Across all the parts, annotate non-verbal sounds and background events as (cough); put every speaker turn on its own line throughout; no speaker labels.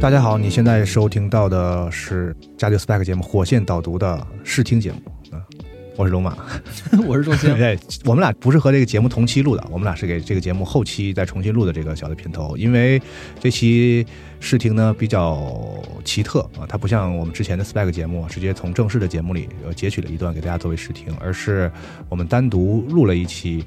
大家好，你现在收听到的是加六 spec 节目《火线导读》的试听节目。嗯，我是龙马，
(laughs) 我是仲兴，
对，我们俩不是和这个节目同期录的，我们俩是给这个节目后期再重新录的这个小的片头，因为这期试听呢比较奇特啊，它不像我们之前的 spec 节目直接从正式的节目里呃截取了一段给大家作为试听，而是我们单独录了一期。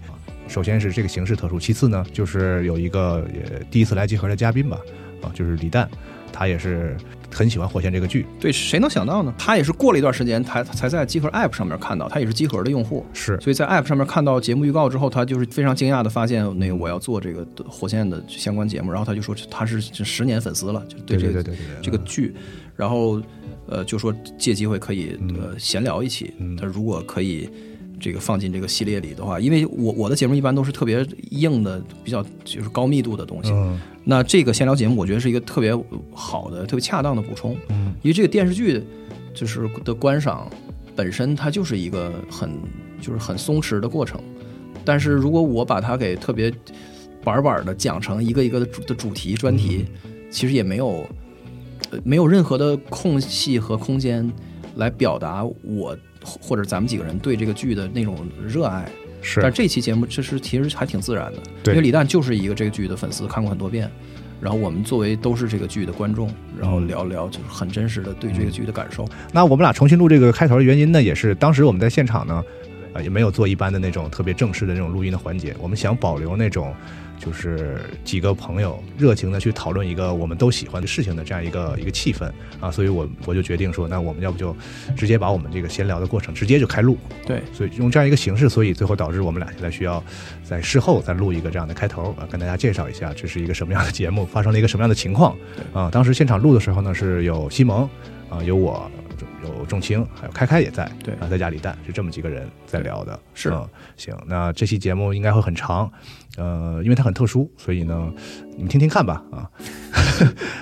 首先是这个形式特殊，其次呢就是有一个呃第一次来集合的嘉宾吧，啊，就是李诞，他也是很喜欢《火线》这个剧，
对，谁能想到呢？他也是过了一段时间才才在集合 App 上面看到，他也是集合的用户，
是
所以在 App 上面看到节目预告之后，他就是非常惊讶的发现，那个我要做这个火线的相关节目，然后他就说他是这十年粉丝了，就
对
这个
对对对对对
这个剧，然后呃就说借机会可以
嗯
呃闲聊一起，他如果可以。这个放进这个系列里的话，因为我我的节目一般都是特别硬的，比较就是高密度的东西。
嗯
那这个闲聊节目，我觉得是一个特别好的、特别恰当的补充。嗯，因为这个电视剧就是的观赏本身，它就是一个很就是很松弛的过程。但是如果我把它给特别板板的讲成一个一个的主的主题专题，其实也没有呃没有任何的空隙和空间来表达我或或者咱们几个人对这个剧的那种热爱。
是
但这期节目其实其实还挺自然的，
对
因为李诞就是一个这个剧的粉丝，看过很多遍。然后我们作为都是这个剧的观众，然后聊聊就是很真实的对这个剧的感受。
那我们俩重新录这个开头的原因呢，也是当时我们在现场呢，呃，也没有做一般的那种特别正式的那种录音的环节，我们想保留那种就是几个朋友热情的去讨论一个我们都喜欢的事情的这样一个一个气氛啊，所以我我就决定说，那我们要不就直接把我们这个闲聊的过程直接就开录，
对，
所以用这样一个形式，所以最后导致我们俩现在需要在事后再录一个这样的开头啊，跟大家介绍一下这是一个什么样的节目，发生了一个什么样的情况啊。当时现场录的时候呢，是有西蒙啊，有我，有仲青，还有开开也在，
对
啊，在家里带，是这么几个人在聊的。
是
嗯行，那这期节目应该会很长，呃，因为它很特殊，所以呢，你们听听看吧啊。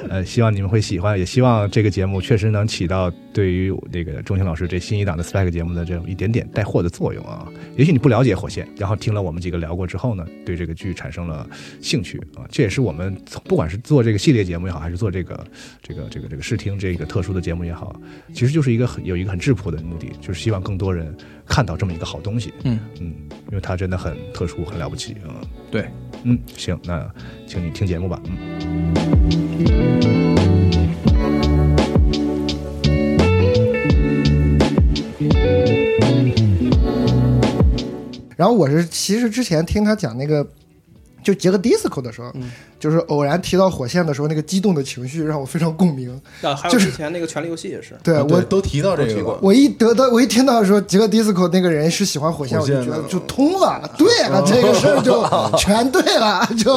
呃，希望你们会喜欢，也希望这个节目确实能起到对于我这个钟情老师这新一档的 spec 节目的这种一点点带货的作用啊。也许你不了解火线，然后听了我们几个聊过之后呢，对这个剧产生了兴趣啊。这也是我们从不管是做这个系列节目也好，还是做这个这个这个这个试听这个特殊的节目也好，其实就是一个很有一个很质朴的目的，就是希望更多人看到这么一个好东西。
嗯，
嗯，因为它真的很特殊，很了不起啊。
对，
嗯，行，那请你听节目吧。嗯。
然后我是其实之前听他讲那个，就杰克迪斯科的时候，
嗯
就是偶然提到火线的时候，那个激动的情绪让我非常共鸣。
啊，还
有就是
前那个《权力游戏》也是，
对
啊对
我，
都提到这个了，
我一得到我一听到说杰克迪斯科那个人是喜欢火线，我
火
就
线
觉得
的
就通了，对啊，这个事儿就全对了。就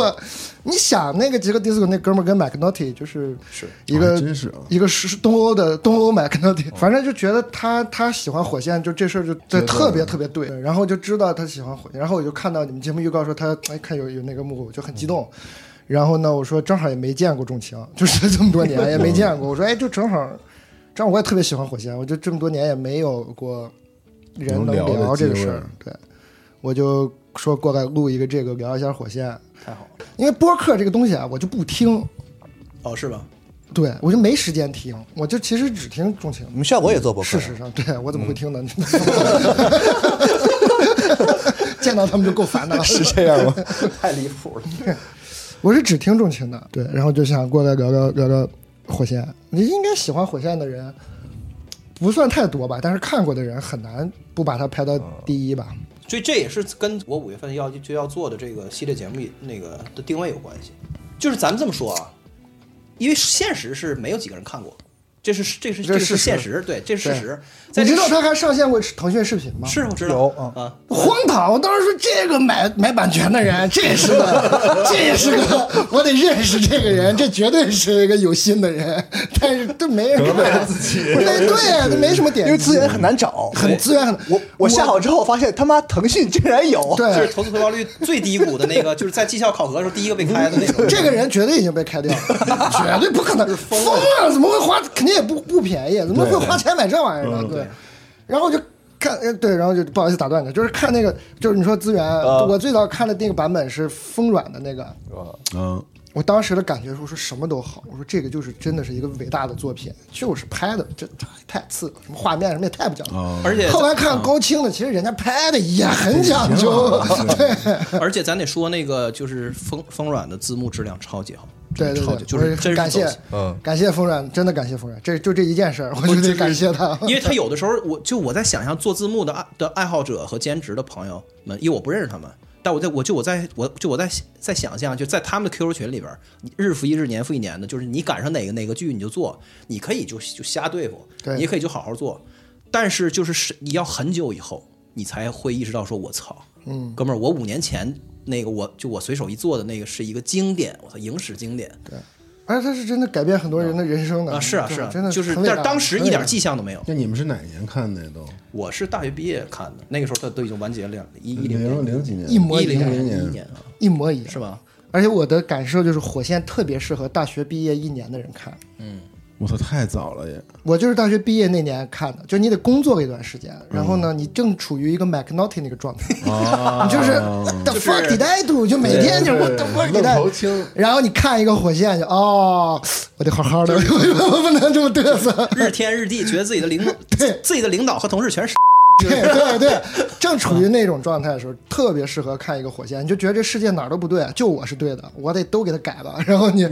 你想那个杰克迪斯科那哥们儿跟麦克诺蒂就是
是
一个
还真是啊
一个是东欧的东欧麦克诺蒂，反正就觉得他他喜欢火线，就这事儿就对
对
特别特别对，然后就知道他喜欢火线，然后我就看到你们节目预告说他哎看有有那个幕后，我就很激动。然后呢，我说正好也没见过钟情，就是这么多年也没见过。我说哎，就正好，正好我也特别喜欢火线，我就这么多年也没有过人能
能聊的
聊这个
机
事
会
儿。对，我就说过来录一个这个聊一下火线，
太好了。
因为播客这个东西啊，我就不听，
哦，是吧？
对我就没时间听，我就其实只听钟情。
你们效果也做播客嗯
事
呀，
实上，对我怎么会听呢？ (laughs) 见到他们就够烦的了。
是
(laughs)
这样吗？
太离谱了。
我是只听重情的，对，然后就想过来聊聊聊聊火线。你应该喜欢火线的人不算太多吧，但是看过的人很难不把它排
嗯
到第一吧。
所以这也是跟我五月份要就要做的这个系列节目那个的定位有关系。就是咱们这么说啊，因为现实是没有几个人看过，这是这是
这是事实
现实，对，这是事实。在
你
这
知
个
道他还上线过腾讯视频吗？嗯
是我知道
有
啊，
荒唐！我当时说这个买买版权的人，这也是个，这也是个，我得认识这个人，这绝对是一个有心的人，但是都没人
责备了
看哎
自己
对对，都没什么点
因
击，
为资源很难找，
嗯
很资源很，
我我下好之后发现他妈腾讯竟然有，
就
对
是投资回报率最低谷的那个，就是在绩效考核的时候第一个被开的那
(laughs)
种。
这个人绝对已经被开掉了，绝对不可能疯了，怎么会花？肯定也不不便宜，怎么会花钱买这玩意儿呢？对，然后就看，呃对，然后就不好意思打断你，就是看那个，就是你说资源，我最早看的那个版本是风软的那个，
嗯，
我当时的感觉是，我说什么都好，我说这个就是真的是一个伟大的作品，就是拍的这这太次了，什么画面什么也太不讲究。
而且
后来看高清的，其实人家拍的也很讲究， (laughs)
而且咱得说那个就是风风软的字幕质量超级好，
对对
超
对
级，就
我
是
也
真是
感谢
走心，
嗯
感谢风软，真的感谢风软，这就这一件事儿，我就得感谢他。
(laughs) 因为他有的时候，我就我在想象做字幕的爱的爱好者和兼职的朋友们，因为我不认识他们，但我在我就我在我就我在在想象，就在他们的 QQ 群里边，日复一日、年复一年的，就是你赶上哪个哪个剧你就做，你可以就就瞎对付，
对
你也可以就好好做，但是就是是你要很久以后，你才会意识到说，我操，嗯，哥们儿，我五年前那个我就我随手一做的那个是一个经典，我操，影史经典，
(laughs) 而且他是真的改变很多人的人生的
啊，是啊
对
是啊
真，的
就是
很伟大
但是当时一点
很伟大
迹象都没有。
那你们是哪年看的呀？都
我是大学毕业看的，那个时候他都已经完结了两一一零
零
年、
零几年，
一模
一
一
零
样
年、一
年
一年啊，
一模一样，
是吧？
而且我的感受就是，火线特别适合大学毕业一年的人看。
我操，太早了也。
我就是大学毕业那年看的，就你得工作一段时间，
嗯
然后呢，你正处于一个 McNaughty 那个状态，
啊
你就是 the
就是
fuck did I do？就每天就是 what the fuck did
愣
I？
头青
然后你看一个火线就哦，我得好好的，我 (laughs) 不能这么嘚
(laughs)
瑟。
日天日地，觉得自己的领导
对
自己的领导和同事全是
对对对，正处于那种状态的时候，特别适合看一个火线，你就觉得这世界哪儿都不对，就我是对的，我得都给它改了。 (laughs) 然后你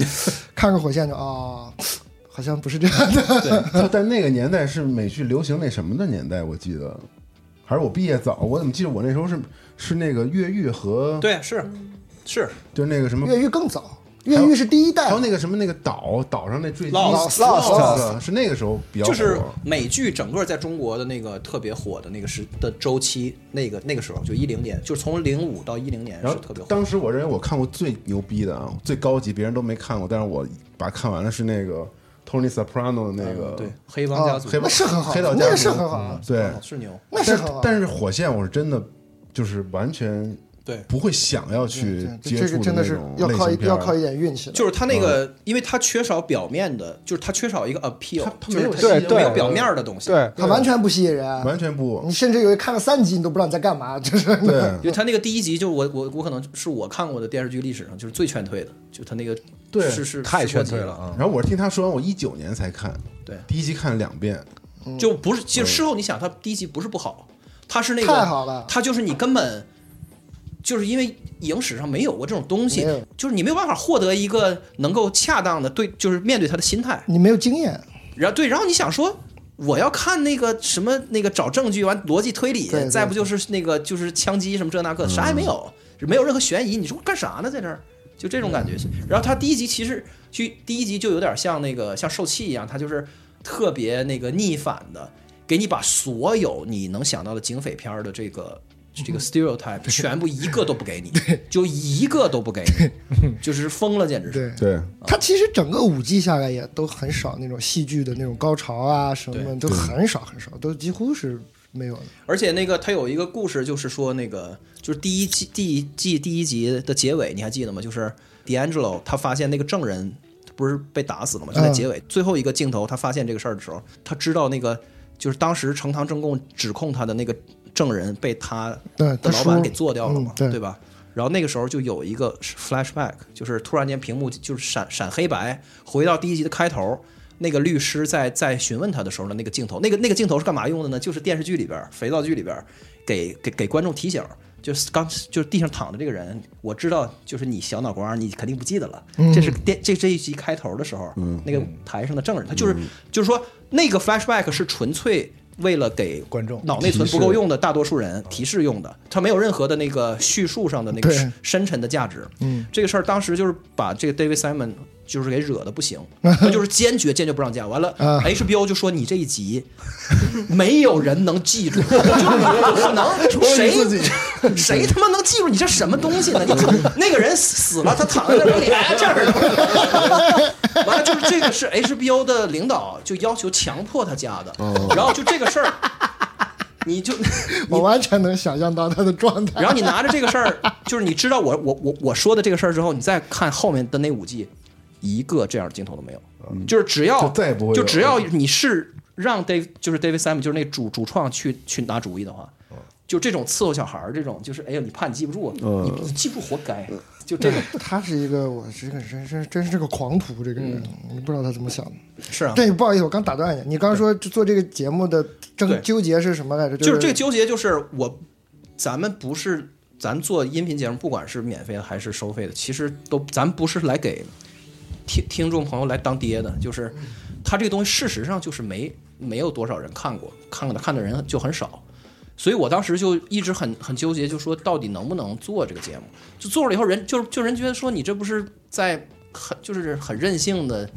看个火线就哦，好像不是这样
(laughs)
的。
就在那个年代是美剧流行那什么的年代，我记得，还是我毕业早，我怎么记得我那时候是是那个越狱和
对，是是
就是那个什么，
越狱更早，越狱是第一代
还有，那个什么那个岛岛上那坠机
Lost
Lost
啊 Lost，是那个时候比较
就是
火
美剧整个在中国的那个特别火的那个时的周期，那个那个时候就一零年，就从零五到一零年
然
是
后
特别火。
当时我认为我看过最牛逼的啊，最高级，别人都没看过，但是我把看完了是那个 Tony Soprano 那个、
啊对，黑帮家族
黑帮
那是很好
黑道家族
那个是很好啊
对，
是牛，
那是
但
很好。
但是火线我是真的就是完全
对，
不会想要去
这
接
这
触
个真
那
的是
种
要
类
靠
型
一
片
要
儿
靠一点运气的，
就是他那个，因为他缺少表面的，就是他缺少一个 appeal，
他
就是
没有
它
吸
引
没有
力
表面的东西。
对，
它完全不吸引人。啊
完全不
你甚至有一看了三集，你都不知道你在干嘛， (laughs) 就是
对，
因为他那个第一集就我我我可能是我看过的电视剧历史上就是最劝退的，就他那个
对
是是
太劝退
了
了啊！
然后我是听他说完，我一九年才看，
对
第一集看了两遍，
嗯
就不是其实事后你想他第一集不是不好，他是那个
太好了
他就是你根本就是因为影史上没有过这种东西
没有，
就是你没有办法获得一个能够恰当的对就是面对他的心态，
你没有经验。
然后对，然后你想说。我要看那个什么那个找证据完逻辑推理
对，嗯对
再不就是那个就是枪击什么这那个啥也没有，没有任何悬疑，你说干啥呢在这儿？就这种感觉是。
嗯
然后他第一集其实就第一集就有点像那个像受气一样，他就是特别那个逆反的，给你把所有你能想到的警匪片儿的这个。这
嗯
个 stereotype 全部一个都不给
(laughs)
你，就一个都不给你，就是疯了，简直是。
对，
对，
它其实整个五季下来也都很少那种戏剧的那种高潮啊什么的，都很少很少，都几乎是没有的。
而且那个他有一个故事，就是说那个就是第一季第一季第一集的结尾，你还记得吗？就是 D'Angelo 他发现那个证人不是被打死了吗？就在
嗯
结尾、最后一个镜头，他发现这个事儿的时候，他知道那个就是当时呈堂证供指控他的那个证人被他
对
的
嗯他
老板
说
给做掉了嘛
嗯，对
吧？然后那个时候就有一个 flashback，就是突然间屏幕就是闪闪黑白，回到第一集的开头，那个律师在在询问他的时候的那个镜头，那个那个镜头是干嘛用的呢？就是电视剧里边儿肥皂剧里边儿给给给观众提醒儿，就是刚就是地上躺着这个人，我知道就是你小脑瓜儿，你肯定不记得了。
嗯
这是电这这一集开头的时候，那个台上的证人，他就是就是说那个 flashback 是纯粹为了给
观众
脑内存不够用的大多数人提示用的，它没有任何的那个叙述上的那个
对
深深沉的价值。嗯，这个事儿当时就是把这个 David Simon 就是给惹的不行，他就是坚决坚决不让加。完了、
啊
HBO 就说你这一集 (laughs) 没有人能记住，就是不可能谁谁他妈能记住你这什么东西呢？你这那个人死了，他躺在那里，哎，这儿呢。完了，就是这个是 HBO 的领导就要求强迫他加的，
哦
然后就这个事儿，你就。 (laughs)
我完全能想象到他的状态。
然后你拿着这个事儿，就是你知道我我我我说的这个事儿之后，你再看后面的那五季，一个这样的镜头都没有，就是只要
嗯就再也不会
就
有
只要你是让 Dave 就是 David Simon 就是那主主创去去拿主意的话，就这种伺候小孩儿，这种就是哎呀，你怕你记不住，
嗯
你不记不住活该，啊就这种
(laughs) 他是一个，我这个真真真是个狂徒，这个人，你不知道他怎么想的。
是啊。
嗯对，不好意思，我刚打断你，你刚刚说做这个节目的
对
争纠结是什么来着？
就是
是
这个纠结，就是我，咱们不是，咱做音频节目，不管是免费的还是收费的，其实都咱不是来给听听众朋友来当爹的，就是他这个东西，事实上就是没没有多少人看过，看过的看的人就很少。所以我当时就一直很很纠结，就说到底能不能做这个节目？就做了以后人，就就人觉得说你这不是在很就是很任性的，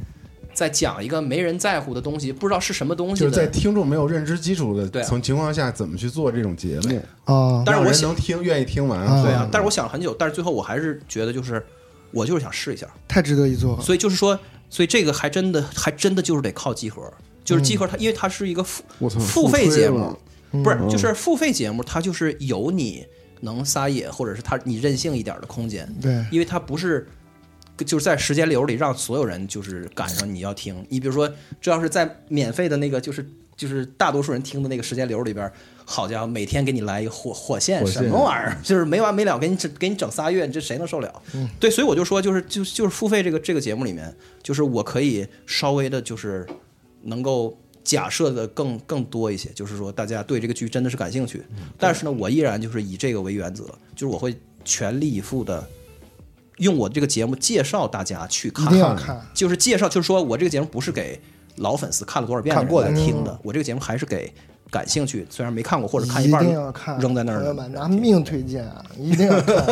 在讲一个没人在乎的东西，不知道是什么东西
就是
的。
在听众没有认知基础
对
的
啊
情情况下，怎么去做这种节目，
啊，
但
让
是我
人
想
能听愿意听完。
啊
对啊，但是我想了很久，但是最后我还是觉得就是，我就是想试一下，
太值得一做了。
所以就是说，所以这个还真的还真的就是得靠集合，就是集合它，因为它是一个付
我操
付费节目，
嗯
不是就是付费节目，它就是有你能撒野或者是它你任性一点的空间，
对，
因为它不是就是在时间流里让所有人就是赶上你要听。你比如说，这要是在免费的那个就是就是大多数人听的那个时间流里边，好家伙，每天给你来一个火火线
火线
什么玩意儿， (laughs) 就是没完没了，给你整给你整仨月，你这谁能受了？对，所以我就说，就是就就是付费这个这个节目里面，就是我可以稍微的就是能够。假设的更更多一些，就是说大家对这个剧真的是感兴趣，
嗯
但是呢，我依然就是以这个为原则，就是我会全力以赴的用我这个节目介绍大家去看，
一定要看
就是介绍，就是说我这个节目不是给老粉丝看了多少遍
看过
的
的
人来听的，我这个节目还是给感兴趣，虽然没看过或者看
一
半
定要看，
扔在那儿
朋
的
友们拿命推荐啊，一定要看。
(laughs)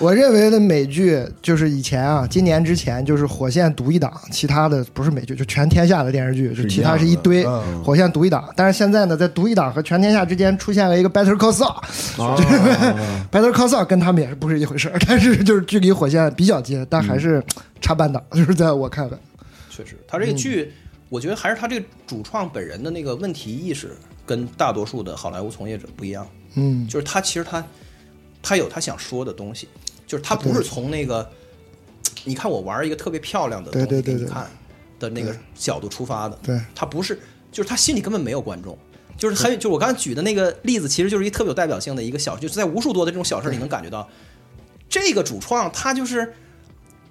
我认为的美剧就是以前啊，今年之前就是《火线》独一档，其他的不是美剧，就全天下的电视剧，就其他是一堆，
嗯
火线》独一档。但是现在呢，在独一档和全天下之间出现了一个 Better Call Saul，
啊
(laughs) 嗯
Better Call Saul 跟他们也是不是一回事儿， (laughs) 但是就是距离火线比较近，但还是
嗯
差半档，就是在我看来，
确实，他这个剧，我觉得还是他这个主创本人的那个问题意识跟大多数的好莱坞从业者不一样，
嗯，
就是他其实他他有他想说的东西，就是他不是从那个你看我玩一个特别漂亮的东
对对
西给
对
你
对
看的那个角度出发的，
对
他不是，就是他心里根本没有观众。就是很，就是我刚才举的那个例子，其实就是一个特别有代表性的一个小，就是在无数多的这种小事里能感觉到，这个主创他就是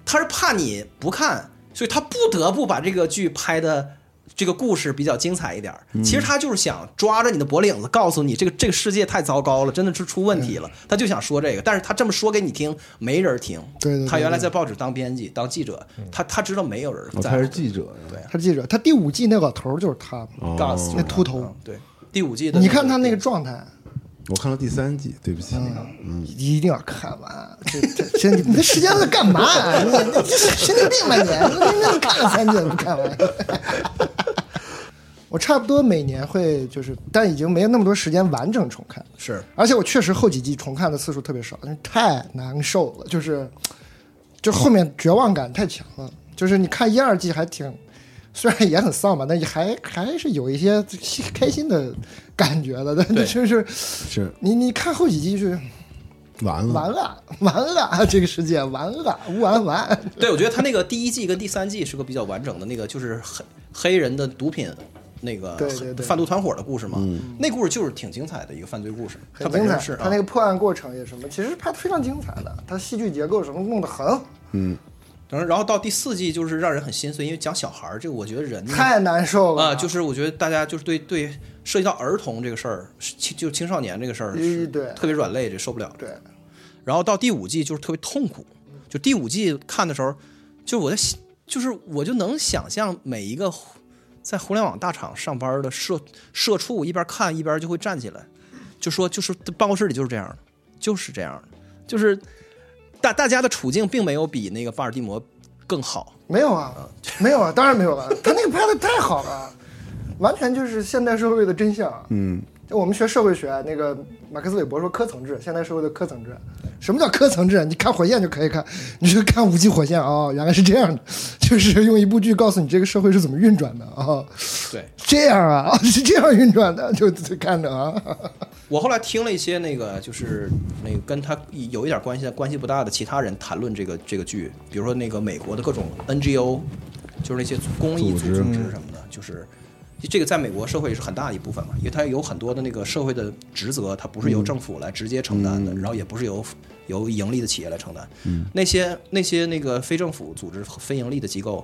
他是怕你不看，所以他不得不把这个剧拍的这个故事比较精彩一点儿。
嗯
其实他就是想抓着你的脖领子，告诉你这个这个世界太糟糕了，真的是出问题了。他就想说这个，但是他这么说给你听，没人听。
对对对嗯
他原来在报纸当编辑、当记者，他他知道没有人
哦
在
他
乎
是记者呀，
对啊
他是记者，他第五季那老头儿就是他嘛，
哦
尬死
那秃头
嗯，对，第五季的
你看他那个状态，
我看了第三季，对不起，
嗯一定要看完。这这这，你这时间在干嘛、 (laughs) 你你这神经病吧你？你那看了三季都不看完？ (laughs) 我差不多每年会就是，但已经没有那么多时间完整重看。
是
而且我确实后几季重看的次数特别少，因为太难受了，就是就后面绝望感太强了。就是你看一二季还挺，虽然也很丧吧，但也还还是有一些开心的感觉的。但
对
就是
是
你你看后几季就是
完了，
完了完了，这个世界完了无完完。
对，我觉得他那个第一季跟第三季是个比较完整的那个，就是黑黑人的毒品那个
对对对
贩毒团伙的故事嘛。嗯那故事就是挺精彩的一个犯罪故事，它
很
本
精
身
彩，
是啊
他那个破案过程也什么，其实拍的非常精彩的，他戏剧结构什么弄得很好，
然后然后到第四季就是让人很心碎，因为讲小孩儿这个，我觉得人呢
太难受了
啊、就是我觉得大家就是对对涉及到儿童这个事儿，是青就青少年这个事儿是
嗯对
特别软肋，这受不了。
对，
然后到第五季就是特别痛苦，就第五季看的时候，就我在想就是我就能想象每一个互在互联网大厂上班的社社畜一边看一边就会站起来，就说就是办公室里就是这样的，就是这样的，就是大大家的处境并没有比那个巴尔的摩更好，
没有啊，没有啊，当然没
(laughs)
有了。他那个拍的太好了，完全就是现代社会的真相。
嗯，
就我们学社会学，那个马克思韦伯说科层制，现代社会的科层制。什么叫科层制？啊你看火焰就可以看， (laughs) 你就看五 G 火焰哦，原来是这样的， (laughs) 就是用一部剧告诉你这个社会是怎么运转的啊、哦，
对。
这样啊， (laughs) 哦是这样运转的， (laughs) 就就看着
(laughs)
啊。
我后来听了一些那个，就是那个跟他有一点关系但关系不大的其他人谈论这个这个剧，比如说那个美国的各种 NGO，就是那些公益组织
组织
什么的，就是这个在美国社会是很大一部分嘛，因为它有很多的那个社会的职责，它不是由政府来直接承担的，然后也不是由由盈利的企业来承担。那些那些那个非政府组织、非盈利的机构，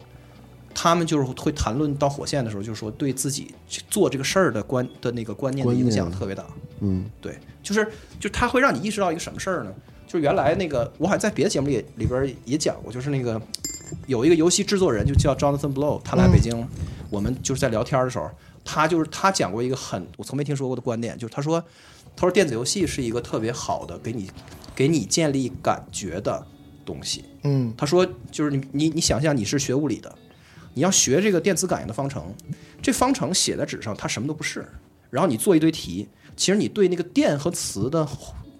他们就是会谈论到火线的时候，就是说对自己做这个事儿的观的那个观念的影响特别大。
嗯，
对，就是就是它会让你意识到一个什么事儿呢？就是原来那个我好像在别的节目里里边也讲过，就是那个有一个游戏制作人就叫 Jonathan Blow，他来北京，我们就是在聊天的时候，他就是他讲过一个很我从没听说过的观点，就是他说他说电子游戏是一个特别好的给你给你建立感觉的东西。
嗯，
他说就是你你你想象你是学物理的，你要学这个电磁感应的方程，这方程写在纸上它什么都不是，然后你做一堆题，其实你对那个电和磁的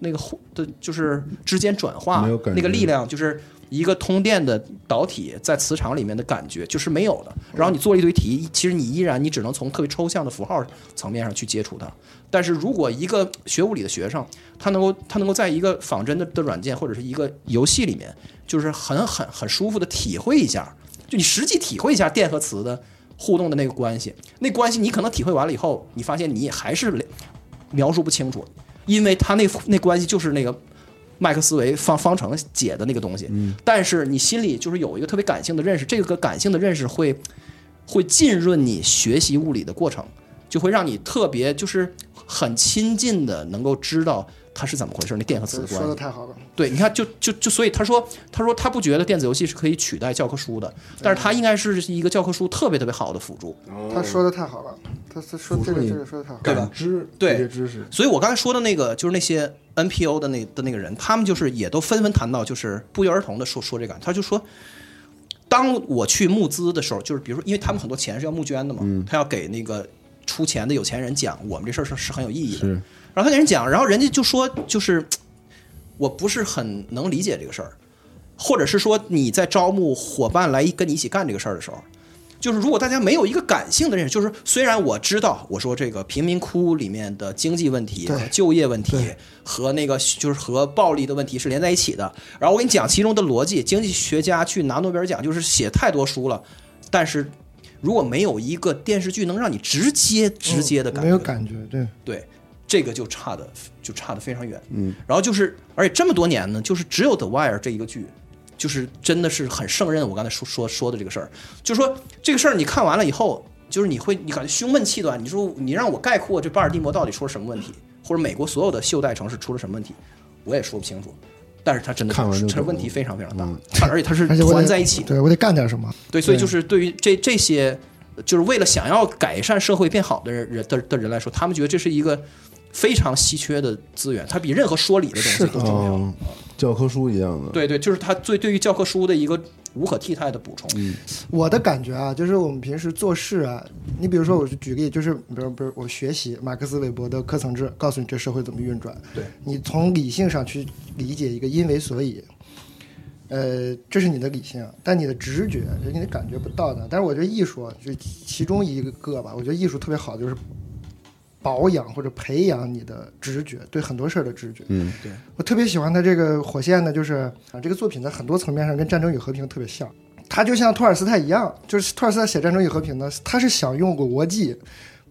那个互的就是之间转化
没有感觉
那个力量，就是一个通电的导体在磁场里面的感觉就是没有的。然后你做了一堆题，其实你依然你只能从特别抽象的符号层面上去接触它。但是如果一个学物理的学生，他能够他能够在一个仿真的的软件或者是一个游戏里面，就是很很很舒服的体会一下，就你实际体会一下电和磁的互动的那个关系，那关系你可能体会完了以后，你发现你还是了描述不清楚，因为它那那关系就是那个麦克斯韦方方程解的那个东西，
嗯
但是你心里就是有一个特别感性的认识，这个感性的认识会会浸润你学习物理的过程，就会让你特别就是很亲近的能够知道它是怎么回事，那电和磁的关
说
系
的。太好了，
对，你看，就就就，所以他说，他说他不觉得电子游戏是可以取代教科书的，但是他应该是一个教科书特别特别好的辅助。
他说的太好了，他他说这个这个说的太好了，
吧
感知
对
这些知识，
所以我刚才说的那个，就是那些 NPO 的那的那个人，他们就是也都纷纷谈到，就是不约而同的说说这个，他就说，当我去募资的时候，就是比如说，因为他们很多钱是要募捐的嘛，他要给那个出钱的有钱人讲，我们这事儿是是很有意义的。
是
然后他给人讲，然后人家就说，就是我不是很能理解这个事儿，或者是说你在招募伙伴来跟你一起干这个事儿的时候，就是如果大家没有一个感性的认识，就是虽然我知道我说这个贫民窟里面的经济问题
对、
就业问题和那个就是和暴力的问题是连在一起的，然后我给你讲其中的逻辑，经济学家去拿诺贝尔奖就是写太多书了，但是如果没有一个电视剧能让你直接直接的感觉，
没有感觉，对，
对，这个就差的就差的非常远。嗯，然后就是，而且这么多年呢，就是只有《The Wire》这一个剧，就是真的是很胜任我刚才说说说的这个事儿，就是说这个事儿你看完了以后，就是你会你感觉胸闷气短，你说你让我概括这巴尔的摩到底出了什么问题，或者美国所有的袖带城市出了什么问题，我也说不清楚。但是它真的
看完就懂
它
了嗯
问题非常非常大，它 (laughs) 而且它是
而且我
团
得
在一起的。
对我得干点什么，
对，所以就是对于这这些，就是为了想要改善社会变好的人人的的人来说，他们觉得这是一个非常稀缺的资源，它比任何说理的东西
是哦
都重要。
嗯，教科书一样的，
对对，就是它最对于教科书的一个无可替代的补充。
嗯我的感觉啊，就是我们平时做事啊，你比如说，我就举个例，就是比如比如我学习马克思韦伯的课层制，告诉你这社会怎么运转，
对
你从理性上去理解一个因为所以，呃，这是你的理性，但你的直觉，就是你的感觉不到的。但是我觉得艺术啊就是其中一个吧，我觉得艺术特别好，就是保养或者培养你的直觉，对很多事儿的直觉。
嗯，
对
我特别喜欢他这个火线呢，就是啊，这个作品在很多层面上跟《战争与和平》特别像。他就像托尔斯泰一样，就是托尔斯泰写《战争与和平》呢，他是想用逻辑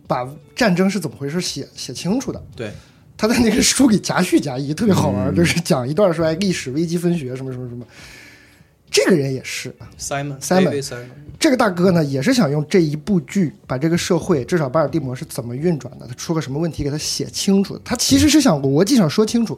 把战争是怎么回事写写清楚的。
对
他在那个书里夹叙夹议，特别好玩儿，就是讲一段说哎历史危机分学什么什么什么。这个人也是，
，Simon
Simon
David Simon，
这个大哥呢也是想用这一部剧把这个社会，至少巴尔的摩是怎么运转的，他出个什么问题给他写清楚。他其实是想逻辑上说清楚，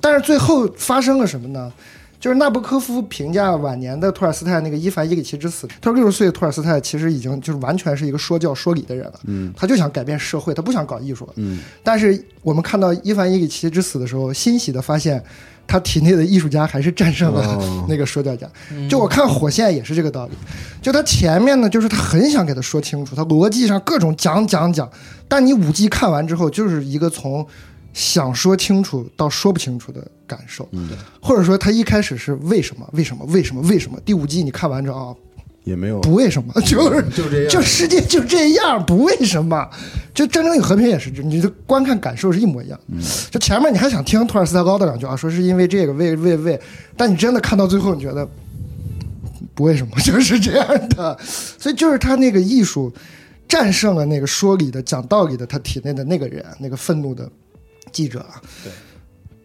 但是最后发生了什么呢？就是纳博科夫评价晚年的托尔斯泰那个伊凡伊里奇之死，他说六十岁的托尔斯泰其实已经就是完全是一个说教说理的人了，嗯，他就想改变社会，他不想搞艺术，嗯。但是我们看到伊凡伊里奇之死的时候，欣喜的发现，他体内的艺术家还是战胜了 (laughs) 那个说教家。就我看《火线》也是这个道理，就他前面呢，就是他很想给他说清楚，他逻辑上各种讲讲讲，但你五季看完之后，就是一个从想说清楚到说不清楚的感受，或者说他一开始是为什么为什么为什么为什么，第五季你看完之后啊，
也没有嗯
不为什么，就是
就这样
就世界就这样，不为什么。就《战争与和平》也是，你的观看感受是一模一样。
嗯
就前面你还想听托尔斯泰唠叨两句啊，说是因为这个为为为，但你真的看到最后，你觉得 (laughs) 不为什么，就是这样的。所以就是他那个艺术。战胜了那个说理的、讲道理的他体内的那个人，那个愤怒的记者啊。
对。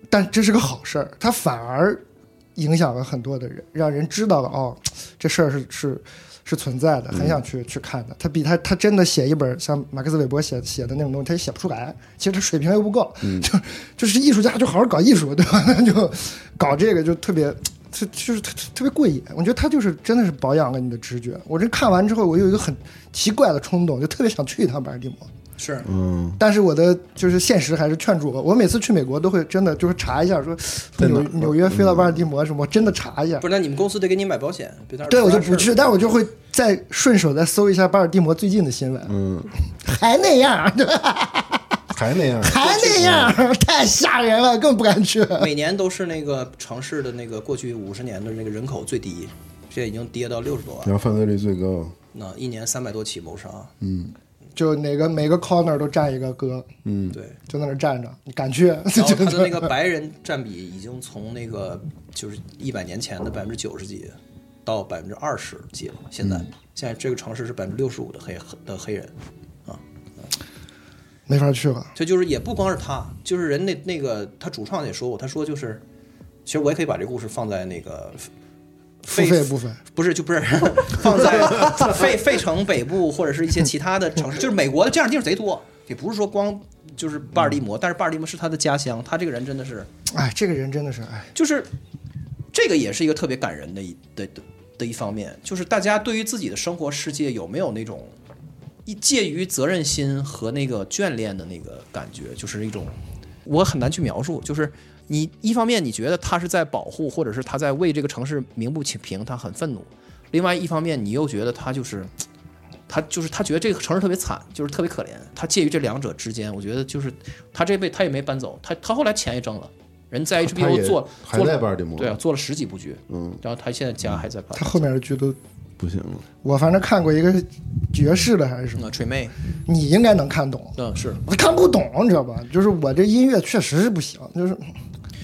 但这是个好事儿，他反而影响了很多的人，让人知道了哦，这事儿是是是存在的，很想去、去看的。他比他他真的写一本像马克思韦伯写写的那种东西，他也写不出来。其实他水平又不够， (laughs) 就就是艺术家就好好搞艺术，对吧？ (laughs) 那就搞这个就特别。特就是特特特别过瘾，我觉得他就是真的是保养了你的直觉。我这看完之后，我有一个很奇怪的冲动，就特别想去一趟巴尔的摩。
是
嗯，
但是我的就是现实还是劝住我。我每次去美国都会真的就是查一下，说从纽纽约飞到巴尔的摩什么，我真的查一下
不。是？那你们公司得给你买保险，别到时候
对，我就不
出大事儿
去，但我就会再顺手再搜一下巴尔的摩最近的新闻。嗯，还那样，对吧
还那样，
还那样， (laughs) 太吓人了，更不敢去。
每年都是那个城市的那个过去五十年的那个人口最低，现在已经跌到六十多万，
然后犯罪率最高，
那一年三百多起谋杀，
就哪个每个 corner 都站一个哥，
嗯，
对。
就在那儿站着，你敢去？ (laughs)
然后他
就
的那个白人占比已经从那个就是一百年前的百分之九十几，到百分之二十几了。现在、
嗯
现在这个城市是百分之六十五的黑的黑人，
没法去了。
这就是也不光是他，就是人那那个他主创也说过，他说就是，其实我也可以把这故事放在那个
付费部分，
不是，就不是 (laughs) 放在费费城北部或者是一些其他的城市，就是美国的这样的地方贼多，也不是说光就是巴尔的摩，但是巴尔的摩是他的家乡，他这个人真的是，
哎，这个人真的是哎，
就是这个也是一个特别感人的一的的的一方面，就是大家对于自己的生活世界有没有那种一介于责任心和那个眷恋的那个感觉，就是一种我很难去描述，就是。你一方面你觉得他是在保护，或者是他在为这个城市鸣不平，他很愤怒；另外一方面你又觉得他就是，他就是他觉得这个城市特别惨，就是特别可怜。他介于这两者之间，我觉得就是他这辈子他也没搬走，他他后来钱也挣了，人在
他也
HBO 做
还
做
在
了
巴尔的摩
对啊，做了十几部剧，
嗯，
然后他现在家还在拍。
他后面的剧都，
不行了，
我反正看过一个爵士的还是什么，
嗯
那嗯锤妹，
你应该能看懂。
嗯，是
我看不懂，你知道吧？就是我这音乐确实是不行，就是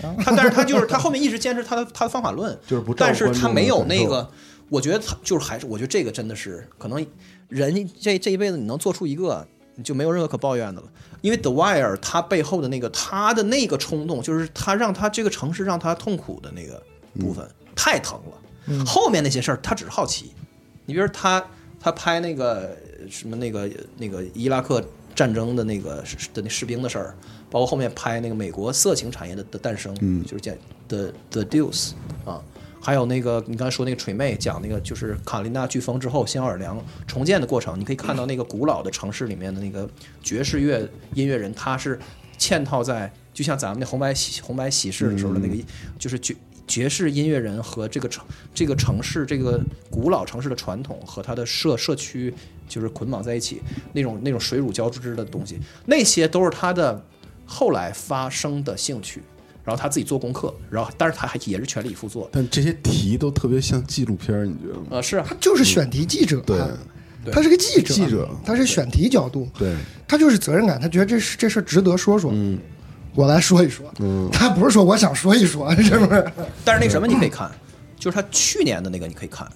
(laughs) 他，但是他就是他后面一直坚持他的他的方法论，
就是不照
但是
观
他
众
没
的
有
感
那
受
个，我觉得他就是还是，我觉得这个真的是可能人这这一辈子你能做出一个，你就没有任何可抱怨的了。因为 The Wire 他背后的那个他的那个冲动，就是他让他这个城市让他痛苦的那个部分、
嗯
太疼了，后面那些事儿他只是好奇。你比如他他拍那个呃什么那个那个伊拉克战争的那个士的那士兵的事儿，包括后面拍那个美国色情产业的的诞生，嗯，就是讲的 The Deuce 啊，还有那个你刚才说那个锤妹讲那个就是卡琳娜飓风之后新奥尔良重建的过程，你可以看到那个古老的城市里面的那个爵士乐音乐人，他是嵌套在就像咱们那红白喜红白喜事的时候的那个，就是爵爵士音乐人和这个城这个城市这个古老城市的传统和它的社社区就是捆绑在一起，那种那种水乳交织的东西，那些都是他的后来发生的兴趣。然后他自己做功课，然后但是他还也是全力以赴做的。
但这些题都特别像纪录片儿，你觉得吗？
呃，是啊
他，就是选题记者，
嗯
啊
对
他是个记者，啊
记者
他是选题角度，
对，
他就是责任感，他觉得这事这事儿值得说说，嗯，我来说一说，嗯， (laughs) 他不是说我想说一说，是不是？
但是那什么你可以看，就是他去年的那个你可以看，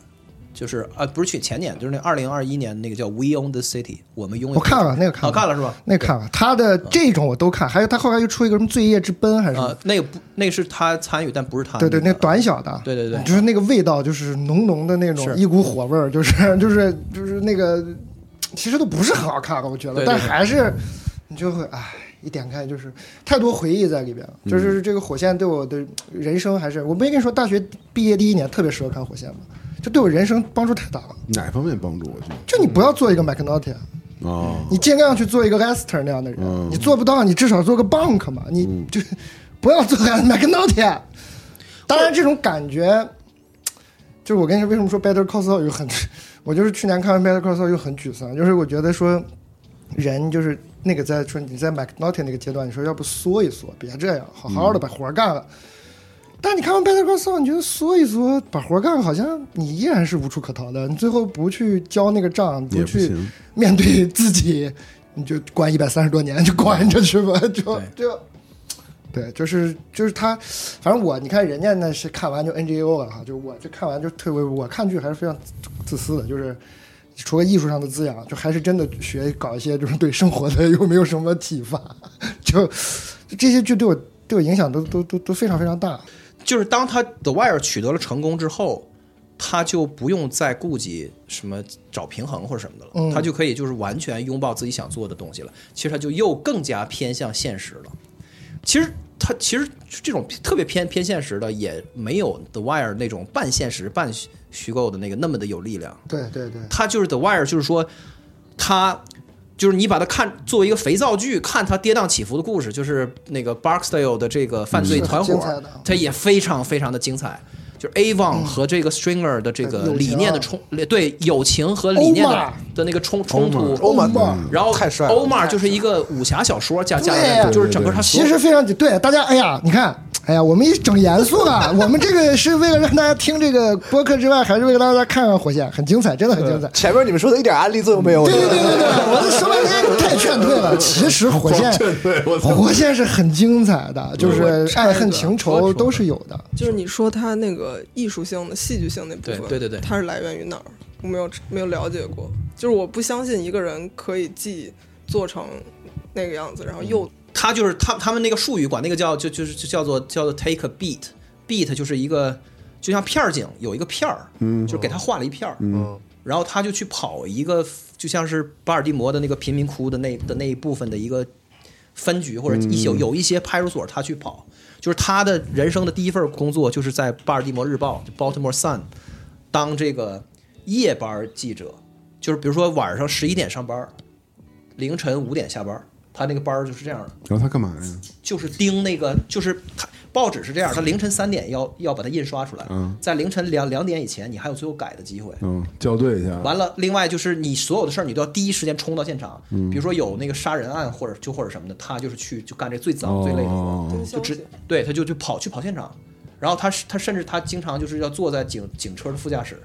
就是啊，不是去前年，就是那二零二一年那个叫《We Own the City》，我们拥有。
我看了那个看
啊
了
看了是吧？
那看了他的这种我都看，还有他后来又出一个什么《罪业之奔》还是什么
啊，那个不，那个是他参与，但不是他。
对对，那短小的，
啊对对对
就是那个味道，就是浓浓的那种
是
一股火味儿，就是就是就是那个，其实都不是很好看了，我觉得，
对对对
但还是你就会唉，一点开就是太多回忆在里边了，
嗯
就是这个火线对我的人生还是，我没跟你说，大学毕业第一年特别适合看火线嘛，就对我人生帮助太大了。
嗯
哪方面帮助我觉得？
就你不要做一个啊 McNaughty，
哦，
你尽量去做一个 Lester 那样的人，你做不到，你至少做个 Bank 嘛，你就、不要做个 (laughs) McNaughty。当然，这种感觉，就是我跟你说，为什么说 Better Call Saul 又很， (laughs) 我就是去年看完 Better Call Saul 又很沮丧，就是我觉得说，人就是那个在说你在 McNaughty 那个阶段，你说要不缩一缩，别这样，好好的把活儿干了。但你看完《Better Call Saul》，你觉得缩一缩，把活儿干了，好像你依然是无处可逃的。你最后不去交那个账，不
也不
去
行
面对自己，你就关一百三十多年，就关着去吧，就就。对，就是就是他，反正我你看人家那是看完就 NGO 了哈，就我这看完就特别，我看剧还是非常自私的，就是除了艺术上的滋养，就还是真的学搞一些就是对生活的 (laughs) 有没有什么启发，就这些剧对我对我影响都都都都非常非常大。
就是当他 The Wire 取得了成功之后，他就不用再顾及什么找平衡或者什么的了，他就可以就是完全拥抱自己想做的东西了。其实他就又更加偏向现实了。其实他其实这种特别偏偏现实的，也没有 The Wire 那种半现实半虚虚构的那个那么的有力量。
对对对，
它就是 The Wire，就是说，它就是你把它看作为一个肥皂剧，看它跌宕起伏的故事，就是那个 Barksdale 的这个犯罪团
嗯
伙
是很精彩的，
它也非常非常的精彩。就是 Avon 和这个 Stringer 的这
友
个
情啊
理念的冲，对友情和理念的
Omar
的那个冲冲突，
欧玛
嗯
然后
太帅了
Omar 就是一个武侠小说加加
对呀
的，就是整个他
其实非常对大家，哎呀，你看，哎呀，我们一整严肃了，我们这个是为了让大家听这个播客之外，还是为了让大家看看火线，很精彩，真的很精彩。
前面你们说的一点案例作用没有，我
对
觉
对
得
对对对，我这说半天太劝退了。其实火
(laughs)
线，火线是很精彩的，就是爱恨情仇都是有的。
就是你说它那个艺术性的、戏剧性那部分，
对对对对
它是来源于哪儿？我没有没有了解过。就是我不相信一个人可以既做成那个样子，然后又
他就是他他们那个术语管那个叫就就是就叫做叫做 take a beat，beat 就是一个就像片儿警有一个片儿，嗯，就是给他画了一片儿，嗯，然后他就去跑一个就像是巴尔的摩的那个贫民窟的那的那一部分的一个分局或者一有有一些派出所他去跑，就是他的人生的第一份工作就是在巴尔的摩日报就 Baltimore Sun 当这个夜班记者，就是比如说晚上十一点上班，凌晨五点下班，他那个班儿就是这样的。
然后他干嘛呀？
就是盯那个，就是它报纸是这样，它凌晨三点要要把它印刷出来，
嗯
在凌晨两两点以前，你还有最后改的机会。
嗯，校对一下。
完了，另外就是你所有的事儿，你都要第一时间冲到现场。
嗯
比如说有那个杀人案，或者就或者什么的，他就是去就干这最脏、最累的活儿。
哦
跟
就
消
直
息，
对，他就就跑去跑现场，然后他是他甚至他经常就是要坐在警警车的副驾驶，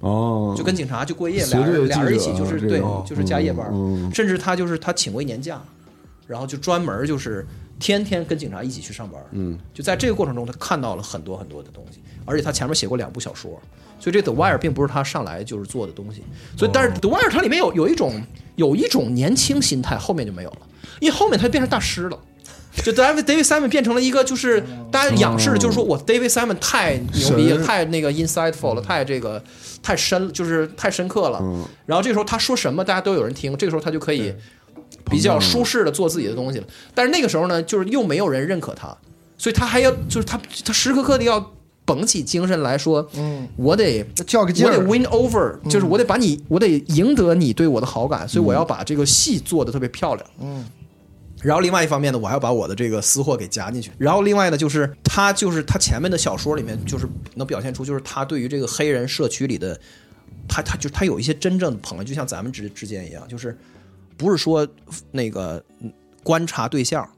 哦，
就跟警察就过夜，
斜
俩人
对
俩人一起
记
就
者啊
是
这
对
种，
就是加夜班
嗯嗯，
甚至他就是他请过一年假，然后就专门就是天天跟警察一起去上班，嗯，就在这个过程中，他看到了很多很多的东西，而且他前面写过两部小说，所以这 The Wire 并不是他上来就是做的东西，所
哦
以但是 The Wire 它里面有有一种有一种年轻心态，后面就没有了，因为后面他变成大师了。就 David David Simon 变成了一个，就是大家仰视的，就是说我 David Simon 太牛逼了，
神
太那个 insightful 了，太这个太深了，就是太深刻了。然后这时候他说什么，大家都有人听，这个时候他就可以比较舒适的做自己的东西了。但是那个时候呢，就是又没有人认可他，所以他还要就是他他时时刻刻的要绷起精神来说，嗯，我得
较个劲
我
儿嗯
得 win over，就是我得把你，我得赢得你对我的好感，所以我要把这个戏做得特别漂亮。
嗯。
然后另外一方面呢，我还要把我的这个私货给加进去。然后另外呢，就是他就是他前面的小说里面，就是能表现出就是他对于这个黑人社区里的，他他就他有一些真正的朋友，就像咱们之之间一样，就是不是说那个嗯观察对象，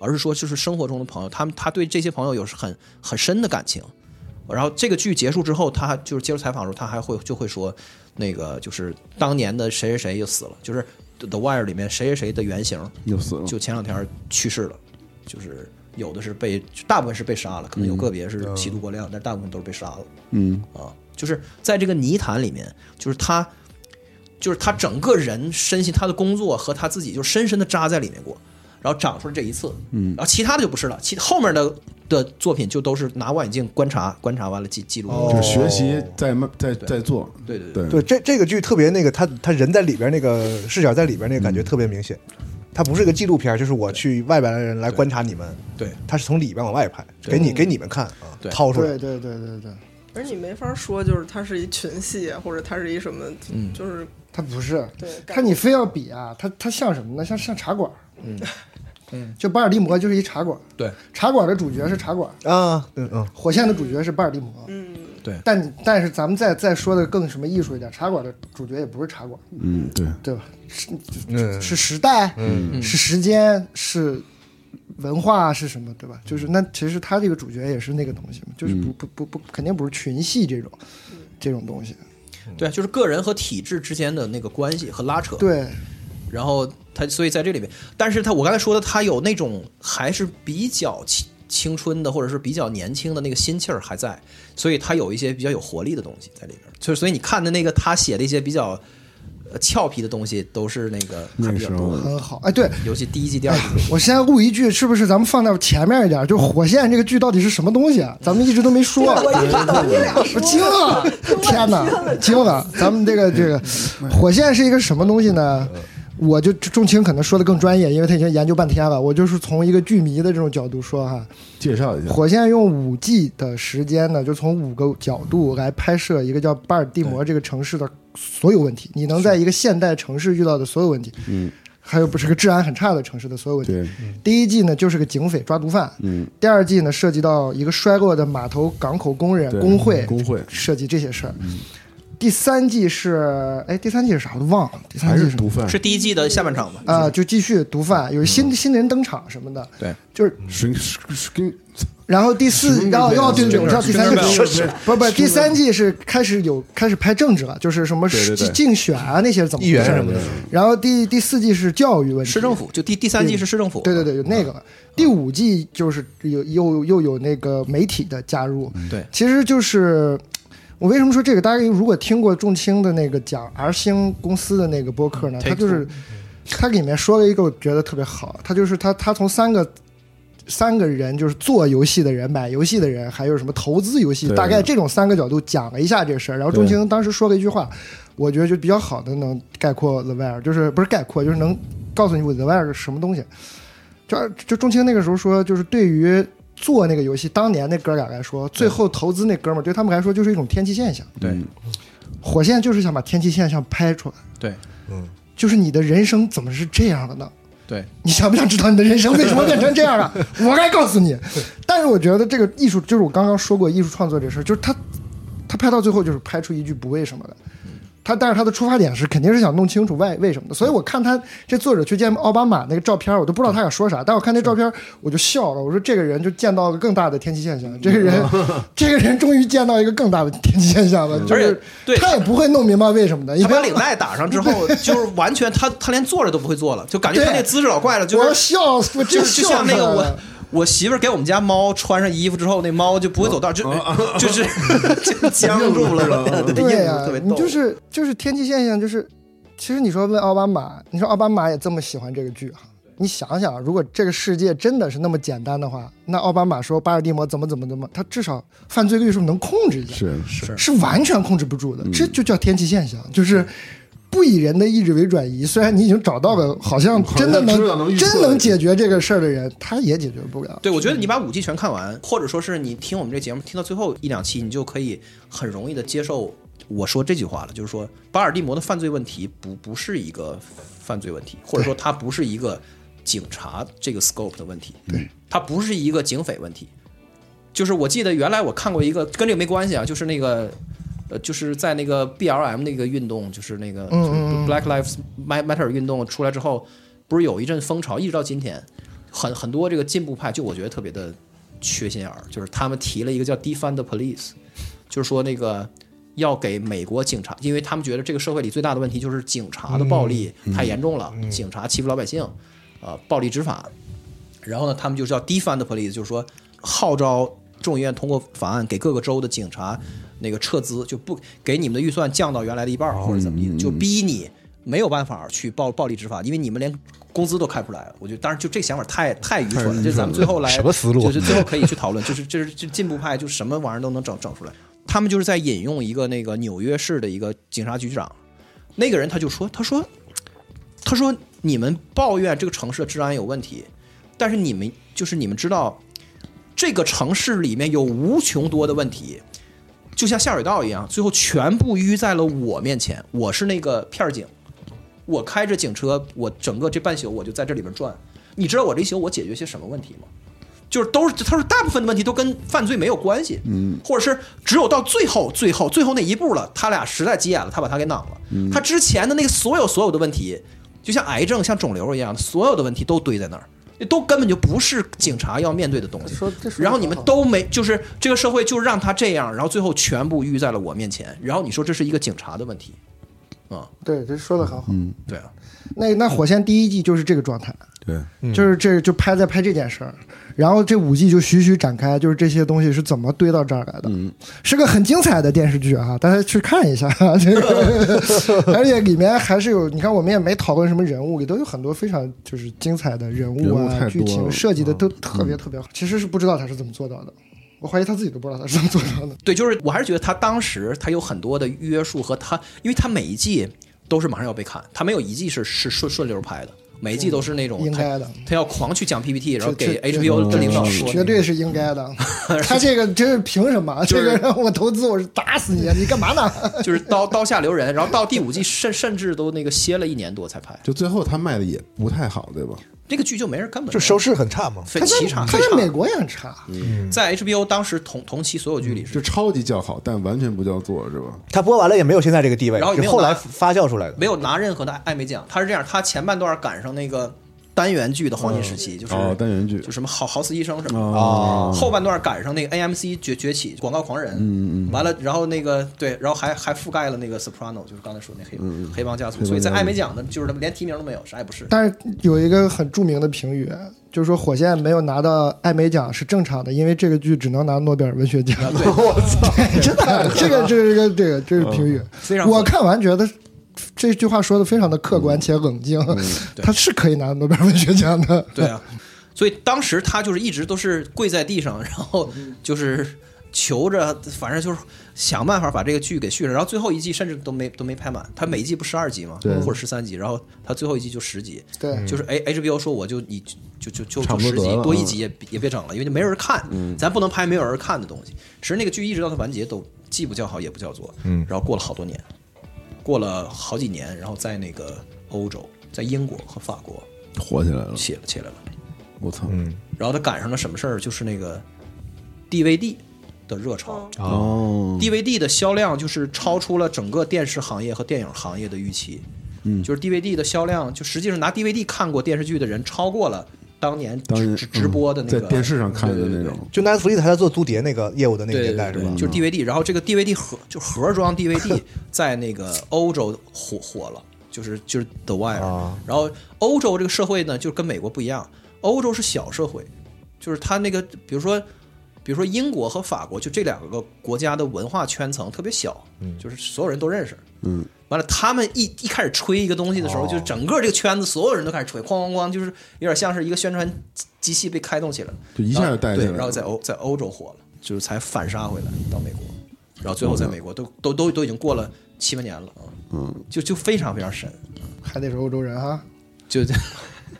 而是说就是生活中的朋友，他们他对这些朋友有很很深的感情。然后这个剧结束之后，他还就是接受采访的时候，他还会就会说，那个就是当年的谁谁谁就死了，就是 The Wire 里面谁谁谁的原型
又死了，
就前两天去世了，就是有的是被，大部分是被杀了，可能有个别是吸毒过量，但大部分都是被杀了。
嗯，
啊，就是在这个泥潭里面，就是他，就是他整个人身心，他的工作和他自己就深深的扎在里面过，然后长出了这一次，嗯，然后其他的就不是了，其后面的的作品就都是拿望远镜观察，观察完了记记录，
嗯就是学习在慢在在做，
对哦对对，
对
对，这这个剧特别那个，他他人在里边那个视角在里边那个感觉特别明显，它不是一个纪录片，就是我去外边的人来观察你们，
对
他是从里边往外拍，给
对
你给你们看啊
对，
掏出来
对，对对对对，
而你没法说，就是它是一群戏啊，或者它是一什么，
嗯
就是
他不是，
对
他你非要比啊，他他像什么呢？像像茶馆，嗯 (laughs) 嗯，就巴尔的摩就是一茶馆，
对，
茶馆的主角是茶馆，
啊，嗯嗯，
火线的主角是巴尔的摩，
嗯，
但你但是咱们再再说的更什么艺术一点，茶馆的主角也不是茶馆，
嗯，对，
对吧？是
嗯
是时代，嗯，是时间，是文化，是什么，对吧？就是那其实他这个主角也是那个东西嘛，就是不不不不，肯定不是群戏这种
嗯
这种东西。
对，就是个人和体制之间的那个关系和拉扯，
对，
然后他所以在这里面，但是他我刚才说的，他有那种还是比较青青春的，或者是比较年轻的那个心气儿还在，所以他有一些比较有活力的东西在里边儿。就是所以你看的那个他写的一些比较
呃俏皮的东西都是那个还
那
比较
时
多
候
的，
很好。哎，对
尤其第一季、第二季的
(laughs)
时候。
(laughs) 我先录一句，是不是咱们放在前面一点？就《火线》这个剧到底是什么东西
(laughs)
啊？咱们一直都没说。
我一直等你俩
我
说
惊了！天哪，惊了！咱们这个这个
(laughs)
火线是一个什么东西呢？
呃
我就钟情可能说的更专业，因为他已经研究半天了。我就是从一个剧迷的这种角度说哈，
介绍一下，
火线用五 G 的时间呢，就从五个角度来拍摄一个叫巴尔的摩这个城市的所有问题，你能在一个现代城市遇到的所有问题，
嗯，
还有不是个治安很差的城市的所有问题。
对，
第一季呢就是个警匪抓毒贩，
嗯，
第二季呢涉及到一个衰落的码头港口工人
对
工会，
工会嗯
涉及这些事儿。第三季是哎，第三季是啥我都忘了，第三
还
季
是
什么
毒贩，
是第一季的下半场吧？
啊、就继续毒贩，有
嗯
新新人登场什么的，
对，
就是
是是是跟
然后第四，然后要对对，我知道第三季
是是
不不，第三季是开始有开始拍政治了，就是什么
对对对
竞选啊那些怎么
议员
回事儿
什么的，
然后第第四季是教育问题，
市政府啊就第第三季是市政府，
对对对，有那个了。第五季就是有又又有那个媒体的加入，
对
其实就是我为什么说这个？大家如果听过仲青的那个讲 R 星公司的那个播客呢，他就是他里面说了一个我觉得特别好，他就是他他从三个。三个人就是做游戏的人、买游戏的人，还有什么投资游戏，
对
大概这种三个角度讲了一下这事儿。然后钟情当时说了一句话，我觉得就比较好的能概括 The Wire，就是不是概括，就是能告诉你我 The Wire 是什么东西。就就钟青那个时候说，就是对于做那个游戏当年那哥俩来说，最后投资那哥们儿对他们来说就是一种天气现象。
对
火线就是想把天气现象拍出来，
对
就是你的人生怎么是这样的呢？
对，
你想不想知道你的人生为什么变成这
(laughs)
样了？我该告诉你。但是我觉得这个艺术，就是我刚刚说过艺术创作这事儿，就是他他拍到最后就是拍出一句不为什么来。
嗯
他但是他的出发点是肯定是想弄清楚为为什么的，所以我看他这作者去见奥巴马那个照片，我都不知道他想说
嗯
啥，但我看那照片我就笑了，我说这个人就见到了更大的天气现
嗯
象，这个
(laughs)
人这个人终于见到一个更大的天气现象了，就
嗯而且
是
对
他也不会弄明白为什么的，因
他
为
把
(laughs)
领带打上之后，就是完全他他连坐着都不会坐了，就感觉他
对
那姿势老怪了，就
我要
是 (laughs)
笑死，我
就
真
是就
笑
像那个
出来
我
了。
我媳妇儿给我们家猫穿上衣服之后，那猫就不会走道，
嗯
就就是
(laughs)
就僵住了，对，
对呀、
特别
你
逗，
就是就是天气现象，就是其实你说问奥巴马，你说奥巴马也这么喜欢这个剧哈、你想想，如果这个世界真的是那么简单的话，那奥巴马说巴尔的摩怎么怎么怎么，他至少犯罪率是不是能控制一下？
是
是完全控制不住的，
嗯
这就叫天气现象，就是。不以人的意志为转移，虽然你已经找到了好
嗯
像真的
好像知道能预测
真能解决这个事儿的人，他也解决不了。
对，我觉
嗯
得你把五季全看完，或者说是你听我们这节目听到最后一两期，你就可以很容易的接受我说这句话了，就是说巴尔的摩的犯罪问题不不是一个犯罪问题，或者说它不是一个警察这个 scope 的问题，对，它不是一个警匪问题。就是我记得原来我看过一个跟这个没关系啊，就是那个。呃，就是在那个 BLM 那个运动，就是那
嗯
个就是 Black Lives Matter 运动出来之后，不是有一阵风潮，一直到今天，很很多这个进步派，就我觉得特别的缺心眼儿，就是他们提了一个叫 “defund the police”，就是说那个要给美国警察，因为他们觉得这个社会里最大的问题就是警察的暴力太严重了，警察欺负老百姓，呃，暴力执法。然后呢，他们就是要 defund the police，就是说号召众议院通过法案给各个州的警察那个撤资，就不给你们的预算降到原来的一半儿或者怎么地，就逼你没有办法去暴暴力执法，因为你们连工资都开不出来。我觉得，当然就这想法太太愚蠢了，就咱们最后来
什么思路
就是最后可以去讨论，就是就是就进步派就什么玩意儿都能整整出来。他们就是在引用一个那个纽约市的一个警察局长，那个人他就说，他说他说：“你们抱怨这个城市的治安有问题，但是你们就是你们知道，这个城市里面有无穷多的问题，就像下水道一样，最后全部淤在了我面前。我是那个片儿警，我开着警车，我整个这半宿我就在这里边转。你知道我这一宿我解决些什么问题吗？就是都是他说大部分的问题都跟犯罪没有关系，嗯，或者是只有到最后最后最后那一步了，他俩实在急眼了，他把他给囊了。他之前的那个所有所有的问题，就像癌症、像肿瘤一样，所有的问题都堆在那儿，都根本就不是警察要面对的东西。
说这说
然后
得
你们
好
都没，就是这个社会就让他这样，然后最后全部遇在了我面前。然后你说这是一个警察的问题，
对，这说的很好。
嗯
对啊，
那那火线第一季就是这个状态，
对，
嗯
就是这就拍在拍这件事儿，然后这五季就徐徐展开，就是这些东西是怎么堆到这儿来的，
嗯
是个很精彩的电视剧啊，大家去看一下。啊 (laughs) 这个，
(laughs)
而且里面还是有，你看我们也没讨论什么人物，里头有很多非常就是精彩的人物
人物太
啊、
多了
剧情设计的都特
嗯
别特别好，其实是不知道他是怎么做到的。我怀疑他自己都不知道他是怎么做到的。
对，就是我还是觉得他当时他有很多的约束和他，因为他每一季都是马上要被砍，他没有一季是是顺顺溜拍的，每一季都是那种
应
他
该的
他要狂去讲 PPT，然后给
这这
HBO 的领导说，
绝对是应
(laughs)
该的，他这个真是凭什么？
就是
这个让我投资，我是打死你啊！你干嘛呢？
就是刀刀下留人，然后到第五季甚甚至都那个歇了一年多才拍
就最后他卖的也不太好，对吧？
这个剧，就没人根本
就收视很差嘛。
非
他
奇
在
差
他
非
在美
常。
国也很差，
在 HBO 当时同同期所有
嗯
剧里是
就超级叫好，但完全不叫座，是吧？
他播完了也没有现在这个地位，
然后也
是
没有
后来
拿
发酵出来的。
没有拿任何的艾美奖，他是这样，他前半段赶上那个单元剧的黄金时
嗯
期，就是
哦，单元剧
就什么好好死医生什么的。
哦，
后半段赶上那个 AMC 崛崛起，广告狂人，嗯嗯，完了，然后那个对，然后还还覆盖了那个 Soprano，就是刚才说那黑、黑帮家族，所以在艾美奖的，就是他们连提名都没有，啥也不是。
但是有一个很著名的评语，就是说《火线》没有拿到艾美奖是正常的，因为这个剧只能拿诺贝尔文学奖。我 (laughs) 操，真的，这个这是一个这个这是评语。
非常
我看完觉得这句话说的非常的客观且冷静， (laughs) 他是可以拿诺贝尔文学奖的。
对啊，所以当时他就是一直都是跪在地上，然 (laughs) 后
嗯
就是求着，反正就是想办法把这个剧给续上。然后最后一季甚至都没都没拍满，他每一季不十二集嘛，或者十三集，然后他最后一季就十集。
对
就是哎 H HBO 说我就你就就就
嗯差
就
不多
十集
得了嗯
多一集也也别整了，因为就没人看，咱不能拍没有人看的东西。其实那个剧一直到它完结都既不叫好也不叫座，嗯，然后过了好多年，过了好几年，然后在那个欧洲，在英国和法国
火起来了，
起了起来了。
我操！
然后他赶上了什么事儿？就是那个 DVD 的热潮、
哦，
d v d 的销量就是超出了整个电视行业和电影行业的预期。嗯，就是 DVD 的销量，就实际上拿 DVD 看过电视剧的人，超过了当年
当
直
然
直直播的那个、
在电视上看的那种，
就 Netflix 还在做租碟那个业务的那个
对
年代
对
是
对
吧，？嗯
就是 DVD，然后这个 DVD 盒就盒装 DVD
(laughs)
在那个欧洲火火了，就是就是 The Wire，、然
啊
后欧洲这个社会呢，就跟美国不一样，欧洲是小社会，就是它那个比如说比如说英国和法国，就这两个国家的文化圈层特别小，就是所有人都认识，
嗯，
完了，他们一一开始吹一个东西的时
哦
候，就是整个这个圈子所有人都开始吹，哐哐哐，就是有点像是一个宣传机机器被开动起来了，
就一下就带起来
对，
了
然后在欧在欧洲火了，就是才反杀回来到美国，然后最后在美国都都都都已经过了七八年了啊，嗯，就就非常非常深，
还得是欧洲人哈，
就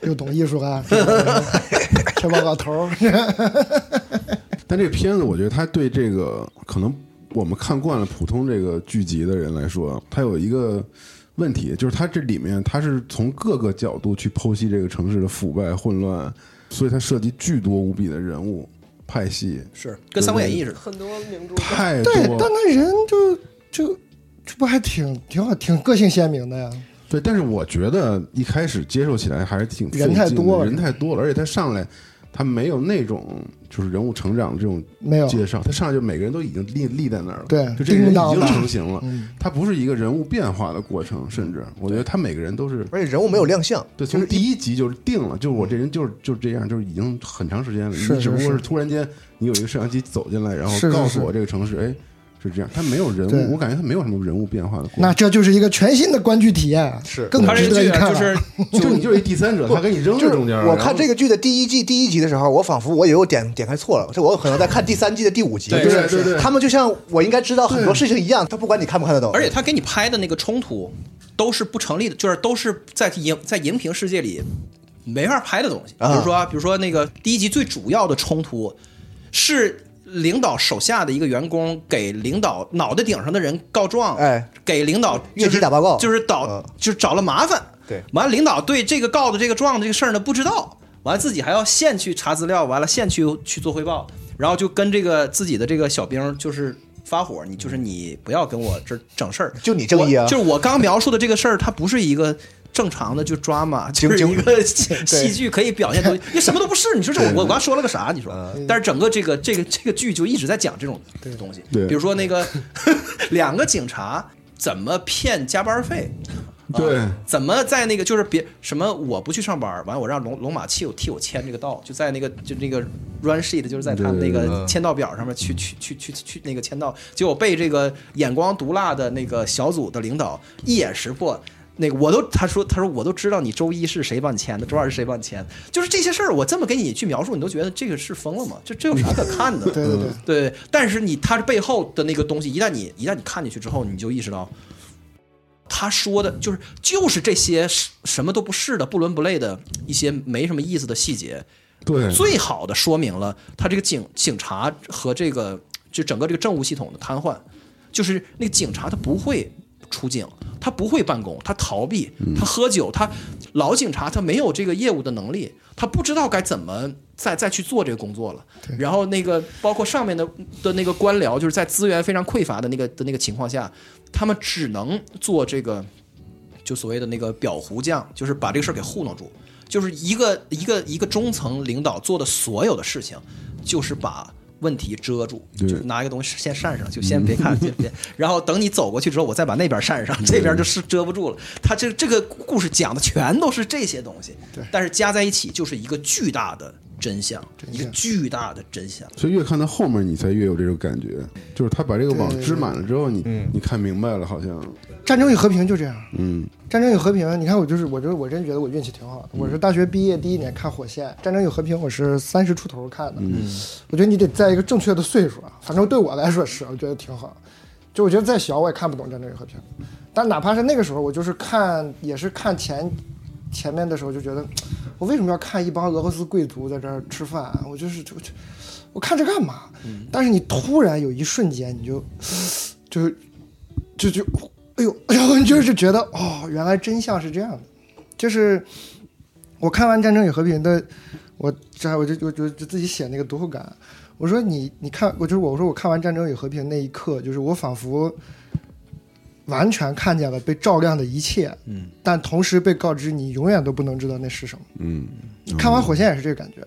又懂艺术啊， (laughs) 这帮老头儿。
但这个片子，我觉得它对这个可能我们看惯了普通这个剧集的人来说，它有一个问题，就是它这里面它是从各个角度去剖析这个城市的腐败混乱，所以它涉及巨多无比的人物派系，
是跟《三国演义》似的，
很多名著都
太
对，但
多。
那人就就这不还挺挺好，挺个性鲜明的呀。
对，但是我觉得一开始接受起来还是挺费
人
劲
太
的
多了
人太多了，而且它上来。它没有那种就是人物成长这种
没有
介绍，它上来就每个人都已经立立在那儿了，
对
就这个人
叮当
已经
的
成型了，
嗯
它不是一个人物变化的过程，甚至我觉得他每个人都是
而且人物没有亮相，
对，从第一集就是定了，就是我这人就是就是这样，就是已经很长时间了，
是
你只不过
是是
是突然间你有一个摄像机走进来，然后
是是
告
是
诉我这个城市，哎，是这样，他没有人
对
物，我感觉他没有什么人物变化的过程。
那这就是一个全新的观剧体验，
是
更
他这
值
个
得一
剧
看
啊
了。
就是
就你就是一第三者，他给你扔在
就是
中间儿。
我看
然后
这个剧的第一季第一集的时候，我仿佛我以为我点点开错了，这我可能在看第三季的第五集。
对
就是
对对对
他们就像我应该知道很多事情一样，他不管你看不看得懂，
而且他给你拍的那个冲突都是不成立的，就是都是在荧在荧屏世界里没法拍的东西。比
啊
如说啊，比如说那个第一集最主要的冲突是领导手下的一个员工给领导脑袋顶上的人告状，
哎，
给领导就
越级
是
打报告
就是导、
嗯
就是找了麻烦。
对
完了领导对这个告的这个状的这个事儿呢不知道，完了自己还要现去查资料，完了现去去做汇报，然后就跟这个自己的这个小兵儿就是发火，你就是你不要跟我这儿整事儿，
就你正义啊
我就是我刚描述的这个事儿，它不是一个。正常的就 drama，就是
警
一个戏戏剧可以表现出，因为什么都不是。你说这我我刚说了个啥？你说，
嗯
但是整个这个这个这个剧就一直在讲这种东西，
对
比如说那个两个警察怎么骗加班费，啊
对
怎么在那个就是别什么我不去上班，完我让龙龙马替我替我签这个到，就在那个就那个 run sheet，就是在他们那个签到表上面去去去去去那个签到，结果被这个眼光毒辣的那个小组的领导一眼识破。那个我都他说他说我都知道你周一是谁帮你签的，周二是谁帮你签的，就是这些事儿，我这么给你去描述，你都觉得这个是疯了吗？这这有啥可看的？
对对对，
对，但是你他背后的那个东西，一旦你一旦你看进去之后，你就意识到，他说的就是就是这些什什么都不是的、不伦不类的一些没什么意思的细节，
对，
最好的说明了他这个警警察和这个就整个这个政务系统的瘫痪，就是那个警察他不会出警，他不会办公，他逃避，他喝酒，他老警察他没有这个业务的能力，他不知道该怎么再再去做这个工作了。然后那个包括上面的的那个官僚，就是在资源非常匮乏的那个的那个情况下，他们只能做这个。就所谓的那个裱糊匠，就是把这个事儿给糊弄住，就是一个一个一个中层领导做的所有的事情，就是把问题遮住，
对
就是拿一个东西先扇上，就先别 (laughs) 看，先别，然后等你走过去之后，我再把那边扇上，这边就是遮不住了。他这这个故事讲的全都是这些东西，但是加在一起就是一个巨大的真相，一个巨大的真相。
所以越看到后面，你才越有这种感觉，就是他把这个网织满了之后，你
嗯
你看明白了，好像，
战争与和平就这样。
嗯，
战争与和平，你看我就是我就是我真觉得我运气挺好的。我是大学毕业第一年看《火线》，战争与和平我是三十出头看的。嗯，我觉得你得在一个正确的岁数啊，反正对我来说是，我觉得挺好。就我觉得再小我也看不懂《战争与和平》，但哪怕是那个时候，我就是看也是看前前面的时候就觉得，我为什么要看一帮俄罗斯贵族在这儿吃饭啊？我就是就就我看这干嘛？但是你突然有一瞬间，你就就是就就哎呦， (laughs) 然后你就是觉得哦，原来真相是这样的，就是我看完《战争与和平》的，我这还我就我就就自己写那个读后感，我说你你看，我就是我说我看完《战争与和平》那一刻，就是我仿佛完全看见了被照亮的一切，嗯，但同时被告知你永远都不能知道那是什么。
嗯，
看完《火线》也是这个感觉，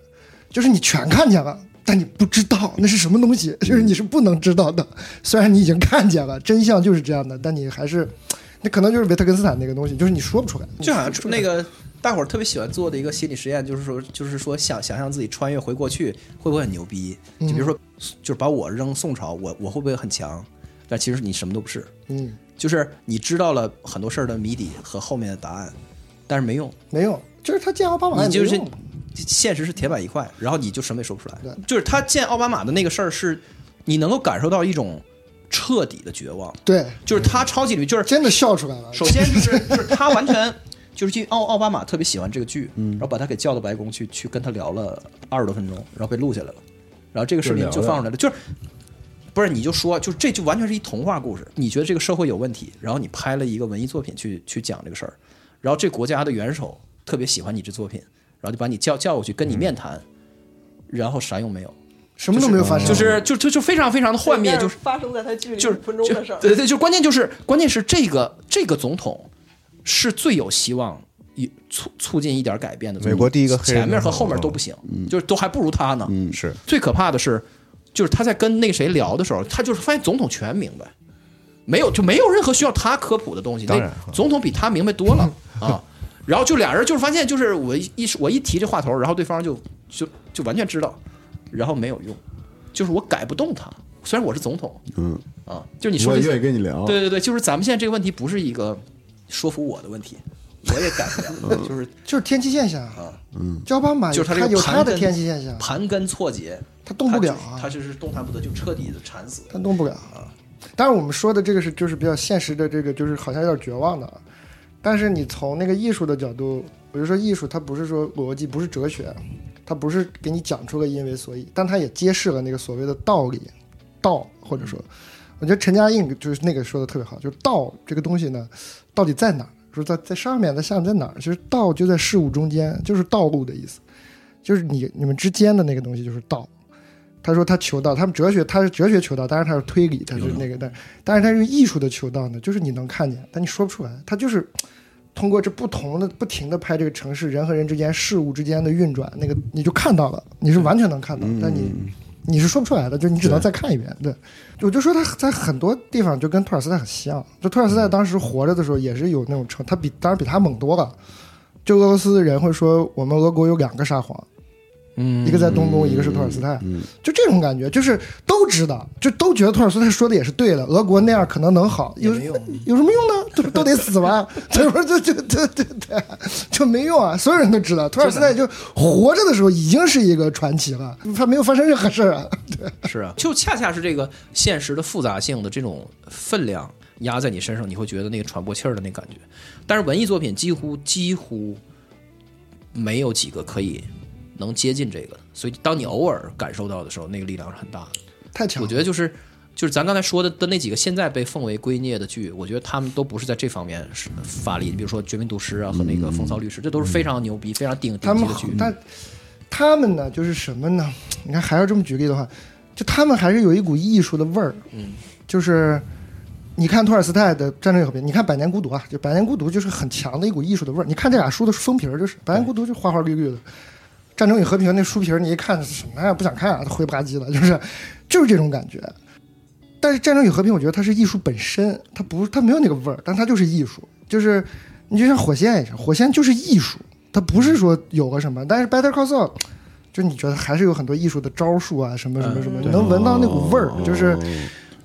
就是你全看见了，但你不知道那是什么东西，
嗯
就是你是不能知道的。虽然你已经看见了，真相就是这样的，但你还是，那可能就是维特根斯坦那个东西，就是你说不出来。
就好
你说
像
不出来
那个大伙儿特别喜欢做的一个心理实验，就是说，就是说想想象自己穿越回过去会不会很牛逼？就
嗯
比如说，就是把我扔宋朝，我我会不会很强？但其实你什么都不是，
嗯，
就是你知道了很多事儿的谜底和后面的答案，但是没用，
没有，就是他见奥巴马也
你
没
就是
用
现实是铁板一块，然后你就什么也说不出来。就是他见奥巴马的那个事儿，是你能够感受到一种彻底的绝望，
对，
就是他超级牛逼，就是
真的笑出来了。
首先 (laughs) 就是就是他完全就是去奥奥巴马特别喜欢这个剧，然后把他给叫到白宫去去跟他聊了二十多分钟，然后被录下来了，然后这个视频就放出来了，就是。不是，你就说，就这就完全是一童话故事。你觉得这个社会有问题，然后你拍了一个文艺作品去去讲这个事儿，然后这国家的元首特别喜欢你这作品，然后就把你叫叫过去跟你面谈，然后啥用没有，
什么都没有发生，
嗯就是就就就非常非常的幻灭，就是
发生在他距离
就是
五分钟的事儿
就。对对，就关键就是关键是这个这个总统是最有希望一促促进一点改变的总统。
美国第一个黑人
前面和
总统嗯
后面都不行，就是都还不如他呢。
嗯
是
最可怕的是，就是他在跟那个谁聊的时候，他就是发现总统全明白，没有就没有任何需要他科普的东西。
当然
那总统比他明白多
(laughs)
了啊。然后就俩人就是发现，就是我一一我一提这话头，然后对方就就就完全知道，然后没有用，就是我改不动他。虽然我是总统
嗯，
啊，就是你说
我也
这些
愿意跟你聊，
对对对，就是咱们现在这个问题不是一个说服我的问题，我也改不
嗯
了，就是
就是天气现象啊。嗯，奥巴马
就是
他
他这个
有
盘
他的
根
天气现象，啊
盘根错节，
他动不了
他
啊
就是他就是动弹不得，就彻底的缠死。
但动不了啊。当然，我们说的这个是就是比较现实的，这个就是好像有点绝望的啊。但是你从那个艺术的角度，我就说艺术它不是说逻辑，不是哲学，它不是给你讲出个因为所以，但它也揭示了那个所谓的道理，道或者说，我觉得陈嘉映就是那个说的特别好，就是道这个东西呢，到底在哪儿？说在在上面，在下面，在哪儿？其实道就在事物中间，就是道路的意思，就是你你们之间的那个东西就是道。他说他求道，他们哲学他是哲学求道，当然他是推理，他是那个，但但是他是艺术的求道呢，就是你能看见，但你说不出来，他就是通过这不同的不停的拍这个城市人和人之间事物之间的运转，那个你就看到了，你是完全能看到，但你你是说不出来的，就你只能再看一遍。对，我就说他在很多地方就跟托尔斯泰很像，就托尔斯泰当时活着的时候也是有那种成，他比当然比他猛多了。就俄罗斯人会说我们俄国有两个沙皇，
嗯
一个在东宫，一个是托尔斯泰，
嗯
就这种感觉，就是都知道，就都觉得托尔斯泰说的也是对的，俄国那样可能能好，有
没用
有什么用呢？这不都得
(laughs)
死吧？这不这这这这这啊就没用啊！所有人都知道，托尔斯泰就活着的时候已经是一个传奇了，他没有发生任何事儿啊。
是啊，
就恰恰是这个现实的复杂性的这种分量压在你身上，你会觉得那个喘不过气儿的那感觉。但是文艺作品几乎几乎没有几个可以能接近这个的，所以当你偶尔感受到的时候，那个力量是很大的。
太强了！
我觉得就是就是咱刚才说的的那几个现在被奉为圭臬的剧，我觉得他们都不是在这方面是呃发力。你比如说《绝命毒师》啊和那个《风骚律师》，这都是非常牛逼、非常顶
他
顶级
们
的
好
嗯
剧，。
但他们呢，就是什么呢？你看，还要这么举例的话，就他们还是有一股艺术的味儿。
嗯，
就是你看托尔斯泰的《战争与和平》，你看《百年孤独》啊，就《百年孤独》就是很强的一股艺术的味儿。你看这俩书的封皮儿，就是《百年孤独》就花花绿绿的，《战争与和平》那书皮儿你一看什么呀，不想看啊，灰不拉几的， (laughs) 就是就是这种感觉。但是《战争与和平》，我觉得它是艺术本身，它不是它没有那个味儿，但它就是艺术，就是你就像火线一样，火线就是艺术，它不是说有个什么。但是《Better Call Saul》，就你觉得还是有很多艺术的招数啊，什么什么
嗯
什么，你能闻到那股味儿，就是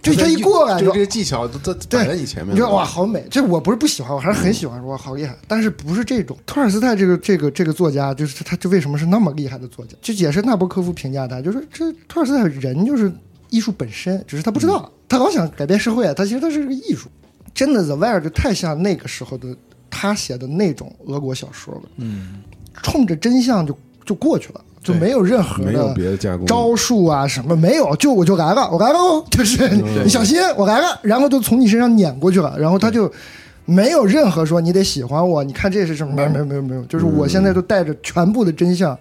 就他一过来
就
就
这些技巧都都
对
摆在你前面了，嗯
你觉得哇，好美！这我不是不喜欢，我还是很喜欢，哇，好厉害！但是不是这种托尔斯泰这个这个这个作家，就是他，就为什么是那么厉害的作家？就也是纳博科夫评价他，就是这托尔斯泰人就是艺术本身，只是他不知道，
嗯
他老想改变社会，啊他其实他是个艺术。真的，《The Wire》就太像那个时候的他写的那种俄国小说了，嗯，冲着真相就就过去了，就没有任何
没有
的
别的加工，
招数啊什么没有，就我就来了，我来了哦， (laughs) 就是
嗯
你小心我来了，然后就从你身上碾过去了，然后他就没有任何说你得喜欢我，你看这是什么？
嗯
没有没有没有没有，就是我现在就带着全部的真相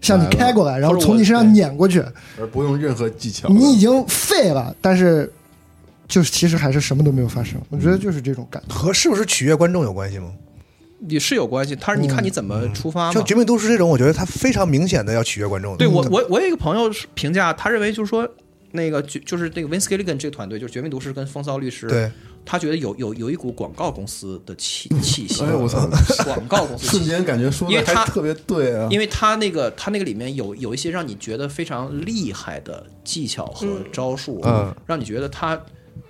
向你开过来，然后从你身
哎
上碾过去，
而不用任何技巧。
你已经废了，但是就是其实还是什么都没有发生，我觉得就是这种感觉。
和是不是取悦观众有关系吗？
也是有关系。他是你看你怎么出发嘛。
像《绝命毒师》这种，我觉得他非常明显的要取悦观众的。
对我
嗯，
我我有一个朋友是评价，他认为就是说，那个就就是那个 Vince Gilligan 这个团队，就是《绝命毒师》跟《风骚律师》，
嗯对，
他觉得有有有一股广告公司的气气息。
哎呦我操！
广告公司气
瞬
息
间感觉说
因为
的
他
还特别对啊，
因为他那个他那个里面有 (laughs) 有一些让你觉得非常厉害的技巧和招数，
嗯
让你觉得他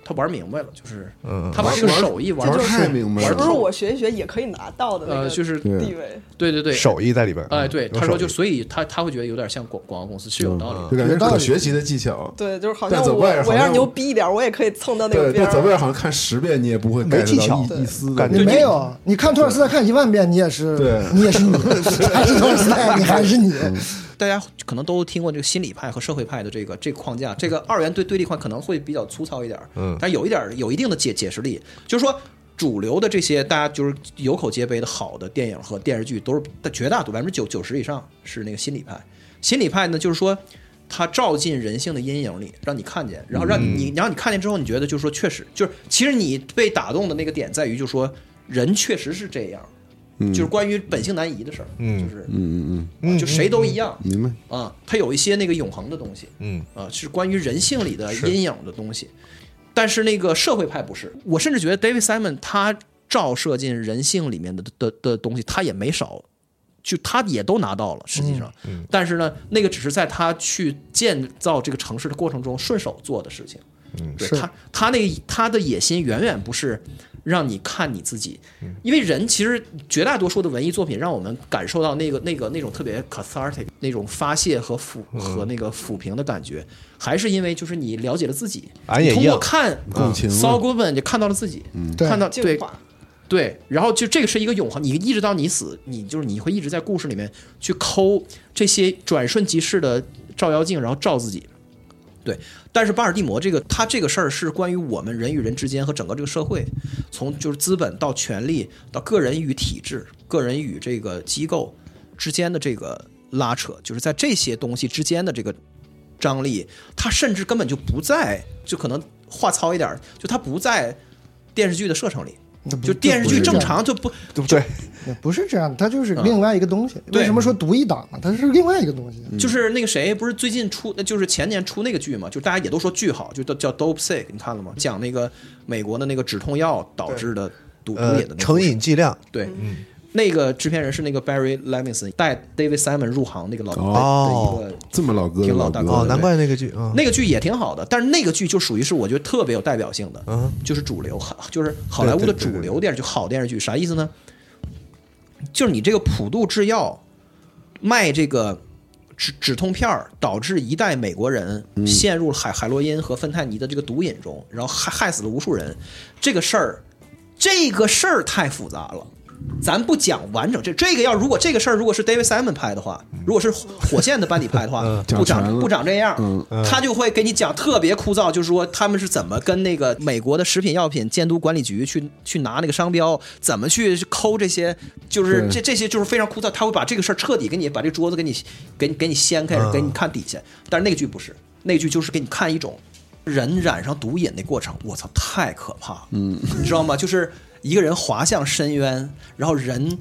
他玩明白了，就是
嗯
他把这个手艺玩
玩
透
太明白
玩
是
了，
不是我学一学也可以拿到的那
呃，
个
就是
对
地位？
对对对，
手艺在里边。嗯
哎对，
有
他说
手艺
就所以他他会觉得有点像广广告公司是有道理的。
就感觉
有道
可
理
学习的技巧。
对，就是好
但
像
走
我
外好
我
像
要是牛逼一点，我也可以蹭到那个
对
边
对，
儿。
走位好像看十遍你也不会
没
get
技
到
巧
一一丝的
感觉
你没有，你看托尔斯泰看一万遍，你也是
对，
你也
(laughs)
是你，还是托尔斯泰，你还是你。
嗯大家可能都听过这个心理派和社会派的这个这个框架，这个二元对对立框可能会比较粗糙一点，嗯，但有一点儿有一定的解解释力，就是说。主流的这些大家就是有口皆碑的好的电影和电视剧，都是但绝大多百分之九九十以上是那个心理派。心理派呢，就是说它照进人性的阴影里，让你看见，然后让
嗯
你、你，然后你看见之后，你觉得就是说确实就是，其实你被打动的那个点在于，就是说人确实是这样，就是关于本性难移的事儿，嗯，就是
嗯嗯
啊就谁都一样，
嗯，明白。
啊，它有一些那个永恒的东西，
嗯
啊，是关于人性里的阴影的东西。但是那个社会派不是，我甚至觉得 David Simon 他照射进人性里面的的的的东西，他也没少，就他也都拿到了，实际上。但是呢，那个只是在他去建造这个城市的过程中顺手做的事情。嗯，对
是
他他那个他的野心远远不是让你看你自己，因为人其实绝大多数的文艺作品让我们感受到那个那个那种特别 cathartic 那种发泄和抚和那个呃抚平的感觉，还是因为就是你了解了自己，
俺
你
也
通
一
过
样
看
共情啊了
Saul Goodman 就看到了自己，
对
看到对
净化，
对，然后就这个是一个永恒，你一直到你死，你就是你会一直在故事里面去抠这些转瞬即逝的照妖镜，然后照自己。对，但是巴尔的摩这个，他这个事儿是关于我们人与人之间和整个这个社会，从就是资本到权力，到个人与体制、个人与这个机构之间的这个拉扯，就是在这些东西之间的这个张力，他甚至根本就不在，就可能话糙一点儿，就他不在电视剧的射程里，就电视剧正常就不
嗯
嗯
对不对？
那不是这样的，它就是另外一个东西。为什么说独一档呢？它是另外一个东西。
就是那个谁，不是最近出，那就是前年出那个剧嘛，就大家也都说巨好，就叫叫 Dope Sick，你看了吗？讲那个美国的那个止痛药导致的毒毒
呃
瘾的那个故事、
成瘾嗯剂量
对，那个制片人是那个 Barry Levinson 带 David Simon 入行那个老
哦
的一个
这么老哥的
挺老
老
大
哥，
哥
哦，
对
难怪那个剧啊，
那个剧也挺好的，但是那个剧就属于是我觉得特别有代表性的，
嗯
就是主流，好就是好莱坞的
对对对
主流电视剧，好电视剧啥意思呢？就是你这个普渡制药卖这个止止痛片儿，导致一代美国人陷入了海海洛因和芬太尼的这个毒瘾中，然后害害死了无数人。这个事儿，这个事儿太复杂了。咱不讲完整，这这个要如果这个事儿如果是 David Simon 拍的话，如果是火火线的班底拍的话，
嗯
讲
不
全
长
了
不长这样，
嗯
他就会给你讲特别枯燥，就是说他们是怎么跟那个美国的食品药品监督管理局去去拿那个商标，怎么去抠这些，就是
对
这这些就是非常枯燥，他会把这个事儿彻底给你把这桌子给你给你给你掀开，
嗯
给你看底下。但是那个剧不是，那个剧就是给你看一种人染上毒瘾的过程，我操，太可怕了，嗯， (laughs) 你知道吗？就是一个人滑向深渊，然后人。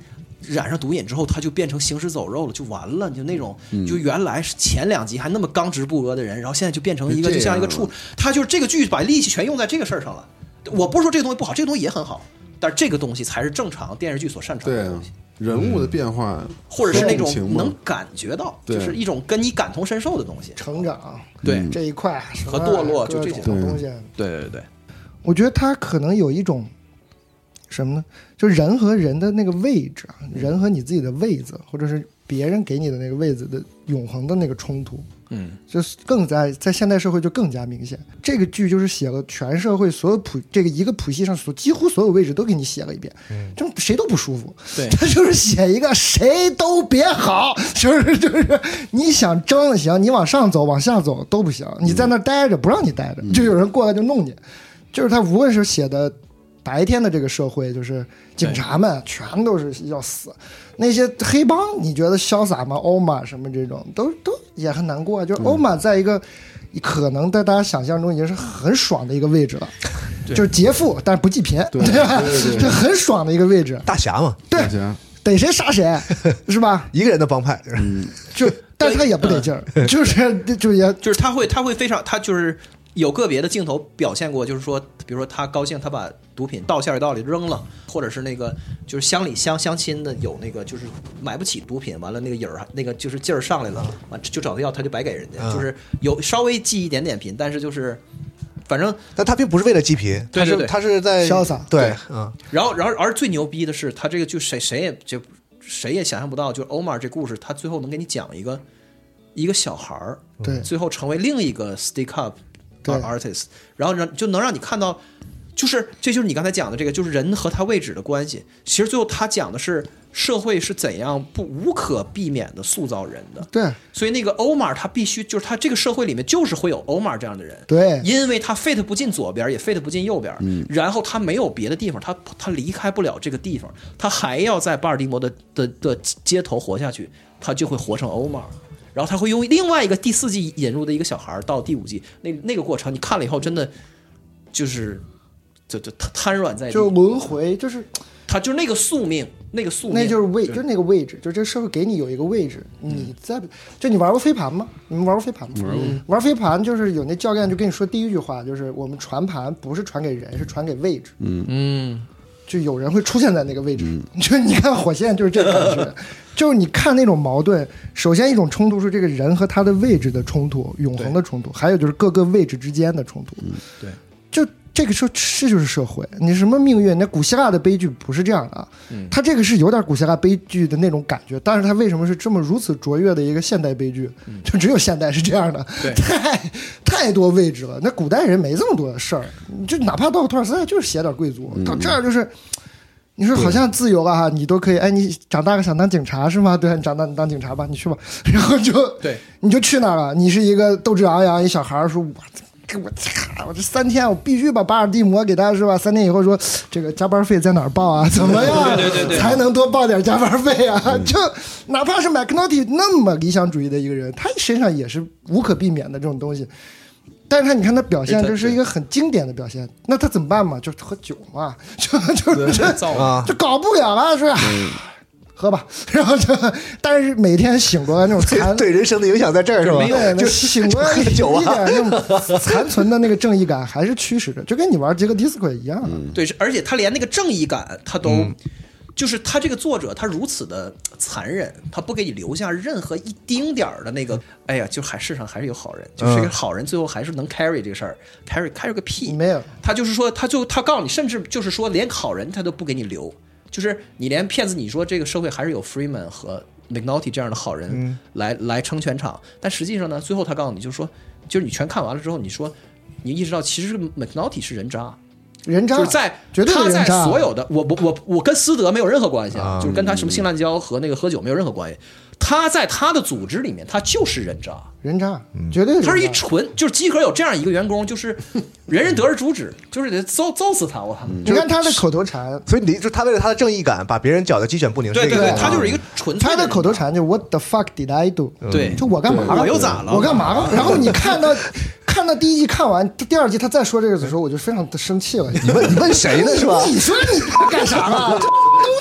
染上毒瘾之后，他就变成行尸走肉了，就完了。就那种，
嗯
就原来是前两集还那么刚直不阿的人，然后现在就变成一个
就这样
就像一个
了
畜，他就是这个剧把力气全用在这个事儿上了。我不是说这个东西不好，这个东西也很好，但是这个东西才是正常电视剧所擅长
对
的
啊
东西，
人物的变化，
或者是那
情
种
嘛
能感觉到，
对
就是一种跟你感同身受的东西。
成长
对
这一块什么
嗯和堕落
各
就这些
种东西，
对对对，
我觉得它可能有一种什么呢？就人和人的那个位置啊，人和你自己的位子，或者是别人给你的那个位子的永恒的那个冲突，
嗯，
就是更在在现代社会就更加明显。这个剧就是写了全社会所有谱这个一个谱系上所几乎所有位置都给你写了一遍，这谁都不舒服。
对
他就是写一个谁都别好，就是就是你想争的行，你往上走往下走都不行，你在那儿
嗯
待着不让你待着，就有人过来就弄你。就是他无论是写的白天的这个社会，就是警察们全都是要死，那些黑帮你觉得潇洒吗？欧玛什么这种都都也很难过啊。
嗯
就是欧玛在一个可能在大家想象中已经是很爽的一个位置了，就是劫富但不济贫，
对
吧
对
(laughs)
对？对
这很爽的一个位置，
大侠嘛，
对
大侠
逮谁杀谁，是吧？
一个人的帮派，就是
就但是他也不得劲儿，就是就也
就是他会他会非常他就是有个别的镜头表现过，就是说，比如说他高兴，他把毒品倒下水道里扔了，或者是那个就是乡里乡乡亲的有那个就是买不起毒品，完了那个瘾儿还那个就是劲儿上来了，完就找他要，他就白给人家，
嗯
就是有稍微记一点点贫，但是就是反正
但他并不是为了积贫，
对对
他是
对
他是在
潇洒
对，嗯，
然后，然后，而最牛逼的是，他这个就谁谁也就谁也想象不到，就是 Omar 这故事，他最后能给你讲一个一个小孩儿，
对
最后成为另一个 stick up
对
artist，然后让就能让你看到，就是这就是你刚才讲的这个，就是人和他位置的关系。其实最后他讲的是社会是怎样不无可避免的塑造人的，
对
所以那个 Omar 他必须就是他这个社会里面就是会有 Omar 这样的人，
对嗯
因为他 fit 不进左边，也 fit 不进右边，然后他没有别的地方，他他离开不了这个地方，他还要在巴尔的摩的的的街头活下去，他就会活成欧玛。然后他会用另外一个第四季引入的一个小孩儿到第五季那那个过程，你看了以后真的就是就就瘫瘫软在地，
就是轮回，就是
他就是那个宿命，那个宿命，
那就是位，
对
就是那个位置，就这社会给你有一个位置，你在就你玩过飞盘吗？你们玩过飞盘吗？玩飞盘就是有那教练就跟你说第一句话就是我们传盘不是传给人，是传给位置，
嗯，
就有人会出现在那个位置。 (laughs) 就你看火线就是这个感觉，就是你看那种矛盾，首先一种冲突是这个人和他的位置的冲突，永恒的冲突，还有就是各个位置之间的冲突。
对，
就这个社是就是社会，你什么命运？那古希腊的悲剧不是这样的啊，它这个是有点古希腊悲剧的那种感觉，但是它为什么是这么如此卓越的一个现代悲剧？就只有现代是这样的，(laughs)
对
太太多位置了。那古代人没这么多事儿，就哪怕到托尔斯泰就是写点贵族，到这儿就是。你说好像自由了哈，你都可以。哎，你长大了想当警察是吗？对 (laughs) 啊，你长大你当警察吧，你去吧。 (laughs) 然后就
对，
你就去那儿了。你是一个斗志昂扬一小孩儿，说我这我擦，我这三天我必须把巴尔的摩给他是吧？三天以后说这个加班费在哪儿报
(laughs)
啊？怎么样？
对对对对嗯
才能多报点加班费啊？ (laughs) 就哪怕是麦克诺蒂那么理想主义的一个人，他身上也是无可避免的这种东西。但是他，你看他表现，
哎对他
这是一个很经典的表现。那他怎么办嘛？就喝酒嘛，就就是 (laughs)
造
啊，
嗯
就搞不了了，是吧？喝吧， (laughs) 然后就，但是每天醒过来那种
(laughs)
残
对人生的影响在这儿是吧？
对，那
就
醒过来一
就喝
点
酒啊，
那种残存的那个正义感还是驱使着，就跟你玩杰克迪斯科一样的。啊
对，是而且他连那个正义感他都，
嗯
就是他这个作者他如此的残忍，他不给你留下任何一丁点儿的那个，哎呀，就还世上还是有好人，就是这个好人最后还是能 carry 这个事儿，carry carry 个屁，
嗯没有
他就是说，他就他告诉你，甚至就是说连好人他都不给你留，就是你连骗子，你说这个社会还是有 Freeman 和 McNulty 这样的好
嗯
人来、来撑全场，但实际上呢，最后他告诉你就是说，就是你全看完了之后，你说你意识到其实 McNulty 是人渣。
人渣
就是在
绝对
他
是
在
人渣，
所有的我我我我跟斯德没有任何关系啊，就是跟他什么
嗯
性滥交和那个喝酒没有任何关系。他在他的组织里面，他就是人渣，
人渣绝对
嗯他
是
是一
人渣
纯就是集合有这样一个员工，就是人人得而诛之，就是得揍揍死他！我操，
嗯
你看他的口头禅，
所以你就他为了他的正义感，把别人搅得鸡犬不宁。
对
这
对对
个啊意，思
他
吗
就是一个纯粹
他的
人
口头禅就 What the fuck did I do？
对
就我干嘛了？
我又咋了
我干嘛了？然后你看到看到第一季看完，第二季他再说这个的时候，我就非常的生气了。
你问你问谁呢是吧？
你说你干啥了？这都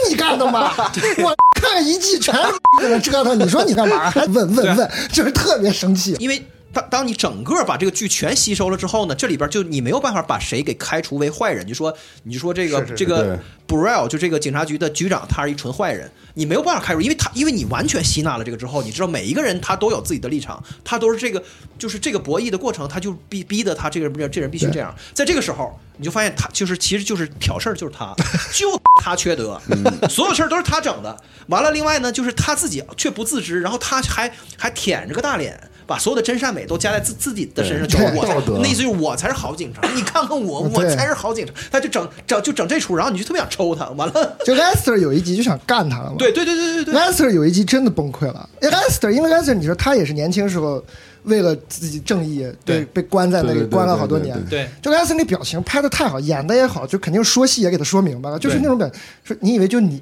你干的吗？我看一季全在那折腾，你说你干嘛？还问问
啊
问，就是特别生气。
因为当当你整个把这个剧全吸收了之后呢，这里边就你没有办法把谁给开除为坏人，就说你说这个
是是
这个
对
Burrell 就这个警察局的局长，他是一纯坏人，你没有办法开除，因为他因为你完全吸纳了这个之后，你知道每一个人他都有自己的立场，他都是这个就是这个博弈的过程，他就逼逼的他这个人这人必须这样，在这个时候你就发现他就是其实就是挑事儿就是
(laughs)
他，就他缺德，
嗯
所有事儿都是他整的。完了，另外呢就是他自己却不自知，然后他还还舔着个大脸。把所有的真善美都加在自自己的身上，就是
对
我才
道德
那意思就是我才是好警察，你看看我，我
啊对
才是好警察。他就整整就整这出，然后你就特别想抽他，完了，
就 Esther 有一集就想干他了嘛。
对对对对对对，
Lester 有一集真的崩溃了。哎 Lester，因为 Lester，你说他也是年轻时候为了自己正义被
对
被关在那
对
里
对对
关了好多年。
对
对
就 Lester 那表情拍的太好，演的也好，就肯定说戏也给他说明白了，就是
对
那种感，说你以为就你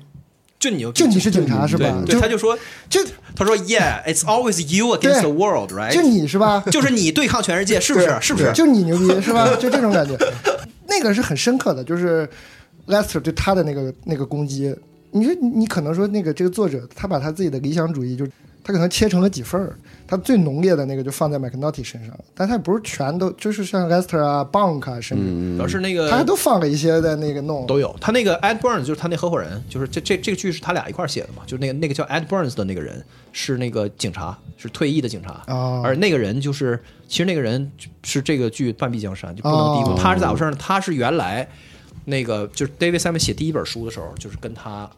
就你有
就你是警察是
对
吧？
对，他就说
就
他说 Yeah, it's always you against
对
the world,
就
right？
你是吧？
(laughs) 就是你对抗全世界，是不是？是不是？
就你牛逼是吧？就这种感觉，那个是很深刻的，就是 Lester 对他的那个那个攻击。你说你你可能说那个这个作者他把他自己的理想主义就他可能切成了几份儿，他最浓烈的那个就放在 McNulty 身上，但他也不是全都就是像 Lester 啊、Bunk 啊，甚至、
主要是那
他还
个
都放了一些在那个弄。
嗯都有。他那个 Ed Burns 就是他那合伙人，就是这这这个剧是他俩一块儿写的嘛，就是那个那个叫 Ed Burns 的那个人是那个警察，是退役的警察，
哦
而那个人就是其实那个人是这个剧半壁江山，就不能低估。
哦
他是咋回事呢？他是原来那个就是 David Simon 写第一本书的时候，就是跟他。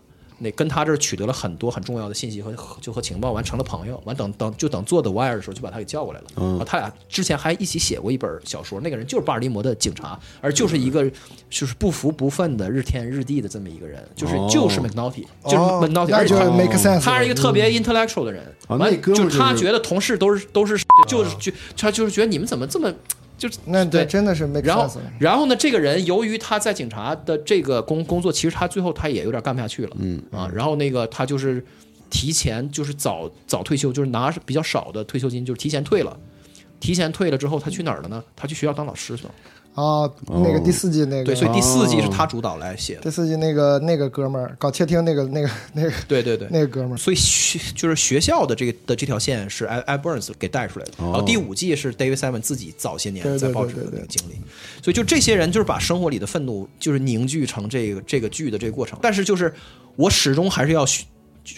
那跟他这儿取得了很多很重要的信息和和就和情报，完成了朋友，完等等就等做 The Wire 的时候就把他给叫过来了。嗯、他俩之前还一起写过一本小说，那个人就是巴尔的摩的警察，而就是一个就是不服不忿的日天日地的这么一个人，就是、
哦
就是 McNulty，、就是
哦
McNulty，
那
而且
就嗯
他
make sense 了。
他是一个特别 intellectual 的人，
啊
完
那哥们儿
就
就是哦
他觉得同事都是都是，就是就他就是觉得你们怎么这么就是
那对
对
真的是 make
然后
sense 了。，
然后呢？这个人由于他在警察的这个工工作，其实他最后他也有点干不下去了，嗯啊，然后那个他就是提前就是早早退休，就是拿比较少的退休金，就是提前退了。提前退了之后，他去哪儿了呢？他去学校当老师去了。
哦，那个第四季那个
对，哦所以第四季是他主导来写的。
第四季那个那个哥们儿搞窃听那个那个那个
对对对，
那个哥们儿。
所以学就是学校的这个的这条线是 Ed Ed Burns 给带出来的，然后第五季是 David Simon 自己早些
对
年
哦对
在
对
报纸
对
的那
对
个经历，所以就这些人就是把生活里的愤怒就是凝聚成这个这个剧的这个过程，但是就是我始终还是要去，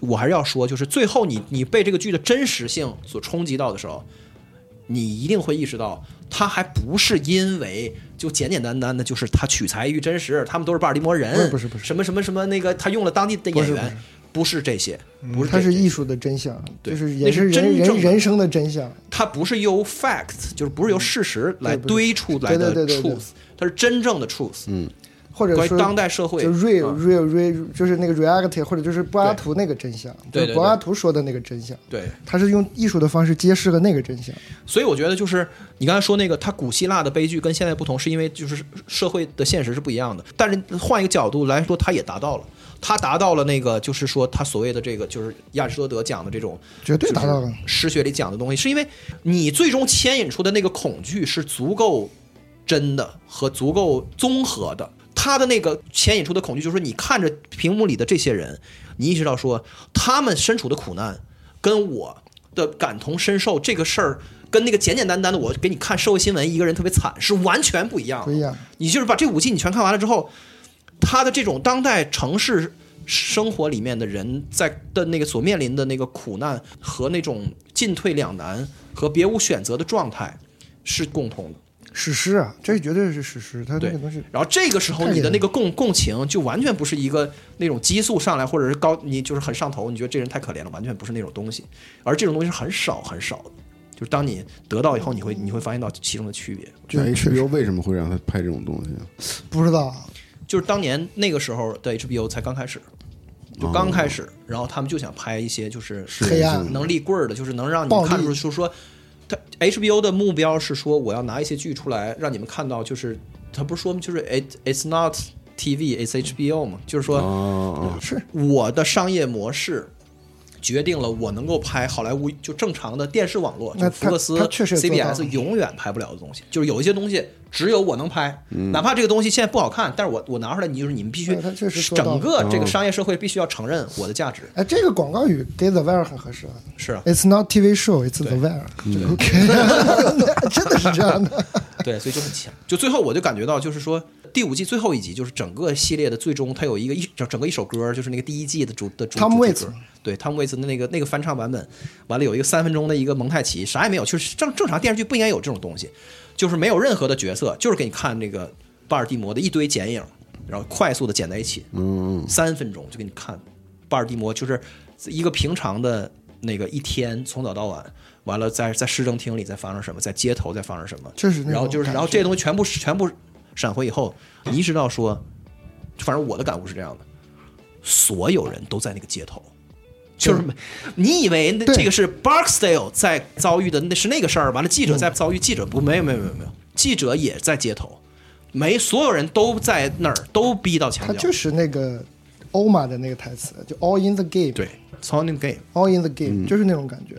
我还是要说，就是最后你你被这个剧的真实性所冲击到的时候，你一定会意识到，他还不是因为就简简单单的，就是他取材于真实，他们都是巴尔的摩人，
不是不是
什么什么什么那个，他用了当地的演员，不是这些，不是
它
这
是
些
艺，术的真相，
对
就是
那
也
是
是人
真正
人
的
人生的真相。
它不是由 fact，就是不是由事实来
不是
堆出来的
对对对对对
truth，它是真正的 truth，嗯，
或者
关于
说
当代社会
就 real
嗯
real real，就是那个 reality，或者就是柏拉图那个真相，就
对
是
对对
柏拉图说的那个真相，
对。
他是用艺术的方式揭示了那个真相。
所以我觉得就是你刚才说那个，它古希腊的悲剧跟现在不同，是因为就是社会的现实是不一样的。但是换一个角度来说，它也达到了，它达到了那个就是说它所谓的这个就是亚里士多德讲的这种
绝对达到了
就是诗学里讲的东西，是因为你最终牵引出的那个恐惧是足够真的和足够综合的。他的那个牵引出的恐惧，就是说你看着屏幕里的这些人，你意识到说他们身处的苦难跟我的感同身受这个事儿。跟那个简简单单的我给你看社会新闻，一个人特别惨是完全不一样的。
不一样。
你就是把这五季你全看完了之后，他的这种当代城市生活里面的人在的那个所面临的那个苦难和那种进退两难和别无选择的状态是共通的。
史诗啊，这绝对是史诗，它那
对
个东西，
然后这个时候你的那个共共情就完全不是一个那种激素上来，或者是高你就是很上头，你觉得这人太可怜了，完全不是那种东西。而这种东西是很少很少的，就是当你得到以后，你会
嗯
你会发现到其中的区别。
那 HBO 为什么会让他拍这种东西？
不知道啊
就是当年那个时候
哦
的 HBO 才刚开始，就刚开始，然后他们就想拍一些就是
黑暗
能立棍儿的，就是能让
暴
你
力
看出，就是说，他 HBO 的目标是说我要拿一些剧出来让你们看到，就是他不是说吗就是 it it's not TV it's HBO 嘛，就是说
哦，
是
我的商业模式。决定了我能够拍好莱坞就正常的电视网络，就
那
是
他
福克斯
他确实也做到了
CBS 永远拍不了的东西，就是有一些东西只有我能拍，哪怕这个东西现在不好看，但是我我拿出来，你就是你们必须
嗯对他确实做到
整
了
个这个商业社会必须要承认我的价值，
哎，这个广告语给 The Wire 很合适啊。
是啊，
It's not TV show, it's The Wire。OK，真的是这样的。
(laughs) 对，所以就很强。就最后我就感觉到，就是说第五季最后一集，就是整个系列的最终，它有一个一整整个一首歌，就是那个第一季的主的主
Tom
主题
Waits
歌，对 Tom Waits 的那个那个翻唱版本，完了有一个三分钟的一个蒙太奇，啥也没有，就是正正常电视剧不应该有这种东西，就是没有任何的角色，就是给你看那个巴尔的摩的一堆剪影，然后快速的剪在一起，
嗯，
三分钟就给你看巴尔的摩，就是一个平常的那个一天，从早到晚，完了在在市政厅里在发生什么，在街头在发生什么，
确实那种
然后就是
感觉
然后这些东西全部全部闪回以后，你意识到说，反正我的感悟是这样的，所有人都在那个街头。就是没你以为那
对
这个是 Barksdale 在遭遇的，那是那个事儿。完了，
嗯
记者在遭遇记者不？没有没有没有没有，记者也在街头，没所有人都在那儿，都逼到墙
他
角。
就是那个欧玛的那个台词，就 All in the game。
对，Sonic Game。
All in the Game，、就是那种感觉。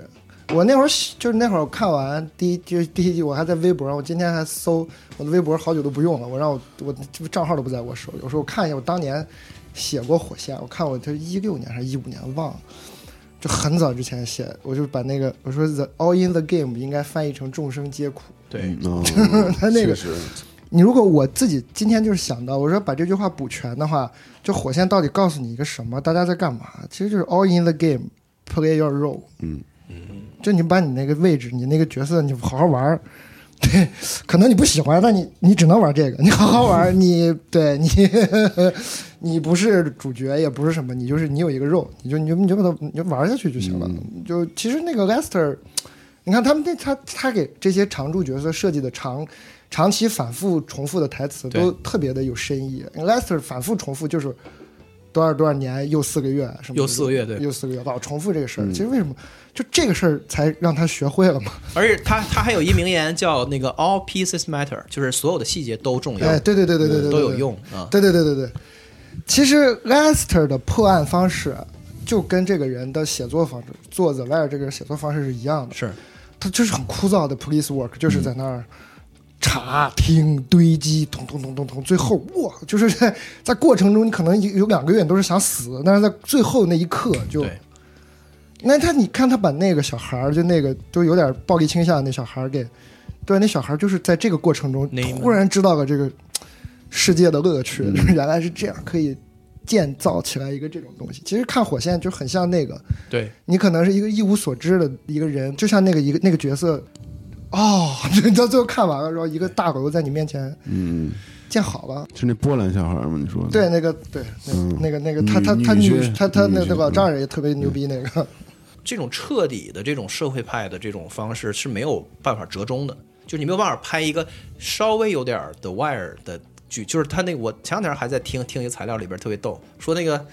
我那会儿喜就是那会儿我看完第一就是第一季，我还在微博上，我今天还搜我的微博，好久都不用了。我让我我这个账号都不在我手，有时候我看一下我当年写过火线，我看我就一六年还是一五年忘了，就很早之前写，我就把那个我说 The All in the Game 应该翻译成众生皆苦。
对，
(laughs)
嗯
哦
他那个
确实
你如果我自己今天就是想到，我说把这句话补全的话，就火线到底告诉你一个什么？大家在干嘛？其实就是 all in the game, play your role。
嗯
就你把你那个位置，你那个角色，你好好玩儿。对，可能你不喜欢，但你你只能玩这个，你好好玩儿。你对你， (laughs) 你不是主角，也不是什么，你就是你有一个肉，你就你就你就把它你就玩下去就行了。
嗯
就其实那个 Lester，你看他们那他他给这些常驻角色设计的长长期反复重复的台词
对
都特别的有深意。Lester 反复重复就是多少多少年又四个月什么的
又四个月对嗯
又四个月老重复这个事儿。其实为什么就这个事儿才让他学会了嘛？
而且他他还有一名言叫那个 “all pieces matter”，就是所有的细节都重要，
哎，对对对对对对，
都有
对
用啊。
对对对对对，其实 Lester 的破案方式就跟这个人的写作方式，做 The Wire 这个写作方式是一样的，
是嗯
他就是很枯燥的 police work，就是在那儿查听堆积，咚咚咚咚咚，最后哇，就是在在过程中，你可能有有两个月你都是想死，但是在最后那一刻就
对。
那他，你看他把那个小孩儿，就那个就有点暴力倾向的那小孩儿给，对，那小孩儿就是在这个过程中
那一幕
突然知道了这个世界的乐趣，就是原来是这样，可以建造起来一个这种东西。其实看火线就很像那个，
对，
你可能是一个一无所知的一个人，就像那个一个那个角色，哦， (laughs) 你到最后看完了，然后一个大楼在你面前
嗯，
建好了，
是那波兰小孩吗？你说的
对，那个对，那个、
嗯
那个那个他他
女
他
女
女
婿
他他那
女
个
婿
老丈人也特别牛逼，那个 (laughs)
这种彻底的这种社会派的这种方式是没有办法折中的，就是你没有办法拍一个稍微有点儿 The Wire 的剧，就是他那个我前两天还在听听一个材料里边特别逗，说那个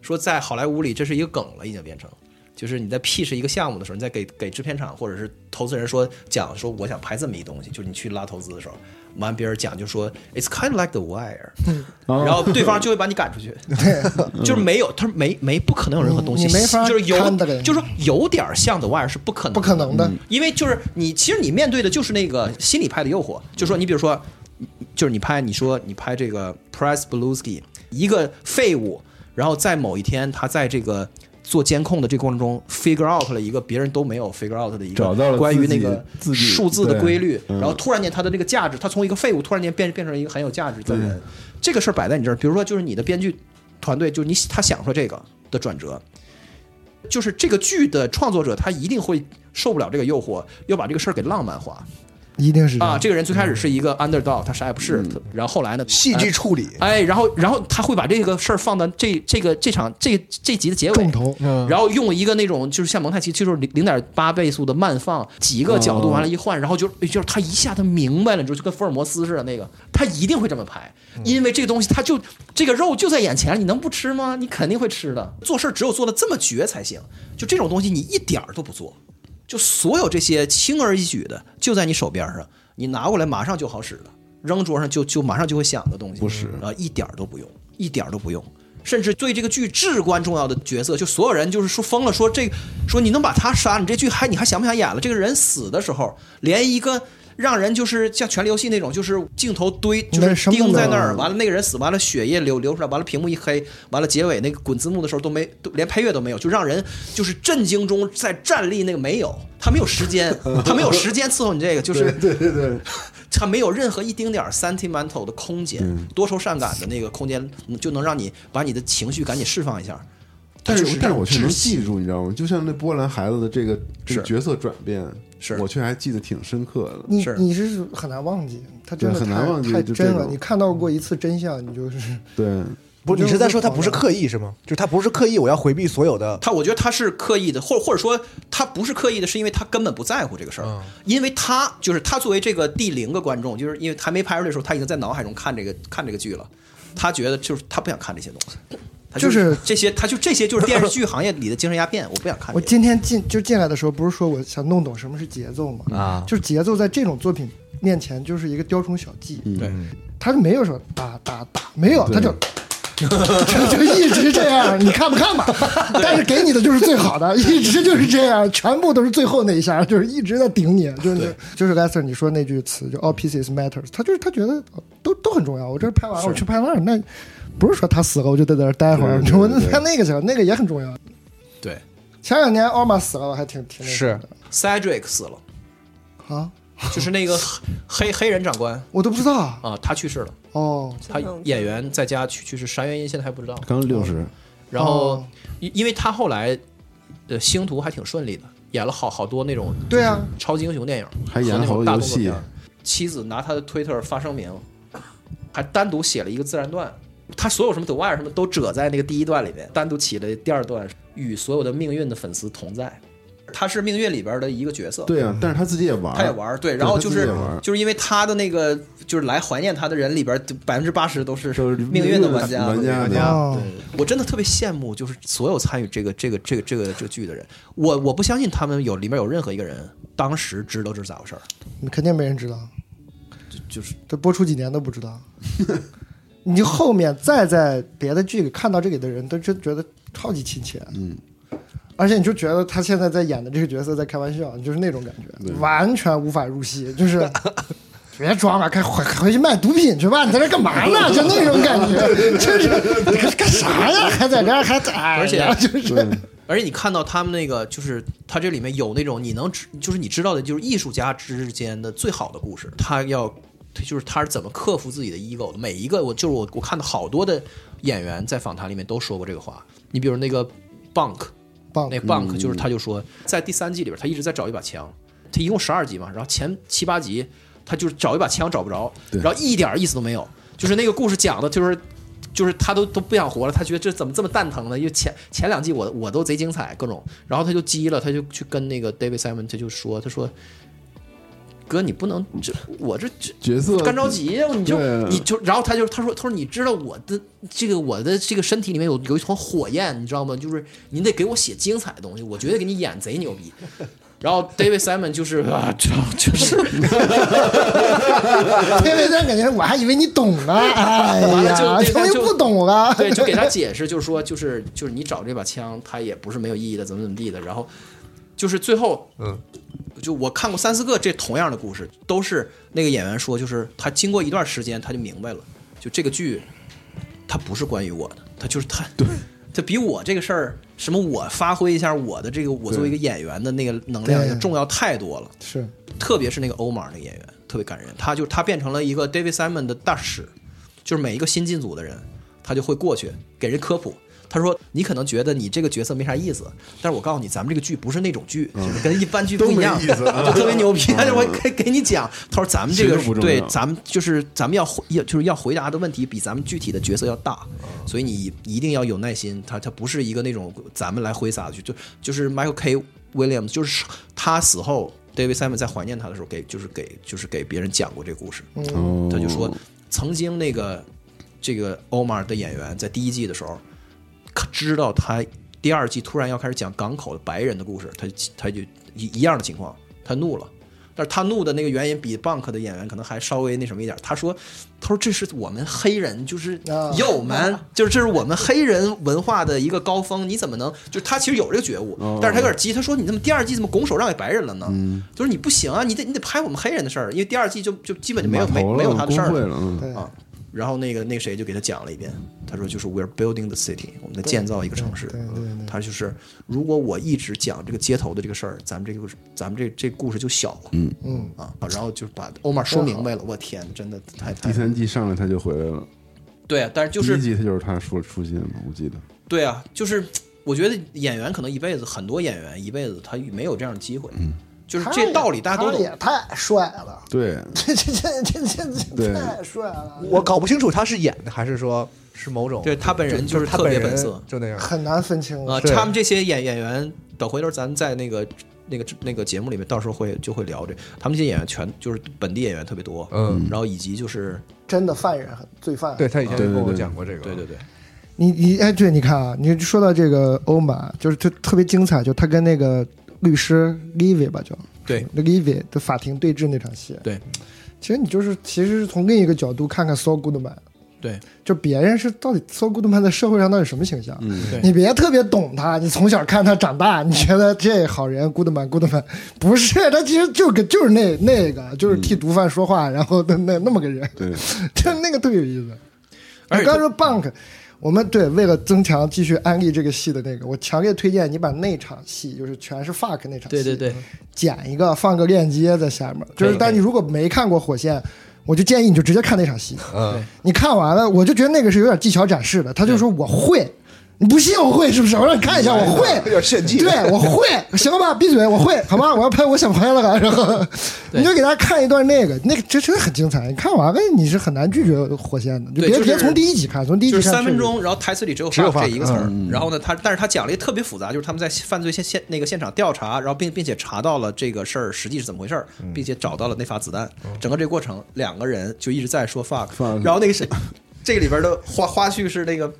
说在好莱坞里这是一个梗了，已经变成。就是你在 pitch 一个项目的时候，你在给给制片厂或者是投资人说讲说我想拍这么一东西，就是你去拉投资的时候，完别人讲就说 It's kind of like the wire，、然
嗯哦
后对方就会把你
(laughs)
赶出去，就是没有，他说没没不可能有任何东
你
西，
你没法
就是有
看的嘞
就是说有点像 The Wire 是不可能的嗯
不可能的。
因为就是你，其实你面对的就是那个心理派的诱惑，就说你比如说就是你拍，你说你拍这个 Press Bluesky 一个废物，然后在某一天他在这个做监控的这个过程中 figure out 了一个别人都没有 figure out 的一
找到
个
了
关于
自
那
己
个
自己
数字的
对
规律，
嗯
然后突然间他的这个价值，他从一个废物突然间变变成一个很有价值的人。这个事儿摆在你这儿，比如说就是你的编剧团队，就是你他想说这个的转折，就是这个剧的创作者他一定会受不了这个诱惑，要把这个事儿给浪漫化
一定是这样
啊。
嗯
这个人最开始是一个 underdog，他啥也不是，然后后来呢，
戏剧处理，
哎，然后然后他会把这个事儿放到这这个这场这这集的结尾
重。头，
嗯，
然后用一个那种就是像蒙太奇，就是零零点八倍速的慢放，几个角
嗯
度
哦
完了，一换，然后就哎就是他一下他明白了，就就跟福尔摩斯似的那个，他一定会这么拍，
嗯
因为这个东西他就这个肉就在眼前，你能不吃吗？你肯定会吃的。做事儿只有做的这么绝才行，就这种东西你一点儿都不做，就所有这些轻而易举的就在你手边上，你拿过来马上就好使了，扔桌上就就马上就会响的东西，
不使
啊、一点儿都不用，一点儿都不用。甚至对这个剧至关重要的角色，就所有人就是说疯了，说这说你能把他杀了，你这剧还你还想不想演了？这个人死的时候，连一个让人就是像《权力游戏》那种，就是镜头堆就
那
是
什么都
钉在
没
那
有
儿，完了那个人死，完了血液流流出来，完了屏幕一黑，完了结尾那个滚字幕的时候都没都连配乐都没有，就让人就是震惊中在站立那个没有，他没有时间，他没有时间伺候你这个，就是
对对对，
它没有任何一丁点儿 sentimental 的空间，
嗯
多愁善感的那个空间，就能让你把你的情绪赶紧释放一下。
但
就是是
但是我却能
窒息
记住，你知道吗？就像那波兰孩子的这个这个
是
角色转变，
是
我却还记得挺深刻的。
你
是
你是很难忘记，他真的
对很难
太
忘记
太
就
真
这
了。
种嗯
你看到过一次真相，你就是
对，
不，你是在说他不是刻意是吗？就是他不是刻意，我要回避所有的，
他，我觉得他是刻意的，或或者说他不是刻意的，是因为他根本不在乎这个事儿，
嗯
因为他就是他作为这个第零个观众，就是因为还没拍出来的时候，他已经在脑海中看这个看这个剧了，他觉得就是他不想看这些东西，他就
就是
这些，他就这些就是电视剧行业里的精神鸦片，我不想看、这
我
个。
今天进就进来的时候，不是说我想弄懂什么是节奏吗？
啊
就是节奏在这种作品面前就是一个雕虫小技，
对，
他没有说打打打，没有，
对
他就 (laughs) 就就一直这样，你看不看吧？但是给你的就是最好
(laughs)
的，一直就是这样，全部都是最后那一下，就是一直在顶你，就是就是 Lester 你说那句词，就 all pieces matters，他就是他觉得哦都都很重要，我这拍完了我去拍那儿，那不是说他死了我就得在这儿待会儿，
对对
我
对对
拍那个去了，那个也很重要。
对
前两年奥玛死了，我还挺挺那什么
，Cedric 死了，
的啊，
就是那个黑黑黑人长官
我都不知道
啊、他去世了。
哦，
他演员在家去去世，啥原因现在还不知道。
刚六十，
然后
哦，
因因为他后来，呃，星途还挺顺利的，演了好好多那种
对啊，
超级英雄电影，
还演
和
了
那
好多
种大
游
动作
戏
片儿。妻子拿他的 Twitter 发声明，还单独写了一个自然段，他所有什么 The Wire 什么都折在那个第一段里面，单独起了第二段，与所有的命运的粉丝同在。他是命运里边的一个角色，
对啊，但是他自己也玩，
他也，玩儿，对，然后
他
就
自己
是
也玩儿
就是因为他的那个就是来怀念他的人里边百分之八十都是
就是
命运的玩家，
玩家
对
对
哦，
我真的特别羡慕，就是所有参与这个这个这个这个这个剧的人，我我不相信他们有里面有任何一个人当时知道这是咋回事儿，
你肯定没人知道，
就就是
这播出几年都不知
(laughs)
道。你就后面再在别的剧里看到这里的人，都真觉得超级亲切，
嗯，
而且你就觉得他现在在演的这个角色在开玩笑，就是那种感觉，完全无法入戏，就是
(laughs)
别装了，该回回去卖毒品去吧，你在这干嘛呢？就那种感觉，就是 (laughs) 你干干啥呀？还在这儿还在，哎
而且
就是
对，
而且你看到他们那个，就是他这里面有那种你能知，就是你知道的，就是艺术家之间的最好的故事。他要，他就是他是怎么克服自己的 ego 的。每一个我就是我我看到好多的演员在访谈里面都说过这个话。你比如那个 Bunk，
棒
那 Bunk 就是他就说，在第三季里边，他一直在找一把枪，他一共十二集嘛，然后前七八集他就是找一把枪找不着，
对
然后一点意思都没有，就是那个故事讲的就是。就是他都都不想活了，他觉得这怎么这么蛋疼呢？因为前前两季我我都贼精彩，各种，然后他就急了，他就去跟那个 David Simon，他就说，他说，哥你不能这我这这
角色
干着急，你就
对啊
你就，然后他就他说他说你知道我的这个我的这个身体里面有有一团火焰，你知道吗？就是你得给我写精彩的东西，我绝对给你演贼牛逼。然后 David Simon 就是啊，就就是
因为他感觉我还以为你懂呢，哎
完了就
呀，
那
终
个
于
就
不懂了。
(laughs) 对，就给他解释，就是说，就是就是你找这把枪，它也不是没有意义的，怎么怎么地的。然后就是最后，
嗯，
就我看过三四个这同样的故事，都是那个演员说，就是他经过一段时间他就明白了，就这个剧，它不是关于我的，它就是他，对，它比我这个事儿什么我发挥一下我的这个我作为一个演员的那个能量
对
要重要太多了，
是
特别是那个欧马那个演员特别感人，他就他变成了一个 David Simon 的大使，就是每一个新进组的人，他就会过去给人科普。他说：“你可能觉得你这个角色没啥意思，但是我告诉你，咱们这个剧不是那种剧，就是跟一般剧不一
都
样，
没意思啊
(laughs) 就特别牛逼。他就会给给你讲，他说咱们这个
谁都不重
对
要，
咱们就是咱们要回要就是要回答的问题比咱们具体的角色要大，
嗯
所以你一定要有耐心。他他不是一个那种咱们来挥洒的剧，就就是 Michael K. Williams，就是他死后，David Simon 在怀念他的时候给就是给就是给别人讲过这个故事，
哦
他就说曾经那个这个 Omar 的演员在第一季的时候，可知道他第二季突然要开始讲港口的白人的故事，他他就一一样的情况，他怒了。但是他怒的那个原因比 Bank 的演员可能还稍微那什么一点。他说：“他说这是我们黑人，就是
啊
有 man，就
(laughs)
是这是我们黑人文化的一个高峰。你怎么能就是他其实有这个觉悟，
哦
但是他有点急。他说你怎么第二季怎么拱手让给白人了呢？
嗯
就是你不行啊，你得你得拍我们黑人的事儿，因为第二季就就基本就没有没
码头了
没有他的事儿
工会了嗯
对
啊。然后那个那谁就给他讲了一遍，他说就是 we're building the city，我们在建造一个城市。
对对对
他就是如果我一直讲这个街头的这个事儿，咱们这个咱们这这故事就小了。嗯
嗯
啊，然后就把欧玛说明白了。我天，真的太
第
太
三季上来他就回来了，
对啊，但是就
第
是
一季他就是他说出现嘛，我记得。
对啊，就是我觉得演员可能一辈子，很多演员一辈子他没有这样的机会，就是
他
这
也
道理大家都
他
懂
也。太帅了，
对，
这这这这这这
对
太帅了，
我搞不清楚他是演的还是说是某种
对他本人
就
就是
他
特别
人
本色
就那样。
很难分清
啊、
是
他们这些演演员，等回头咱在那个那个那个节目里面，到时候会就会聊这，他们这些演员全就是本地演员特别多，
嗯，
然后以及就是
真的犯人很罪犯。
对他以前
对对
就跟我
对
讲过这个，
对对对，
你你哎，对，你看啊，你说到这个欧玛，就是就特别精彩，就他跟那个律师 Livy 吧，就
对
那 Livy 的法庭对峙那场戏。
对，
其实你就是其实是从另一个角度看看 So Goodman，
对，
就别人是到底 So Goodman 在社会上到底什么形象？
对
你别特别懂他，你从小看他长大，你觉得这好人 Goodman Goodman 不是他，其实就跟就是那那个就是替毒贩说话，然后那那那么个人，
对，
(laughs) 就那个特别有意思。
而
你
且
刚
他
才说 Bank，我们对为了增强继续安利这个戏的那个，我强烈推荐你把那场戏，就是全是 fuck 那场戏，
对对对，
剪一个放个链接在下面。就
可
是，
以
但
可以
你如果没看过《火线》，我就建议你就直接看那场戏。
嗯，
你看完了，我就觉得那个是有点技巧展示的。他就说我会，你不信我会是不是？我让你看一下，我会。
有点炫技。
对，我会，行了吧？闭嘴，我会，好吗？我要拍我想拍了， (laughs) 然后你就给大家看一段那个，那个真真的很精彩。你看完了，你是很难拒绝火线的，就
对
别、
就是
别从第一集看，从第一集看
就是三分
确实
钟，然后台词里只有
只有
“fuck” 这
fuck，
一个词儿。
嗯
然后呢，他但是他讲了一个特别复杂，就是他们在犯罪现现那个现场调查，然后并并且查到了这个事儿实际是怎么回事儿，
嗯
并且找到了那发子弹。整个这个过程，两个人就一直在说 “fuck”，
fuck
然后那个谁，这个里边的花花絮是那个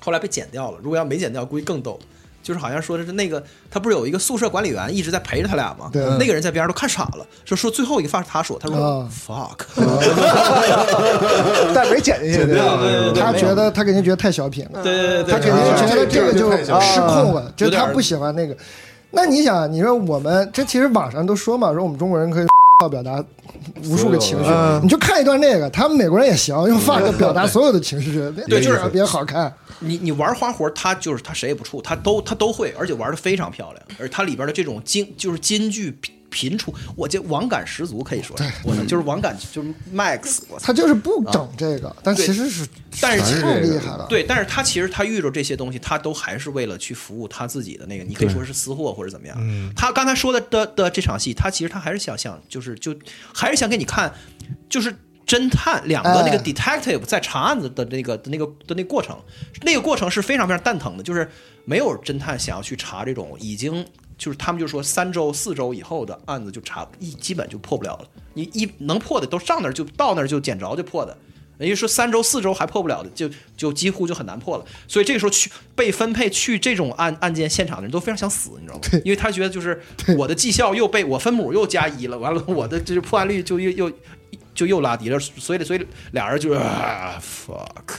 后来被剪掉了，如果要没剪掉，估计更逗。就是好像说的是那个，他不是有一个宿舍管理员一直在陪着他俩吗？
对
那个人在边上都看傻了，说说最后一个发是他说，他说、
啊
fuck，
但没剪进去。对吧
他觉得他肯定觉得太小品了，
对对对对，
他肯定
然后
觉得这个就失控了，就
啊有点
他不喜欢那个。那你想，你说我们这其实网上都说嘛，说我们中国人可以 (laughs) 到表达无数个情绪，你就看一段那个，他们美国人也行，用 fuck 表达所有的情绪，
对就是
特别好看。
你你玩花活，他就是他谁也不怵，他都他都会，而且玩的非常漂亮，而它里边的这种京就是京剧频频出，我这网感十足，可以说是，我就是网感就是 max，我操！
他就是不整这个，但
对
其实是
但是
太
这个
厉害了。
对，但是他其实他遇着这些东西，他都还是为了去服务他自己的那个，你可以说是私货或者怎么样。他刚才说的的的这场戏，他其实他还是想想，就是就还是想给你看，就是侦探两个那个
哎
detective 在查案子的那个的那个的那个过程，那个过程是非常非常蛋疼的，就是没有侦探想要去查这种已经。就是他们就说三周四周以后的案子就查一基本就破不了了，你一能破的都上那儿就到那儿就捡着就破的，人家说三周四周还破不了的，就就几乎就很难破了。所以这个时候去被分配去这种案案件现场的人都非常想死，你知道吗？因为他觉得就是我的绩效又被我分母又加一了，完了我的就是破案率就又又就又拉低了，所以所以俩人就是啊 fuck，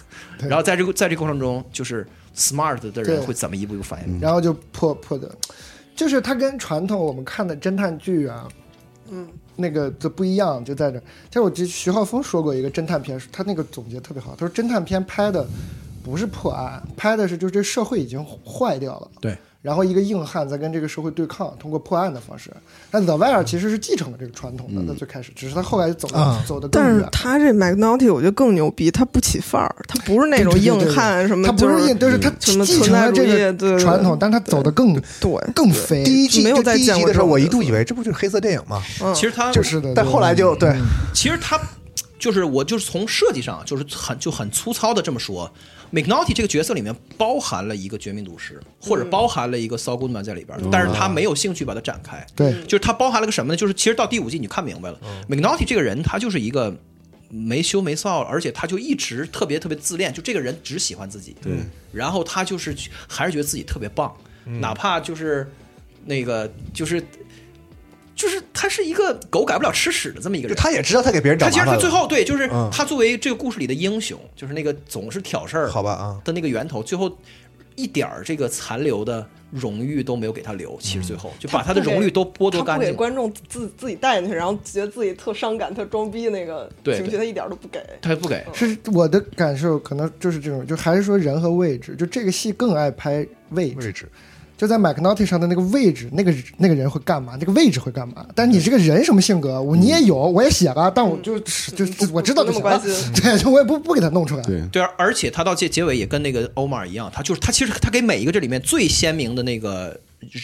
然后在这个在这个过程中，就是 smart 的
对
人
嗯
会怎么一步一步反应？
然后就破破的，就是它跟传统我们看的侦探剧啊，
嗯，
那个就不一样，就在这儿。但是我记得徐浩峰说过一个侦探片，他那个总结特别好，他说侦探片拍的不是破案，拍的是就是这社会已经坏掉了，
对，
然后一个硬汉在跟这个社会对抗，通过破案的方式。但 The Wire 其实是继承了这个传统的，他最开始，只是他后来走的、走的更
但是
远。
他这 McNulty 我觉得更牛逼，他不起范儿，他不是那种
对对对
硬汉什么，
他不是硬，就是他
什么
继
存
承
在
了
主
这
义，对对
个
对
传统，但是他走的更
对，
更飞。
第一季
没有
就
再
第一
见
集
过
的时候，
这种
我一
角
度
色
以为这不就是黑色电影吗？
嗯
其实他
就是
的
但
对嗯
后来就对，
其实他就是我就是从设计上就是很就很粗糙的这么说，McNulty 这个角色里面包含了一个绝命毒师，或者
嗯
包含了一个 Saul Goodman 在里边，但是他没有兴趣把它展开。
对，
嗯
就是他包含了个什么呢？就是其实到第五季你就看明白了、m c n u l t y 这个人他就是一个没羞没臊，而且他就一直特别特别自恋，就这个人只喜欢自己。对，然后他就是还是觉得自己特别棒，
嗯
哪怕就是那个就是就是他是一个狗改不了吃屎的这么一个
就
人。
他也知道他给别人找
他其
麻
实
烦
他
了
最后对，就是
嗯
他作为这个故事里的英雄，就是那个总是挑事儿
好吧啊，
的那个源头，最后一点儿这个残留的荣誉都没有给他留。其实最后就把他的荣誉都剥夺
他
干
不给
净。
观众自自己带进去，然后觉得自己特伤感、特装逼那个
对
情绪，
对
他一点都不给。
他不给，
是我的感受，可能就是这种，就还是说人和位置，就这个戏更爱拍位置，
位置
就在 McNulty 上的那个位置，那个那个人会干嘛，那个位置会干嘛。但是你这个人什么性格，
嗯
我你也有，我也写了，但我就就就我知道
嗯
就
不那么
行
关
了
心，
对，就我也不不给他弄出来。
对，
对啊，而且他到结结尾也跟那个欧马尔一样，他就是他其实他给每一个这里面最鲜明的那个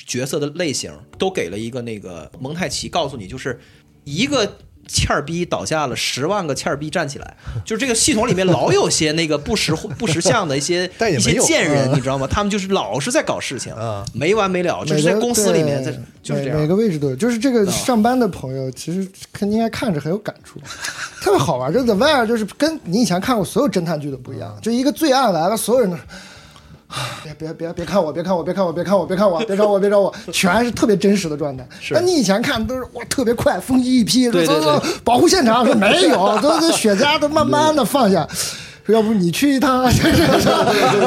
角色的类型都给了一个那个蒙太奇，告诉你就是一个。欠儿逼倒下了，十万个欠儿逼站起来，就是这个系统里面老有些那个不识 (laughs) 不识相的一些
但也
一些
没有
贱人，
嗯
你知道吗？他们就是老是在搞事情
嗯，
没完没了，就是在
每个
公司里面，在
对
就是这
每每
样。
个位置都有，就是这个
啊
上班的朋友，其实看应该看着很有感触，特别好玩。就 The Wire 就是跟你以前看过所有侦探剧都不一样，就一个罪案来了，所有人都。别别别别看我，别看我，别看我，别看我，别看我，别找我，别找我，全是特别真实的状态。那你以前看都是哇特别快，风衣一披，
对对
走走走保护现场说没有，都是雪茄都慢慢的放下。说要不你去一 (laughs) 趟，啊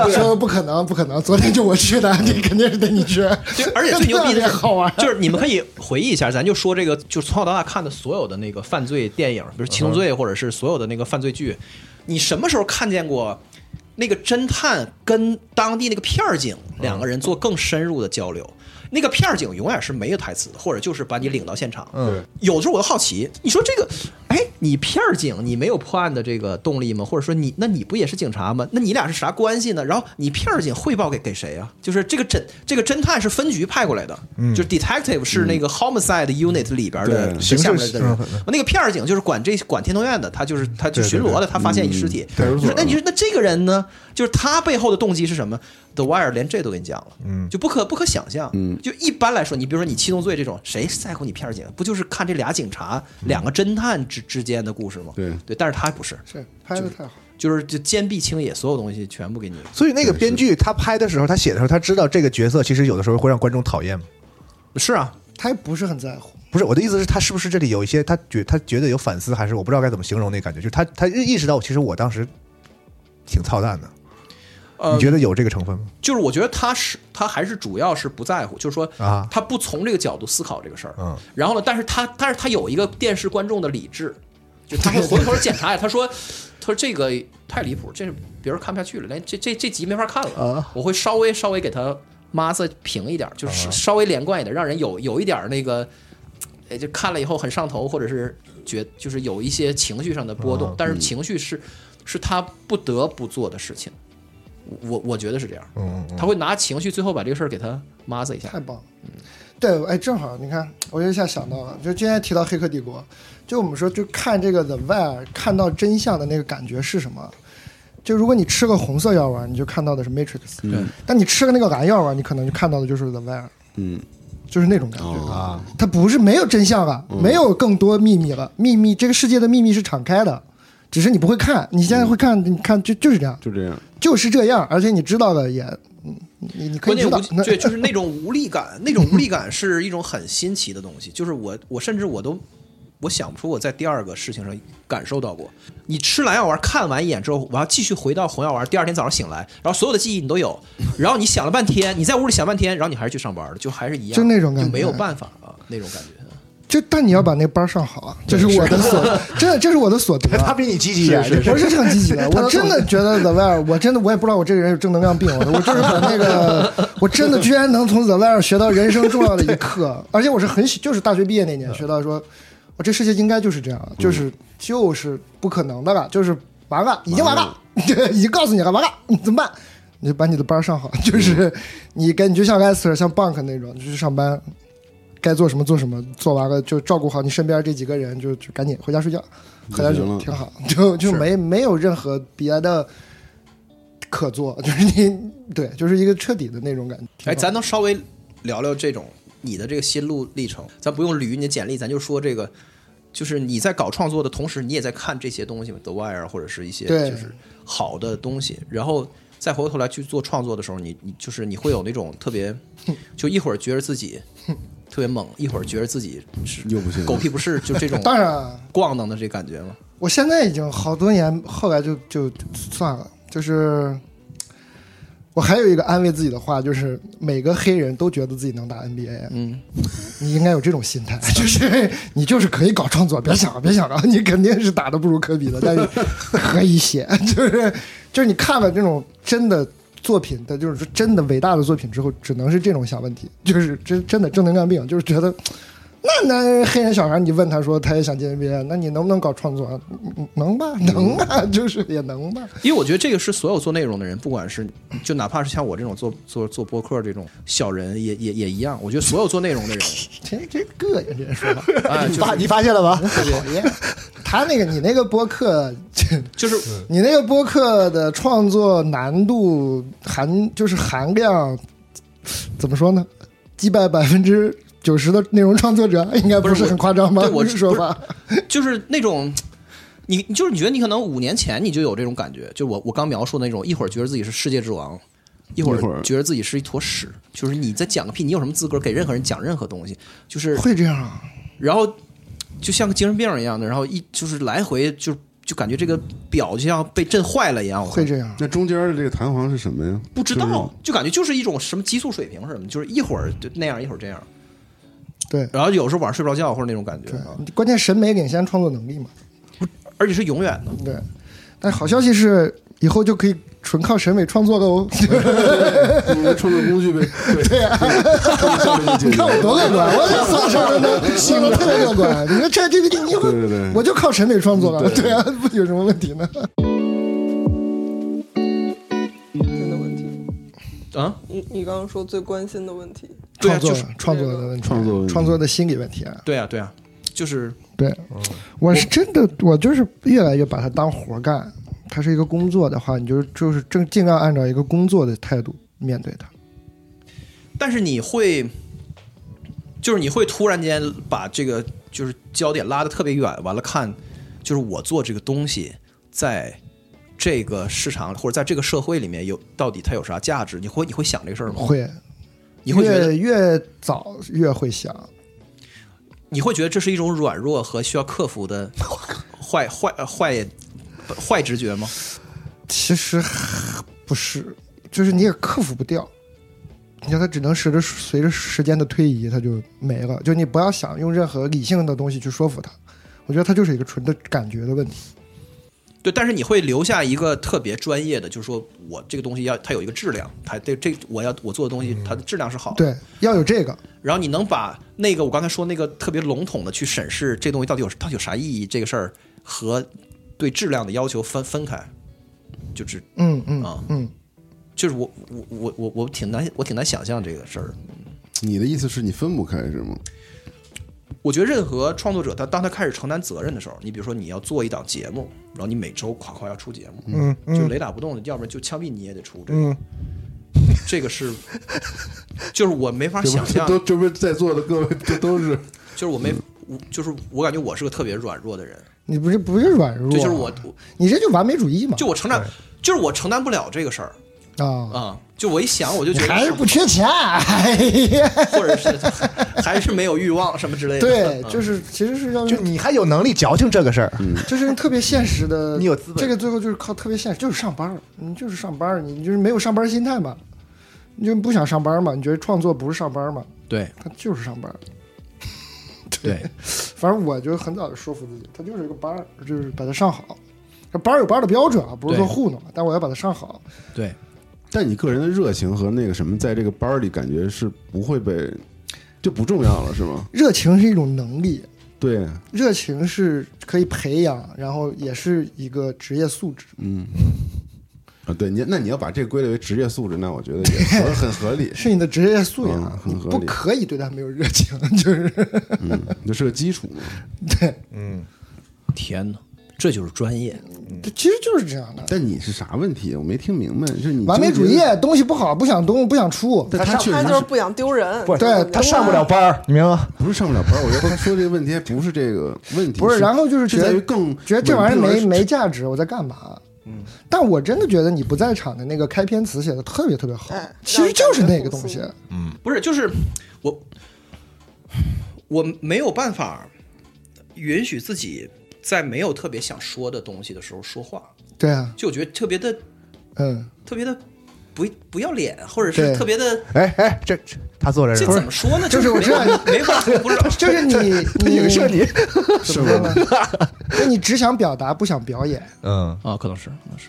说不可能，不可能，昨天就我去的，你肯定是得你去。 (laughs)
对，而且最牛
特
逼的
别
是
好玩。
(laughs) 就是你们可以回忆一下，咱就说这个，就是从小到大看的所有的那个犯罪电影，
嗯
比如《七宗罪》或者是所有的那个犯罪剧，你什么时候看见过那个侦探跟当地那个片儿警
嗯
两个人做更深入的交流？那个片儿警永远是没有台词的，或者就是把你领到现场。
嗯，
有的时候我就好奇，你说这个，哎，你片儿警，你没有破案的这个动力吗？或者说你，那你不也是警察吗？那你俩是啥关系呢？然后你片儿警汇报给给谁啊？就是这个侦这个侦探是分局派过来的，就是 detective 是那个 homicide unit 里边的
对
是下面
刑事
的人
嗯，
那个片儿警就是管这管天通苑的，他就是他去巡逻的，他发现一尸体。
派出所
就是那你说那这个人呢？就是他背后的动机是什么？The Wire 连这都给你讲了，嗯，就不可不可想象。嗯，就一般来说，你比如说你七宗罪这种，谁在乎你片儿警？不就是看这俩警察、两个侦探之之间的故事吗？
对
对，但是他不是，
是拍的太好，
就是就坚壁清野，所有东西全部给你。
所以那个编剧他拍的时候，他写的时候，他知道这个角色其实有的时候会让观众讨厌吗？
是啊，
他也不是很在乎。
不是我的意思是，他是不是这里有一些他觉他觉得有反思，还是我不知道该怎么形容那感觉？就是他他意识到，其实我当时挺操蛋的。
呃
你觉得有这个成分吗？
就是我觉得他是他还是主要是不在乎，就是说
啊
他不从这个角度思考这个事儿。
嗯，
然后呢，但是他但是他有一个电视观众的理智，就
(laughs)
他会回头检查一下，他说他说这个太离谱，这是别人看不下去了，连这这这集没法看了，
啊
我会稍微稍微给他抹子平一点，就是稍微连贯一点，让人有有一点那个。哎，就看了以后很上头，或者是觉就是有一些情绪上的波
啊
动，
嗯
但是情绪是是他不得不做的事情，我我觉得是这样，
嗯，
他会拿情绪最后把这个事儿给他 m 子一下。
太棒了。
嗯
对，哎，正好你看，我就一下想到了，就今天提到《黑客帝国》，就我们说，就看这个 The Wire 看到真相的那个感觉是什么？就如果你吃个红色药丸，你就看到的是 Matrix；
嗯
但你吃个那个蓝药丸，你可能就看到的就是 The Wire，
嗯
就是那种感觉。
嗯
哦，
它不是没有真相了，没有更多秘密了，秘密这个世界的秘密是敞开的，只是你不会看。你现在会看，你看就就是这样，
就这样，
就是这样，而且你知道了也，嗯，你你可
关
以
键
知道
无，
那
对，就是那种无力感，那种无力感是一种很新奇的东西。就是我，我甚至我都，我想不出我在第二个事情上感受到过。你吃蓝药丸看完一眼之后，我要继续回到红药丸，第二天早上醒来，然后所有的记忆你都有，然后你想了半天，你在屋里想半天，然后你还是去上班了，就还是一样，
就那种感觉
就没有办法啊，那种感觉。
就但你要把那班上好啊，这是我的所，真的这是我的所得。
他比你积极啊！这
我是很积 (laughs) 极的，我真的觉得 The Wire，我真的我也不知道我这个人有正能量病，我我就是把那个，我真的居然能从 The Wire 学到人生重要的一课，而且我是很喜，就是大学毕业那年学到说，我这世界应该就是这样，就是就是不可能的了，就是完了，已经完了， (laughs) 对，已经告诉你了，完了，你怎么办？你就把你的班上好，就是你该你就像 Esther 像 Bank 那种，就去上班，该做什么做什么，做完了就照顾好你身边这几个人，就就赶紧回家睡觉，喝点
就行
酒
了
挺好，就就是没没有任何别的可做，就是你对，就是一个彻底的那种感觉。挺
哎，
好
咱能稍微聊聊这种你的这个心路历程，咱不用捋你的简历，咱就说这个，就是你在搞创作的同时，你也在看这些东西嘛，The Wire 啊或者是一些
对
就是好的东西，然后再回过头来去做创作的时候，你你就是你会有那种
(laughs)
特别，就一会儿觉得自己特别猛，一会儿觉得自己是
又不行
狗屁不是，就这种
(laughs) 当然啊
咣当的这感觉嘛。
我现在已经好多年，后来就就算了。就是我还有一个安慰自己的话，就是每个黑人都觉得自己能打 NBA，
嗯，
啊你应该有这种心态， (laughs) 就是你就是可以搞创作，别想了，别想了，你肯定是打的不如科比的，但是可以写， (laughs) 就是就是你看了这种真的。作品的就是说真的伟大的作品之后，只能是这种想问题，就是真真的正能量病，就是觉得那男黑人小孩，你问他说他也想见 NBA，那你能不能搞创作啊？嗯能吧，能吧， (laughs) 就是也能吧。
因为我觉得这个是所有做内容的人，不管是就哪怕是像我这种做做做播客这种小人，也也也一样。我觉得所有做内容的
(laughs)
人，
这这膈应这人说话，(laughs)
啊，
你
就
发
是
你发现了吧？
讨厌。他那个你那个播客，
就是
你那个播客的创作难度含就是含量，怎么说呢？击败百分之九十的内容创作者，应该不
不是
是
我
很夸张吧？
对我
这说法，
就是那种，你你就是你觉得你可能五年前你就有这种感觉，就我我刚描述的那种，一会儿觉得自己是世界之王，一会
一会儿
儿觉得自己是一坨屎，就是你在讲个屁，你有什么资格给任何人讲任何东西？就是
会这样啊？
然后就像个精神病一样的，然后一就是来回就就感觉这个表就像被震坏了一样，我
会这样？
那中间的这个弹簧是什么呀？
不知道，就感觉就是一种什么激素水平似的，就是一会儿就那样，一会儿这样，
对
然后有时候晚上睡不着觉或者那种感觉
对
啊，，
关键审美领先创作能力嘛。
而且是永远的。
对，但好消息是，以后就可以纯靠审美创作了哦。
(laughs) 就是你的创作工具呗。对呀，
你 (laughs) 看我多乐观，我这所有事儿都想的特别乐观。你说 ChatGPT 以后
对对对
我就靠审美创作了， (laughs) 对啊，不有什么问题呢？
真的问题。
啊，
你你刚刚说最关心的问题，
对啊
创作
就是
创作的问题，
创作问题
创作的心理问题啊。
对啊，对啊，就是
对，我是真的，我就是越来越把它当活干。它是一个工作的话，你就就是正尽量按照一个工作的态度面对它。
但是你会，就是你会突然间把这个就是焦点拉得特别远，完了看，就是我做这个东西在这个市场或者在这个社会里面有到底它有啥价值？你会你会想这个事儿吗？
会，
你会觉得
越越早越会想，
你会觉得这是一种软弱和需要克服的坏坏呃坏坏直觉吗？
其实不是，就是你也克服不掉。你看，它只能随着随着时间的推移，它就没了。就你不要想用任何理性的东西去说服它，我觉得它就是一个纯的感觉的问题。
对，但是你会留下一个特别专业的，就是说我这个东西要它有一个质量，它这这我要我做的东西它的质量是好的。
对，要有这个，
然后你能把那个我刚才说那个特别笼统的去审视这东西到底有到底有啥意义这个事儿和对质量的要求分分开，就是
嗯嗯
啊
嗯，
就是我我我我我挺难我挺难想象这个事儿的。
你的意思是你分不开是吗？
我觉得任何创作者，他当他开始承担责任的时候，你比如说你要做一档节目，然后你每周夸夸要出节目，嗯，就雷打不动的，要不然就枪毙你也得出，这个、这个是，就是我没法
这
想
不这
象，
都这不是在座的各位，这都是
就是我没，我就是我感觉我是个特别软弱的人，
你不是不是软弱，啊
这就是我，
你这就完美主义嘛。
就我承担，就是我承担不了这个事儿，
啊，
啊、就我一想，我就
你
觉得
还是不缺
(laughs)
钱、哎呀
或者是还是没有欲望什么之类的。
对，
嗯
就是其实是要
就你还有能力矫情这个事儿，
嗯
就是用特别现实的，
(laughs) 你有资本
这个最后就是靠特别现实，就是上班儿，你就是上班儿，你就是没有上班心态嘛，你就不想上班嘛，你觉得创作不是上班嘛，
对
它就是上 (laughs) 班。
对，
(laughs) 反正我就很早就说服自己，它就是一个班儿，就是把它上好。这班儿有班儿的标准啊，不是说
对
糊弄，但我要把它上好。
对，
但你个人的热情和那个什么，在这个班儿里感觉是不会被就不重要了，是吗？
热情是一种能力，
对，啊
热情是可以培养，然后也是一个职业素质。
嗯，啊，对你那你要把这个归类为职业素质，那我觉得也合很合
(laughs)
理，
是你的职业素养，
嗯
你
很合
不
理
可以对他没有热情， (laughs) 就是
嗯，这是个基础嘛。
天哪，这就是专业。
嗯
其实就是这样的。
但你是啥问题？我没听明白，就是你
完美主
纠
义
结，
东西不好，不想动，不想出。
但他确
他
实
就是
是
不想丢人，
不，
对
他上不了班儿，你明白吗？
不是上不了班儿？我觉得他说这个问题还不是这个问题，
不是然后就是觉得
在于更
觉得这玩意儿
稳
没
定而
没价值，我在干嘛？嗯，但我真的觉得你不在场的那个开篇词写的特别特别好
哎，
其实就是那个东西
让人感觉。
不是，就是我我没有办法允许自己在没有特别想说的东西的时候说话，
对啊，
就我觉得特别的
嗯，
特别的不不要脸，或者
对
是特别的
哎哎，这这他坐这
这
儿呢，
怎么说呢？
就是我
没
知道
没法不是
就是
(laughs)
你你
影射
(laughs)
你，
是是吗？
就你只想表达，不想表演。
嗯，
啊，可能是，可能是。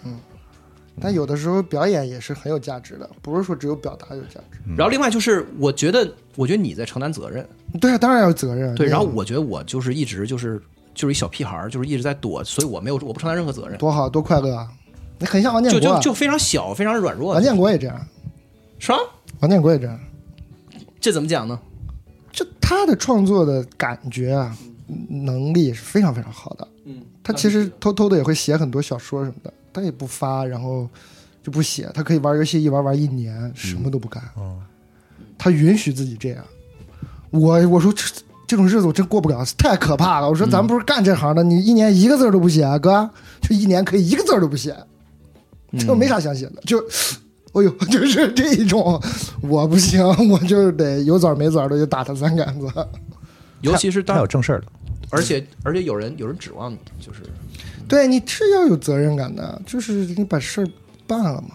但有的时候表演也是很有价值的，不是说只有表达有价值。
嗯
然后另外就是，我觉得，我觉得你在承担责任，
对啊，当然要有责任。
对。
你
然后我觉得我就是一直就是就是一小屁孩儿，就是一直在躲，所以我没有我不承担任何责任，
多好多快乐啊！你很像王建
就
国啊
就，就非常小，非常软弱
王，建国也这样，
是吧？
王建国也这样。
这怎么讲呢？
就他的创作的感觉啊，能力是非常非常好的。
嗯，
他其实偷偷的也会写很多小说什么的，他也不发，然后就不写。他可以玩游戏一玩玩一年，什么都不干。他允许自己这样。我我说这这种日子我真过不了，太可怕了。我说咱们不是干这行的，你一年一个字儿都不写啊，哥，就一年可以一个字儿都不写，这没啥想写的，就。哎呦， (laughs) 就是这一种，我不行， (laughs) 我就是得有枣没枣的就打他三杆子。
尤其是
他有
当
正事儿了。
而且而且有人有人指望你，就是
对，你是要有责任感的，就是你把事儿办了嘛。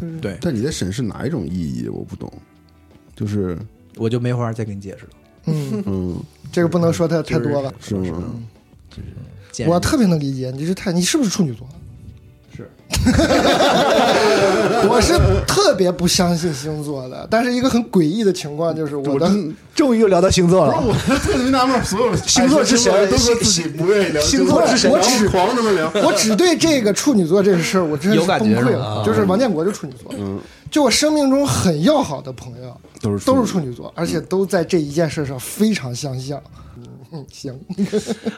嗯
对，
但你在审视哪一种意义？我不懂，就是
我就没法再给你解释了。
嗯，
嗯，
这个不能说太太多了。
是吗？
见
我
人
特别能理解你，这太你是不是处女座？
是，
(laughs) 我是特别不相信星座的，但是一个很诡异的情况就是我
我
的
真
终于又聊到星
(laughs) 不
座
是
了。
我 (laughs) 特别纳闷，所有
星座之神
爱说星座的都说自己不愿意聊
星座之神
我
我只
只狂他妈聊。
(laughs) 我只对这个处女座这个事儿，我真是
有感
崩
觉
溃
是嗯吧
了。
啊
就是王建国就处女座，就我生命中很要好的朋友
都是
都是处女座，而且
嗯
都在这一件事上非常相像。嗯， (laughs) 行，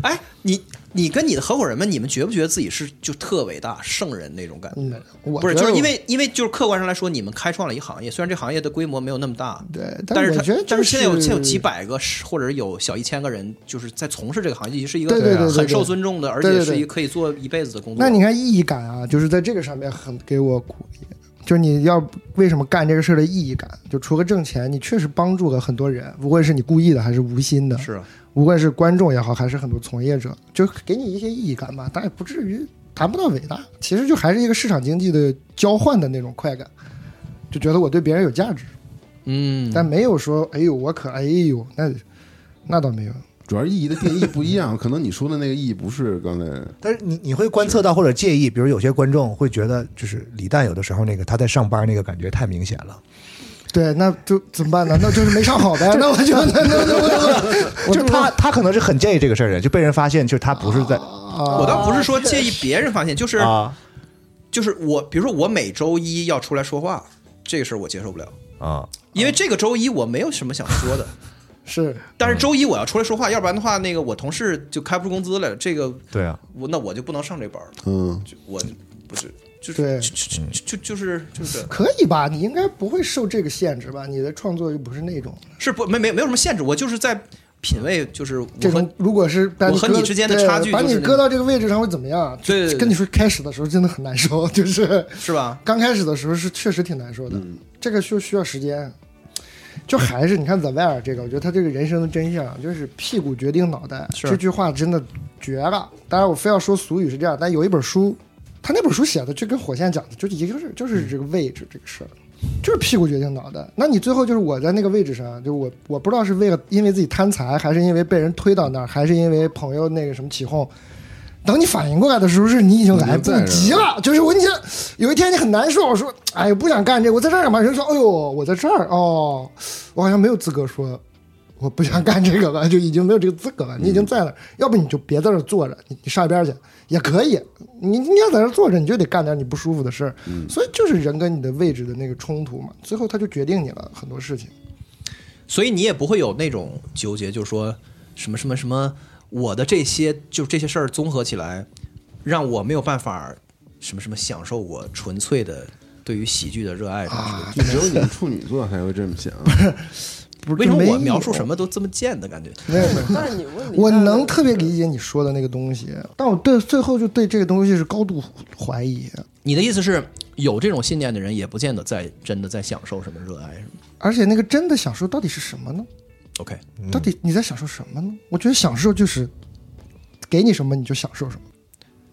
哎，你你跟你的合伙人们，你们觉不觉得自己是就特伟大圣人那种感觉？
嗯，我
不是，
觉
就
得
是因
我
为因为就是客观上来说，你们开创了一行业，虽然这行业的规模没有那么大，
对但
但
我
它
觉得就
但
是
现在有
是
现在有几百个是或者有小一千个人，就是在从事这个行业，是一个
对对对对对
很受尊重的，而
对对
且
对
是一个可以做一辈子的工作。
那你看意义感啊，就是在这个上面很给我鼓励。就是你要为什么干这个事儿的意义感，就除了挣钱，你确实帮助了很多人，无论是你故意的还是无心的，
是啊
无论是观众也好，还是很多从业者，就给你一些意义感吧，但也不至于谈不到伟大。其实就还是一个市场经济的交换的那种快感，就觉得我对别人有价值，
嗯，
但没有说哎呦我可哎呦那那倒没有。
主要是意义的定义不一样，可能你说的那个意义不是刚才
但是你你会观测到或者介意，比如有些观众会觉得，就是李诞有的时候那个他在上班那个感觉太明显了，
对，那就怎么办呢？那就是没上好呗。那我就那那那我我
就是他他可能是很介意这个事儿的，就被人发现，就是他不是在
啊，
我倒不是说介意别人发现，就是、
啊
就是我，比如说我每周一要出来说话，这个事儿我接受不了，
啊，
因为这个周一我没有什么想说的。
是
但是周一我要出来说话，要不然的话，那个我同事就开不出工资来了，这个
对啊，
我那我就不能上这班了。
嗯，
就我不是，就是
对
就就就就是就是
可以吧？你应该不会受这个限制吧？你的创作又不是那种
是不没没没有什么限制，我就是在品味就是我
这
和
种如果是把
我和
搁
你之间的
对
差距
把
就
你
是
搁到这个位置上会怎么样？
对对对
跟你说开始的时候真的很难受， (laughs) 就是
是吧？
刚开始的时候是确实挺难受的，
嗯
这个就需要时间。就还是你看 The Wire 这个，我觉得他这个人生的真相就是屁股决定脑袋，
是
这句话真的绝了。当然我非要说俗语是这样，但有一本书，他那本书写的就跟火线讲的就是一个事儿，
嗯
就是这个位置这个事儿。就是屁股决定脑袋，那你最后就是我在那个位置上，就我我不知道是为了因为自己贪财，还是因为被人推到那儿，还是因为朋友那个什么起哄。等你反应过来的时候，是你已经来
已经
不
在这儿
及了。就是我，你想有一天你很难受，说哎不想干这个，我在这儿干嘛？人说哎呦我在这儿哦，我好像没有资格说我不想干这个了，就已经没有这个资格了。你已
嗯
经在那儿，要不你就别在这儿坐着，你你上一边去也可以。你你要在这儿坐着，你就得干点你不舒服的事儿。
嗯
所以就是人跟你的位置的那个冲突嘛，最后他就决定你了很多事情。
所以你也不会有那种纠结，就是说什么什么什么，我的这些就是这些事儿综合起来，让我没有办法什么什么享受我纯粹的对于喜剧的热爱。啊、
就只有你们处女座才会这么想。
不是
为什么
没
我
有
描述什么都这么贱的感觉？
没有没有，
但是你问你
我
大概
能特别理解你说的那个东西，但我对最后就对这个东西是高度怀疑，
你的意思是有这种信念的人，也不见得在真的在享受什么热爱什么。
而且那个真的享受到底是什么呢？
OK，
到底你在享受什么呢？我觉得享受就是给你什么你就享受什么。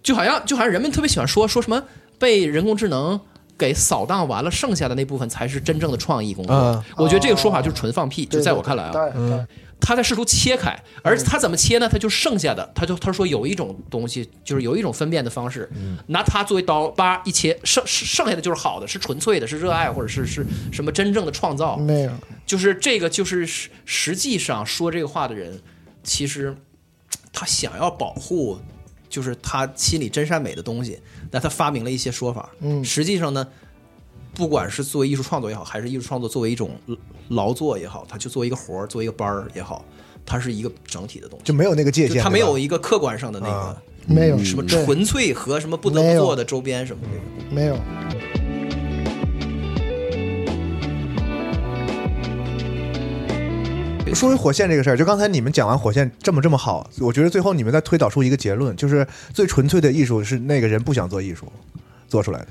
就好像就好像人们特别喜欢说说什么被人工智能给扫荡完了，剩下的那部分才是真正的创意工作。
嗯
我觉得这个说法就是纯放屁，就在我看来啊，
当然，当然
他在试图切开，而他怎么切呢？他就剩下的，他就他说有一种东西，就是有一种分辨的方式，拿它作为刀，叭一切，剩剩剩下的就是好的，是纯粹的，是热爱或者是是什么真正的创造，
没有，
就是这个，就是实实际上说这个话的人，其实他想要保护，就是他心里真善美的东西，那他发明了一些说法。
嗯
实际上呢，不管是作为艺术创作也好，还是艺术创作作为一种劳作也好，它就作为一个活儿，作为一个班儿也好，它是一个整体的东西，
就没有那个界限，
它没
对吧
有一个客观上的那个
啊
没有
什么
嗯对
纯粹和什么不得
没
不
有
做的周边什么的。
没有。
说回火线这个事儿，就刚才你们讲完火线这么这么好，我觉得最后你们再推导出一个结论，就是最纯粹的艺术是那个人不想做艺术做出来的。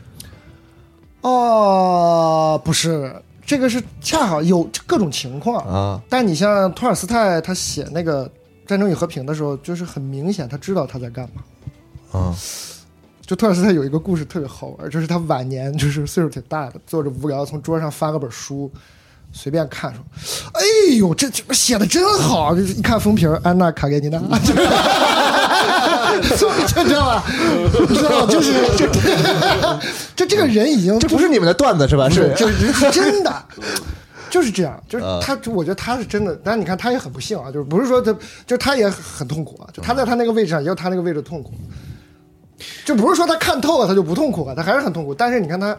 哦，不是，这个是恰好有各种情况
啊。
但你像托尔斯泰，他写那个《战争与和平》的时候，就是很明显他知道他在干嘛。
啊，
就托尔斯泰有一个故事特别好玩，就是他晚年就是岁数挺大的，坐着无聊从桌上翻个本书，随便看说：“哎呦，这这写的真好！”啊就是一看封皮儿，《安娜·卡列
(laughs)
尼娜》就是就知道吧？知道吧就是 (laughs) 这这这个人已经
这不是你们的段子是吧？
不
是嗯
这人是真
(laughs)
的。就是这样，就是他，我觉得他是真的，但是你看他也很不幸啊，就是不是说他，就是他也很痛苦啊，就
嗯
他在他那个位置上也有他那个位置的痛苦，就不是说他看透了他就不痛苦了，啊他还是很痛苦，但是你看他，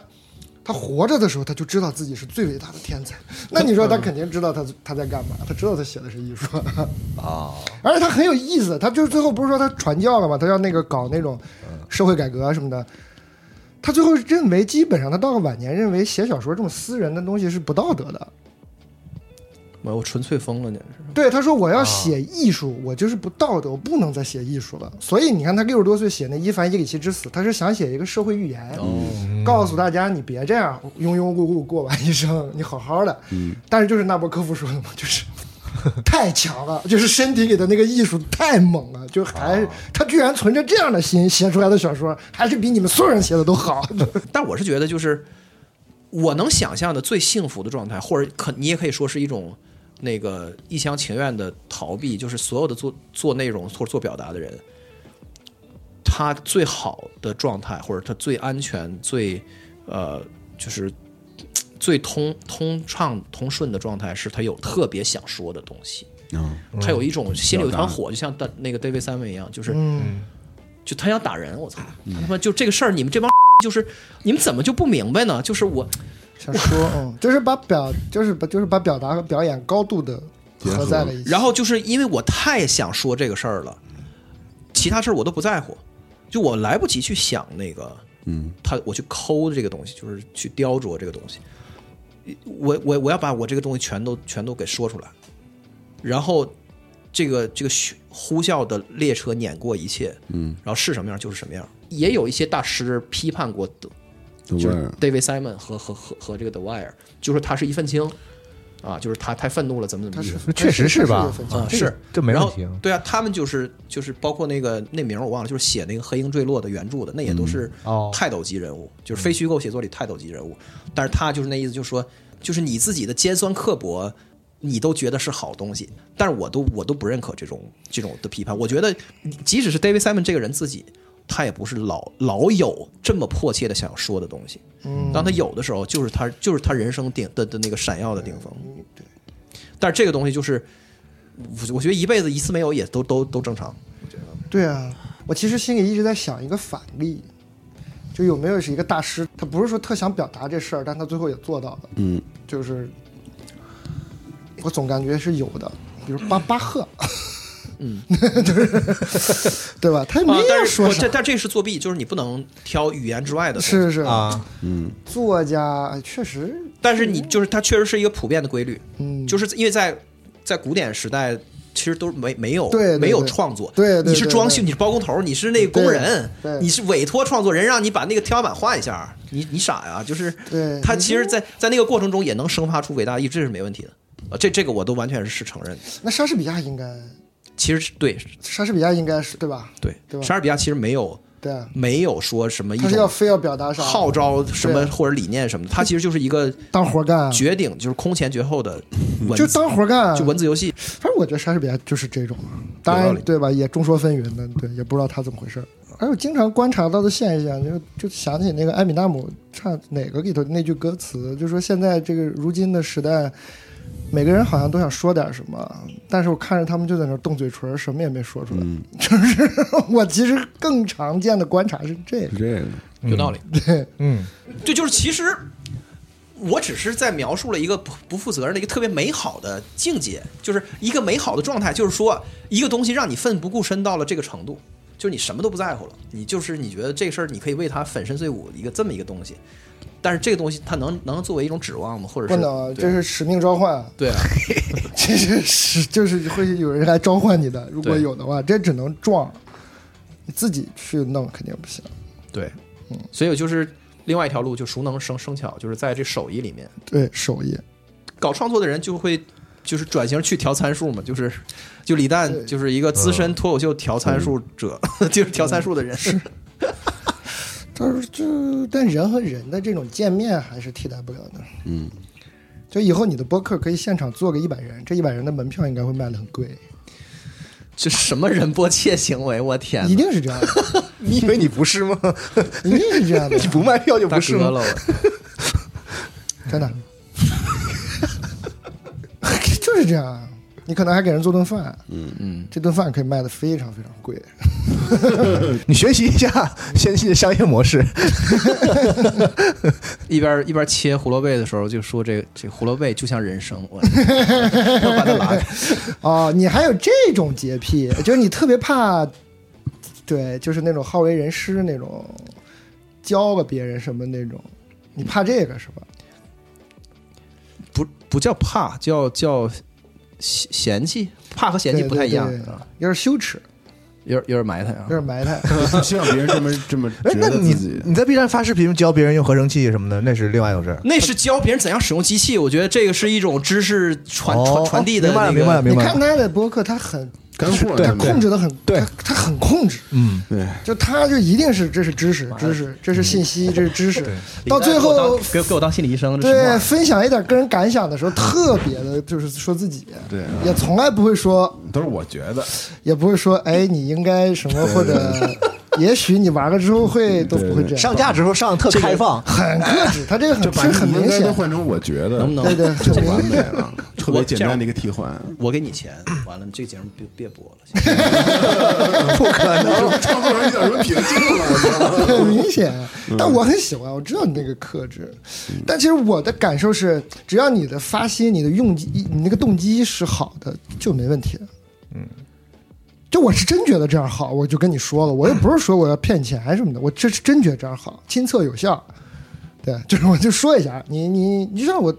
他活着的时候他就知道自己是最伟大的天才，那你
嗯
说他肯定知道他他在干嘛，他知道他写的是艺术
啊，
(laughs) 而且他很有意思，他就是最后不是说他传教了嘛，他要那个搞那种
嗯
社会改革啊什么的。他最后认为，基本上他到了晚年，认为写小说这种私人的东西是不道德的。
我我纯粹疯了，简直是。
对，他说我要写艺术，我就是不道德，我不能再写艺术了。所以你看，他六十多岁写那《伊凡·耶里奇之死》，他是想写一个社会预言，告诉大家你别这样庸庸碌碌过完一生，你好好的。但是就是纳博科夫说的嘛，就是太强了，就是身体里的那个艺术太猛了，就还是他居然存着这样的心写出来的小说，还是比你们所有人写的都好。
但我是觉得，就是我能想象的最幸福的状态，或者可你也可以说是一种那个一厢情愿的逃避，就是所有的做做内容或者做表达的人，他最好的状态，或者他最安全、最呃，就是嘖最通通畅、通顺的状态，是他有特别想说的东西，
嗯，
他有一种心里有一团
表达
火，就像大那个 David Simon 一样，就是
嗯，
就他想打人，我操！他他妈就这个事儿，你们这帮 (laughs) 就是你们怎么就不明白呢？就是我
想说，嗯，就是把表，就是把就是把表达和表演高度的合在了一起。
然后就是因为我太想说这个事儿了，其他事儿我都不在乎，就我来不及去想那个，
嗯，
他我去抠这个东西，就是去雕琢这个东西，我我我要把我这个东西全都全都给说出来，然后这个这个嘘呼啸的列车碾过一切，
嗯，
然后是什么样就是什么样。也有一些大师批判过德
对
就是 David Simon 和和和和这个 The Wire，就说他是一愤青啊，就是他太愤怒了，怎么怎么地的。
他
确实是吧
有分歧
啊、
这
是
个这没
然
问
后
题啊
对啊，他们就是就是包括那个那名儿我忘了，就是写那个《黑鹰坠落》的原著的，那也都是
哦嗯
泰斗级人物，就是非虚构写作里泰斗级人物。但是他就是那意思，就是说，就是你自己的尖酸刻薄，你都觉得是好东西，但是我都我都不认可这种这种的批判。我觉得，即使是 David Simon 这个人自己。他也不是老老有这么迫切的想要说的东西，
嗯
当他有的时候，就是他就是他人生顶的的那个闪耀的顶峰。但是这个东西就是，我我觉得一辈子一次没有也都都都正常。
对啊，我其实心里一直在想一个反例，就有没有是一个大师，他不是说特想表达这事儿，但他最后也做到了。
嗯，
就是我总感觉是有的，比如巴巴赫， (laughs) 嗯，对吧？他也没
啊，但
有
是
说
我
啥
这，但这是作弊，就是你不能挑语言之外的。
是是，
啊，
作家哎确实，
但是你就是它确实是一个普遍的规律，
嗯，
就是因为在在古典时代，其实都没没有
对对
没有
对
创作，
对对
你是
对
装修，
对
你是包工头，你是那个工人
对对，
你是委托创作人让你把那个天花板画一下，你你傻呀？就是
对
他其实在，在那个过程中也能生发出伟大意志，这是没问题的。啊，这这个我都完全是承认的。
那莎士比亚应该，
其实是对
莎士比亚应该是对吧？
对
对，吧
莎士比亚其实没有
对啊，
没有说什么一
他是要
种
非要表达啥，
号召什么
对
或者理念什么的，他其实就是一个
当活干啊，
绝顶就是空前绝后的文
就
字，
当活干啊，
就文字游戏。
反正我觉得莎士比亚就是这种，当
道
然
理
对吧？也众说纷纭的，对，也不知道他怎么回事儿。而我经常观察到的现象，就就想起那个艾米纳姆唱哪个里头那句歌词，就说现在这个如今的时代，每个人好像都想说点什么，但是我看着他们就在那儿动嘴唇儿，什么也没说出来。
嗯
(laughs) 就是我其实更常见的观察是这个
是，这个，
有道理。
嗯，
对，就是其实我只是在描述了一个不不负责任的一个特别美好的境界，就是一个美好的状态，就是说一个东西让你奋不顾身到了这个程度，就是你什么都不在乎了，你就是你觉得这事儿你可以为它粉身碎骨一个这么一个东西，但是这个东西它能能作为一种指望吗？或者
不
是
能啊，
对
这是使命召唤啊，
对啊，
(laughs) 这是是就是会有人来召唤你的，如果
对
有的话，这只能撞，你自己去弄肯定不行。
对，
嗯
所以我就是另外一条路，就熟能生生巧，就是在这手艺里面，
对手艺，
搞创作的人就会就是转型去调参数嘛，就是就李诞就是一个资深脱口秀调参数者， (laughs) 就是调参数的人。
但是就但人和人的这种见面还是替代不了的。
嗯，
就以后你的播客可以现场做个一百人，这一百人的门票应该会卖的很贵，
这什么人波切行为？我天
一
哪！
定是这样的，
你以为你
(laughs)
不是吗？
一定是这样的，
你不卖票就
大
不是
哥
吗？
了，
真的， (laughs) 就是这样啊。你可能还给人做顿饭，嗯嗯，这顿饭可以卖的非常非常贵。
你学习一下先进的商业模式，
一边一边切胡萝卜的时候就说这个这胡萝卜就像人生，
(laughs)
我要把它拉开。
哦，你还有这种洁
(laughs)
癖，就是你特别怕，对，就是那种好为人师那种，教个别人什么那种，你怕这个是吧？
不不叫怕，叫叫嫌嫌弃，怕和嫌弃
对
不太一样
对对
啊，
有点羞耻，
有点有点埋汰啊
有。点埋汰。
希望别人这么这么
哎
觉，
那
得
你
自己，
你在 B 站发视频教别人用合成器什么的，那是另外一回事儿。
那是教别人怎样使用机器，我觉得这个是一种知识传传
哦
传递的
明白了，
那个
明白了，
你
明白
看
了。
他的播客，他很
干货
他
他们
控制的很，
对
他他很控制，
嗯，
对，
就他就一定是这是知识，知识，这是信息，
嗯
这是知识。到最
给我
后
当，给我给我当心理医生，这什么
对
玩意
分享一点个人感想的时候，特别的就是说自己，
对啊
也从来不会说
都是我觉得，
也不会说，哎，你应该什么，或者也许你玩了之后会都不会这样，
上架之后上的特开放，
很克制，他这个很
就把
是很
你应
明
该都
显，
换成我觉得，
儿？能不能
对对，
就
很明
完
显。
美了，特别简单的一个替换。 (laughs)
我给你钱？完了，这个节目别别播了。
不可能。
创作人有什么品性了？
(laughs) 很明显，但我很喜欢，我知道你那个克制，但其实我的感受是，只要你的发心、你的用机、你那个动机是好的，就没问题的。嗯，就我是真觉得这样好，我就跟你说了，我又不是说我要骗钱什么的，我这是真觉得这样好，亲测有效。对，就是我就说一下，你你你就像我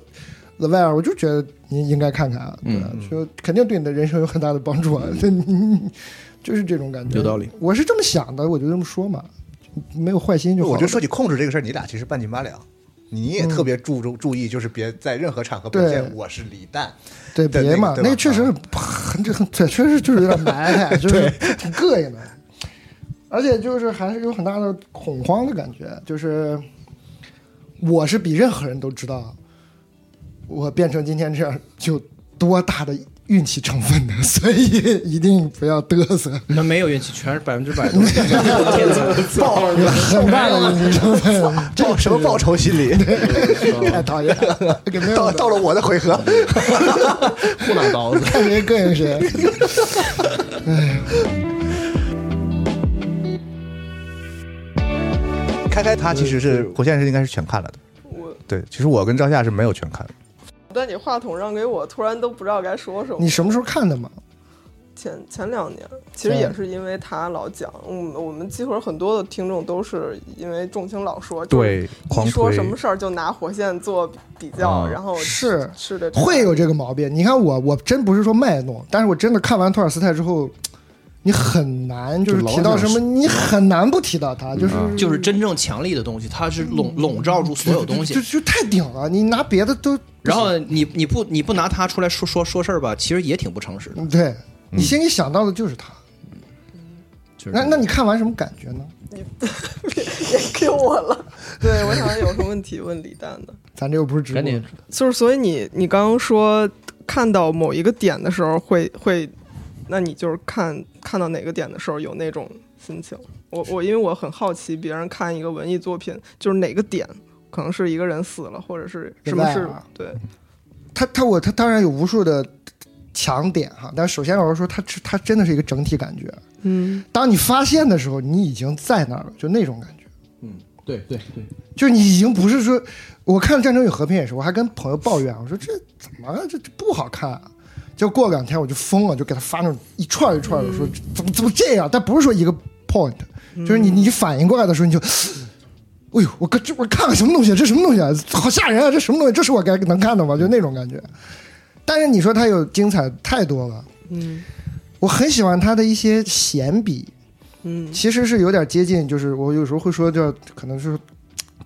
The Wire，我就觉得您应该看看啊，对啊
嗯
就肯定对你的人生有很大的帮助啊，对你就是这种感觉，
有道理。
我是这么想的，我就这么说嘛，没有坏心就好了。
我觉得说起控制这个事儿，你俩其实半斤八两。你也特别注重注意，就是别在任何场合表现
对
我是李诞。
对
对
别
那个
嘛，
对吧啊
那个确实是很这很对，确实就是有点
(laughs)
埋汰，就是挺膈应的，而且就是还是有很大的恐慌的感觉，就是我是比任何人都知道，我变成今天这样有多大的运气成分的，所以一定不要嘚瑟，
(laughs) 那没有运气，全是百分之
(laughs)
百的天才。
(laughs) 报
有很大的运气成分，
报什么报仇心理？
太讨厌了，给没有
到到了我的回合，
不拿刀子。
看谁膈应谁。
开开他其实是火线是应该是全看了的。
我
对，其实我跟赵夏是没有全看的。
但你话筒让给我，突然都不知道该说什么
你。什么时候看的嘛？
前前两年，其实
前
也是因为他老讲，嗯，我们几乎很多的听众都是因为仲卿老说，就是
对，
一
狂
说
推
什么事儿就拿火线做比较，
啊
然后
是
是的，
会有这个毛病。你看我，我真不是说卖弄，但是我真的看完托尔斯泰之后，你很难就是
就老
提到什
想
么，你很难不提到他，就是、
(laughs) 就是真正强力的东西，它是笼笼罩住所有东
就
(laughs)
西。
就太顶了。你拿别的都
然后你你不你不拿它出来说说说事儿吧，其实也挺不诚实的。
对你心里想到的就是他。
就是
那那你看完什么感觉呢？
也 Q 我了。 (laughs) 对，我想有什么问题问李诞的，
咱这又不是直播，
赶紧
就是所以你你刚刚说看到某一个点的时候会会，那你就是看看到哪个点的时候有那种心情？我我因为我很好奇，别人看一个文艺作品就是哪个点。可能是一个人死了，或者是什么
现在
事？
啊
对，
他他我他当然有无数的强点哈，但首先我要说他他真的是一个整体感觉。
嗯，
当你发现的时候，你已经在那儿了，就那种感觉。
对对对，
就是你已经不是说，我看《战争与和平》也是，我还跟朋友抱怨，我说这怎么了这这不好看、啊。就过两天我就疯了，就给他发那种一串一串的说，怎么怎么这样？但不是说一个 point，就是你你反应过来的时候，你就，哎呦，我看这我看个什么东西？这什么东西啊？好吓人啊！这什么东西？这是我该能看的吗？就那种感觉。但是你说它有精彩太多了，
嗯
我很喜欢它的一些闲笔，
嗯
其实是有点接近，就是我有时候会说叫可能就是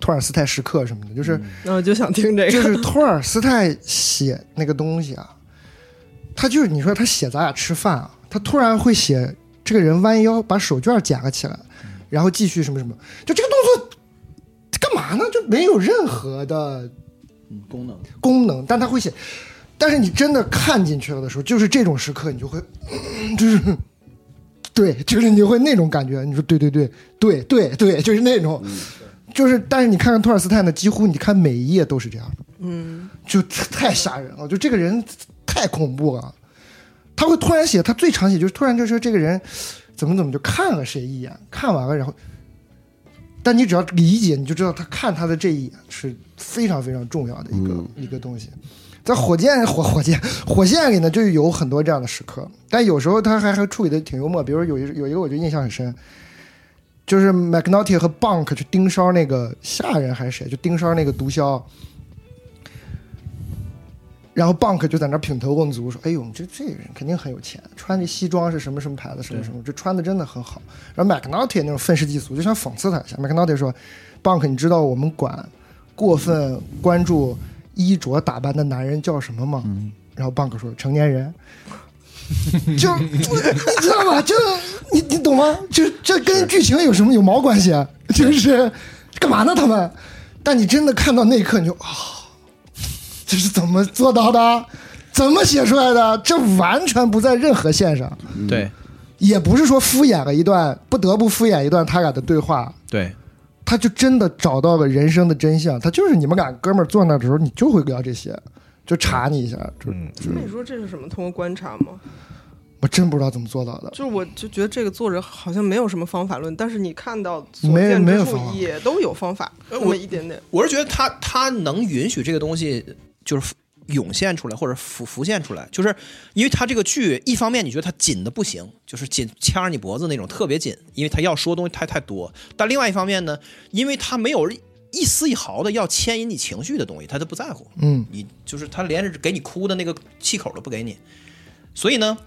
托尔斯泰时刻什么的，就是、，
那我就想听这
就
个。
是托尔斯泰写那个东西啊，他就是你说他写咱俩吃饭啊，他突然会写这个人弯腰把手绢夹了起来，然后继续什么什么，就这个动作干嘛呢？就没有任何的
嗯，功能
功能，但他会写。但是你真的看进去了的时候，就是这种时刻，你就会，嗯就是，对，就是你会那种感觉。你说对对对对对对，就是那种，就是。但是你看看托尔斯泰呢，几乎你看每一页都是这样的。
嗯
就太吓人了，就这个人太恐怖了。他会突然写，他最常写就是突然就说这个人怎么怎么就看了谁一眼，看完了然后，但你只要理解，你就知道他看他的这一眼是非常非常重要的一个、一个东西。在火箭火火箭火箭里呢，就有很多这样的时刻，但有时候他还还处理的挺幽默。比如有一有一个我就印象很深，就是 McNulty 和 Bunk 去盯梢那个下人还是谁，就盯梢那个毒枭。然后 Bunk 就在那儿品头论足，说：“哎呦，你这这个人肯定很有钱，穿这西装是什么什么牌子，什么什么，这穿的真的很好。”然后 McNulty 那种愤世嫉俗，就想讽刺他一下。McNulty 说：“Bunk，你知道我们管过分关注衣着打扮的男人叫什么吗？”然后 Bunk 说：“成年人。”就你知道吗？就你你懂吗？就这跟剧情有什么有毛关系？啊？就是干嘛呢？他们？但你真的看到那一刻，你就啊。这是怎么做到的？怎么写出来的？这完全不在任何线上，
对
也不是说敷衍了一段，不得不敷衍一段他俩的对话，
对，
他就真的找到了人生的真相。他就是你们俩哥们儿坐那儿的时候，你就会聊这些，就查你一下。就
嗯，
那你说这是什么？通过观察吗？
我真不知道怎么做到的。
就是我就觉得这个作者好像没有什么方法论，但是你看到所
没
见
没有
之处
方法
也都有方法，
呃
那
我
么一点点。
我是觉得他他能允许这个东西就是涌现出来或者浮浮现出来，就是因为他这个剧一方面你觉得它紧的不行，就是紧掐着你脖子那种特别紧，因为他要说东西太太多，但另外一方面呢，因为他没有一丝一毫的要牵引你情绪的东西，他都不在乎。
嗯，
你就是他连是给你哭的那个气口都不给你。所以呢，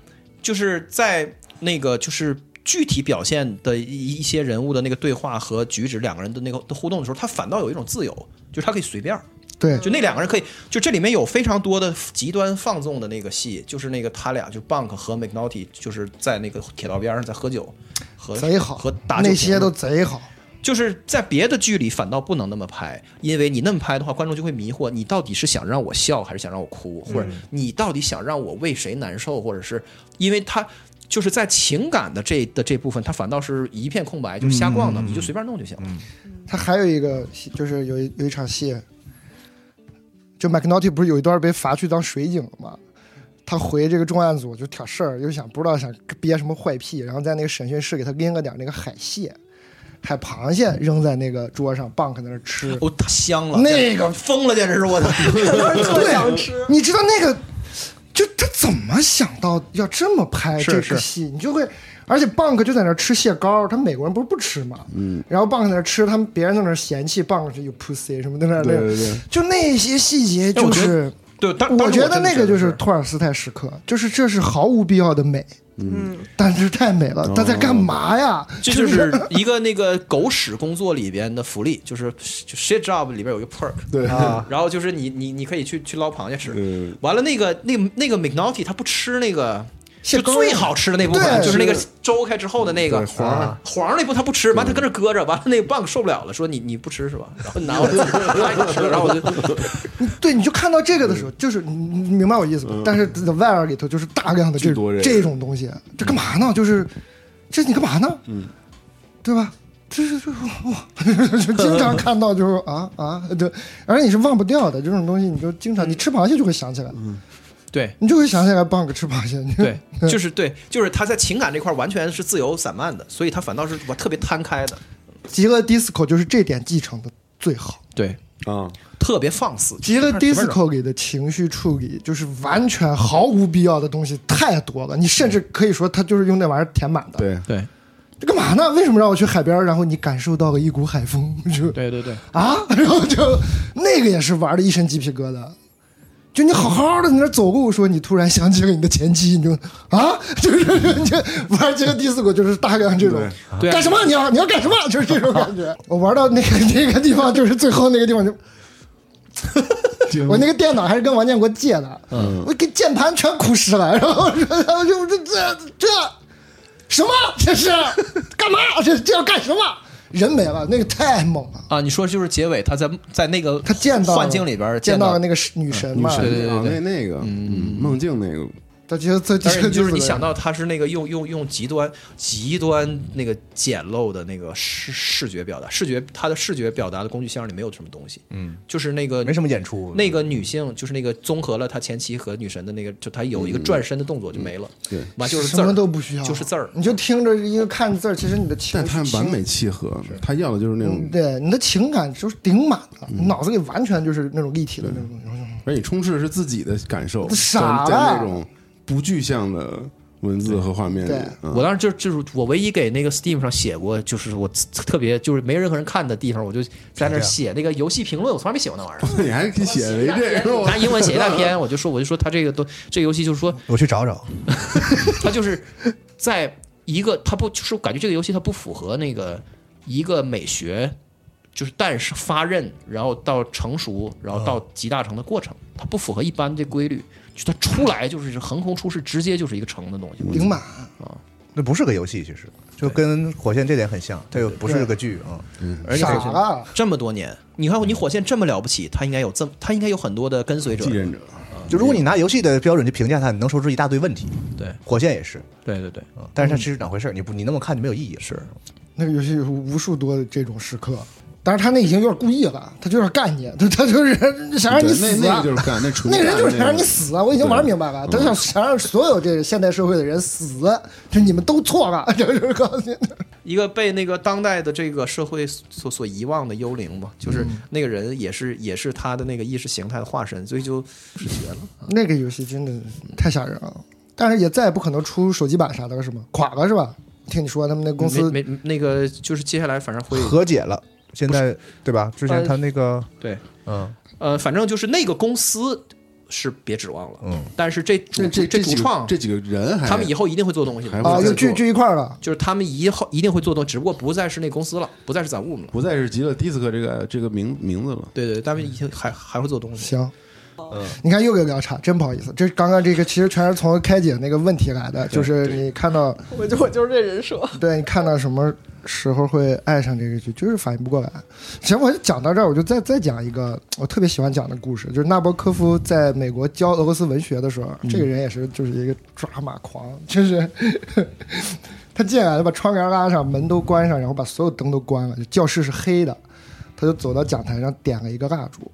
就是在那个就是具体表现的一一些人物的那个对话和举止，两个人的那个的互动的时候，他反倒有一种自由，就是他可以随便儿。
对，
就那两个人可以，就这里面有非常多的极端放纵的那个戏，就是那个他俩就 Bunk 和 McNulty 就是在那个铁道边上在喝酒，和
贼好，
和打酒
那
瓶
些都
子
贼好。
就是在别的剧里反倒不能那么拍，因为你那么拍的话，观众就会迷惑，你到底是想让我笑还是想让我哭，或者你到底想让我为谁难受，或者是因为他就是在情感的这的这部分，他反倒是一片空白，就是瞎逛的，你就随便弄就行了。
他还有一个戏，就是有一有一场戏，就 McNulty 不是有一段被罚去当水警了吗？他回这个重案组就挑事儿，又想不知道想憋什么坏屁，然后在那个审讯室给他拎了点那个海蟹、海螃蟹扔在那个桌上，Bunk 在那儿吃。
哦，太香了，
那个
疯了，简直是我的。
特想吃。
你知道那个，就他怎么想到要这么拍
是
这
是
个戏？你就会，而且 Bunk 就在那儿吃蟹膏，他们美国人不是不吃嘛，嗯，然后 Bunk 在那儿吃，他们别人在那儿嫌弃 Bunk 是有 pussy 什么的那儿
对
那
对
儿，
对，
就那些细节
哎我
就
觉
是。
(laughs) 对，但
我
但
觉得
真的
那个就是
是
托尔斯泰时刻，就是这是毫无必要的美，
嗯，
但是太美了，他在干嘛呀？
哦这就是一个那个狗屎工作里边的福利，就是就 shit job 里边有一个 perk，
对
啊，
然后就是你你你可以去去捞螃蟹吃。
嗯，
完了，那个那个那个 McNulty 他不吃那个，
蟹
就
膏
最好吃的那部分，
对
就是那个粥开之后的那个
对黄儿
啊黄儿那部他不吃，完他跟这搁着，完了那个 bug 受不了了，说你你不吃是吧？然后拿我 (laughs) 吃了，然后我
(laughs)
就
你对，你就看到这个的
嗯
时候，就是你你明白我意思吗？但是在 w i 里头就是大量的这
巨多人
这种东西，这干嘛呢？就是这你干嘛呢？嗯，对吧？这是就是哇， (laughs) 就经常看到就是啊啊，对，而且你是忘不掉的这种东西，你就经
嗯
常你吃螃蟹就会想起来，
对。
你就会想起来 bug 吃螃蟹，你
对，就是对，就是他在情感这块完全是自由散漫的，所以他反倒是我特别摊开的，
极乐 disco 就是这点继承的最好。
对，
啊，
特别放肆。
极乐
就是
disco 里的情绪处理就是完全毫无必要的东西太多了，你甚至可以说他就是用那玩意儿填满的。，
对，
对
这干嘛呢？为什么让我去海边儿？然后你感受到了一股海风， (laughs) 就
对对对，
啊， (laughs) 然后就那个也是玩的一身鸡皮疙瘩。就你好好的，你那走路说你突然想起了你的前妻，你就啊， (laughs) 就是你玩这个 disco 就是大量这种
对啊
干什么？你要你要干什么？ (laughs) 就是这种感觉。我玩到那个那个地方，就是最后那个地方就我那个电脑还是跟王建国借的，我给键盘全哭湿了，然后说，然后就这这这什么这是干嘛？这这要干什么？人没了，那个太猛了。
啊，你说就是结尾他在在那个
他见到了
幻境里边儿
见
到嗯
了那个女神嘛，
对对
(laughs)
对
啊，那
对
那个，嗯，梦境那个，
他觉得最
但是你就是你想到他是那个用用用极端极端那个简陋的那个视视觉表达，视觉他的视觉表达的工具箱里没有什么东西，嗯，就是那个
没什么演出，
那个女性就是那个综合了他前妻和女神的那个，就他有一个转身的动作就没了，
对
完就是字
什
儿
么都不需要，
就是字儿，
你就听着音乐看字儿，其实你的情
但
绪
它完
情
美契合，他要的就是那种
嗯，对你的情感就是顶满了，你脑子里完全就是那种立体的那种东西。我就
而你充斥的是自己的感受，
傻
在在
了
那种不具象的文字和画面里
对，
嗯 (laughs)
我当时就就是我唯一给那个 Steam 上写过，就是我特别就是没任何人看的地方，我就在那儿写那个游戏评论，我从来没写过那玩意儿。
你还写了一这个，
拿英文写一大
(laughs)
篇， (laughs) 我就说，我就说他这个都这个游戏就是说，
(laughs) 我去找找。
他就是在一个他不就是我感觉这个游戏它不符合那个一个美学，就是但是发韧，然后到成熟，然后到集大成的过程，它不符合一般这规律，就它出来就是横空出世，直接就是一个成的东西。
顶满，
那不是个游戏，其实就跟火线这点很像，它又不是个剧啊。
而且
傻了。
这么多年，你看你火线这么了不起，它应该有这么，它应该有很多的跟随者
继。任者，
就如果你拿游戏的标准去评价它，你能说出一大堆问题。
对
火线也是，
对对对，
嗯但是它其实哪回事儿？你不你那么看就没有意义。是，
那个游戏有无数多的这种时刻，但是他那已经有点故意了，他就是干你， (laughs) 他他就是想让你
对
死
那那
啊
个就。是干，那纯
那人就是想
干
让你死啊！我已经玩明白了，他想想让所有这个现代社会的人死，就你们都错了， (laughs) 就是告诉你，
一个被那个当代的这个社会所所遗忘的幽灵嘛，就是
嗯
那个人也是也是他的那个意识形态的化身，所以就
那个游戏真的太吓人了。但是也再也不可能出手机版啥的了，是吗？垮了是吧？听你说他们那公司
没没那个就是接下来反正会
和解了，现在对吧？之前
呃
他那个
对，
嗯
呃，反正就是那个公司是别指望了，
嗯，
但是这
这
主
这
这主
几个
创，
这几个人还
他们以后一定会做东西的
还会
啊，
再
又
做
聚聚一块儿了。
就是他们以后一定会做东西，只不过不再是那公司了，不再是 Zoom 了。
不再是极乐迪斯科这个这个名名字了。
对对，他们以后还还会做东西。
行，你看又给聊岔，真不好意思。这刚刚这个其实全是从开姐那个问题来的，就是你看到，
我就我就是这人设，
对你看到什么时候会爱上这个剧，就是反应不过来。行，我就讲到这儿，我就再再讲一个我特别喜欢讲的故事，就是纳博科夫在美国教俄罗斯文学的时候，这个人也是就是一个抓马狂，就是 (laughs) 他进来了，把窗帘拉上，门都关上，然后把所有灯都关了，就教室是黑的，他就走到讲台上点了一个蜡烛，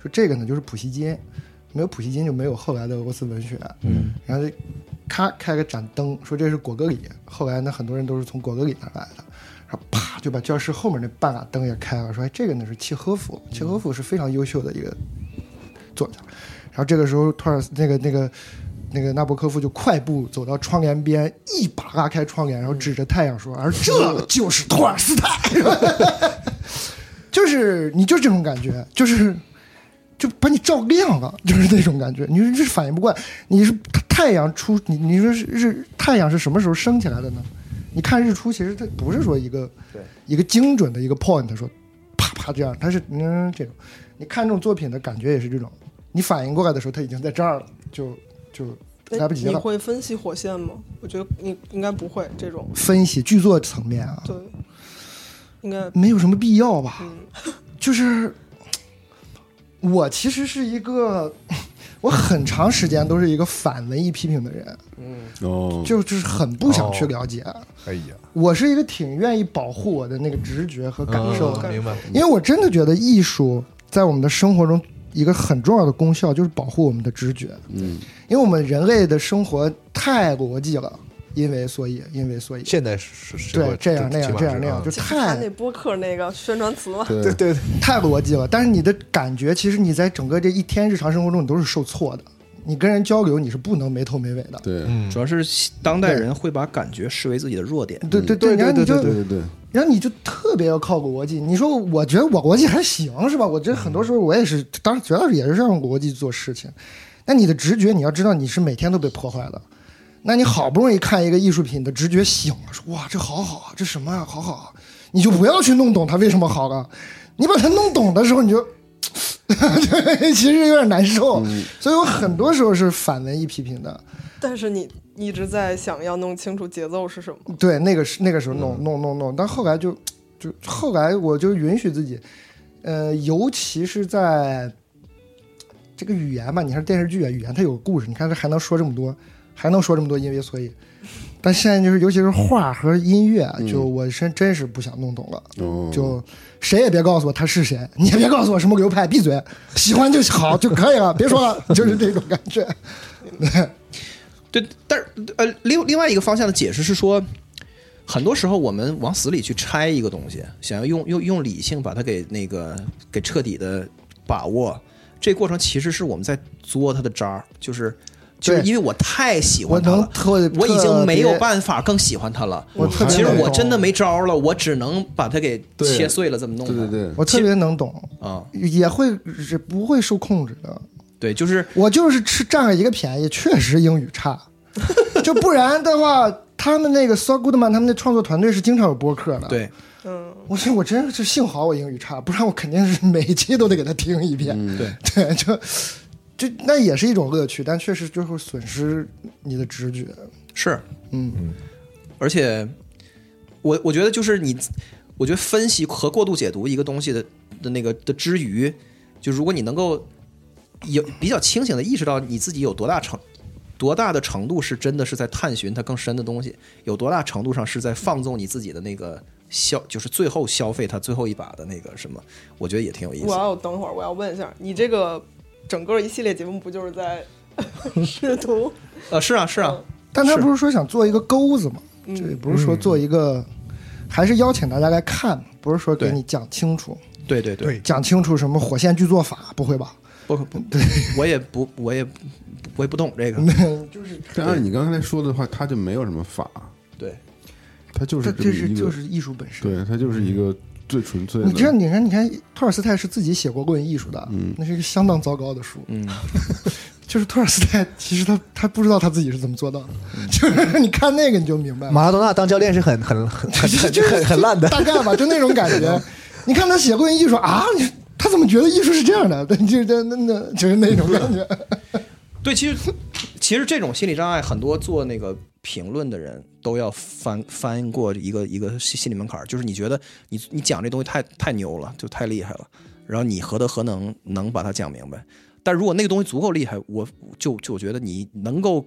说这个呢就是普希金，没有普希金就没有后来的俄罗斯文学，嗯，然后就咔开个盏灯，说这是果戈里，后来呢很多人都是从果戈里那儿来的。然后啪就把教室后面那半拉灯也开了，说哎这个呢是契诃夫，契诃夫是非常优秀的一个作家。然后这个时候，托尔斯那个那个那个纳博科夫就快步走到窗帘边，一把拉开窗帘，然后指着太阳说：“而这就是托尔斯泰。”就是你就这种感觉，就是就把你照亮了，就是那种感觉。你说这反应不过来，你是太阳出，你你说是日太阳是什么时候升起来的呢？你看日出，其实它不是说一个一个精准的一个 point，说啪啪这样，它是嗯这种。你看这种作品的感觉也是这种，你反应过来的时候，它已经在这儿了，就就来不及
你
了。
会分析火线吗？我觉得你应该不会这种，
分析剧作层面啊，
对，应该
没有什么必要吧？
嗯
就是我其实是一个，我很长时间都是一个反文艺批评的人，
哦，
嗯
就就是很不想去了解。
哎呀，
我是一个挺愿意保护我的那个直觉和感受的，
嗯明白，
因为我真的觉得艺术在我们的生活中一个很重要的功效就是保护我们的直觉。
嗯，
因为我们人类的生活太逻辑了，因为所以，因为所以，
现代是是嗯
对这样那样这样
啊
那样，就
看
太
那播客那个宣传词嘛，
对
对，
对对，
太逻辑了。但是你的感觉，其实你在整个这一天日常生活中，你都是受挫的。你跟人交流，你是不能没头没尾的。
对，
嗯
主要是当代人会把感觉视为自己的弱点，
对对对，
嗯对
然后你就
对
对对对，
然后你就特别要靠逻辑。你说，我觉得我逻辑还行，是吧？我觉得很多时候我也是，当然主要是也是让逻辑做事情。那你的直觉，你要知道你是每天都被破坏的。那你好不容易看一个艺术品，你的直觉醒了，说哇，这好好啊，这什么啊，好好啊，你就不要去弄懂它为什么好了。你把它弄懂的时候，你就 (laughs) 其实有点难受。所以我很多时候是反文艺批评的。
(laughs) 但是你一直在想要弄清楚节奏是什么，
对，那个是那个时候弄
嗯
弄弄弄，但后来就就后来我就允许自己，呃，尤其是在这个语言吧，你看电视剧啊，语言它有个故事，你看这还能说这么多，还能说这么多因为所以，但现在就是尤其是画和音乐啊，就
嗯
我真真是不想弄懂了，
哦，
就谁也别告诉我他是谁，你也别告诉我什么流派，闭嘴，喜欢就好就可以了，别说了， (laughs) 就是这种感觉。
对，但是呃，另另外一个方向的解释是说，很多时候我们往死里去拆一个东西，想要用用用理性把它给那个给彻底的把握，这个过程其实是我们在作它的渣儿，就是就是
对
因为我太喜
我
欢它
能
了。
特，
我已经没有
特别
办法更喜欢它了。
我特别
其实
能
我
懂
真的没招儿了，我只能把它给
对
切碎了，这么弄
对
它。
对对，
我特别能懂，
啊、
也会是不会受控制的。
对，就是
我就是吃占了一个便宜，确实英语差， (laughs) 就不然的话，他们那个 s o Goodman 他们那创作团队是经常有播客的。，
对，
嗯，
我说我真是幸好我英语差，不然我肯定是每一期都得给他听一遍。
嗯对，
(laughs) 对，就就那也是一种乐趣，但确实就会损失你的直觉。
是，
嗯，
而且我我觉得就是你，我觉得分析和过度解读一个东西的的那个的之余，就如果你能够有比较清醒的意识到你自己有多大程多大的程度是真的是在探寻它更深的东西，有多大程度上是在放纵你自己的那个消，就是最后消费它最后一把的那个什么，我觉得也挺有意思
我。要等会儿我要问一下，你这个整个一系列节目不就是在 (laughs) 试图
呃，是啊，是啊，
但他
是
不是说想做一个钩子吗？
嗯
这也不是说做一个，还是邀请大家来看，不是说给
嗯对
你讲清楚，
对对对，
讲清楚什么火线剧作法，不会吧？
不不，我也不，我也不我也不懂 (laughs) 这个，
就是
但按你刚才说的话，它就没有什么法，
对。
它就
这这是
是么一个
就是艺术本身。嗯
对，它就是一个最纯粹的。
你这样，你看，你看，托尔斯泰是自己写过《论艺术》的，那是一个相当糟糕的书。
嗯，
(laughs) 就是托尔斯泰，其实他他不知道他自己是怎么做到的，就是你看那个你就明白了，
马拉多纳当教练是很 (laughs) 很很很很
(laughs) 就是
很很 (laughs) 烂的，
大概吧，就那种感觉。你看他写过艺术啊，你他怎么觉得艺术是这样的？ (laughs) 就那那那就是那种感觉。
对，其实其实这种心理障碍，很多做那个评论的人都要翻翻过一个一个心心理门槛儿，就是你觉得你你讲这东西太太牛了，就太厉害了，然后你何德何能能把它讲明白？但如果那个东西足够厉害，我就就我觉得你能够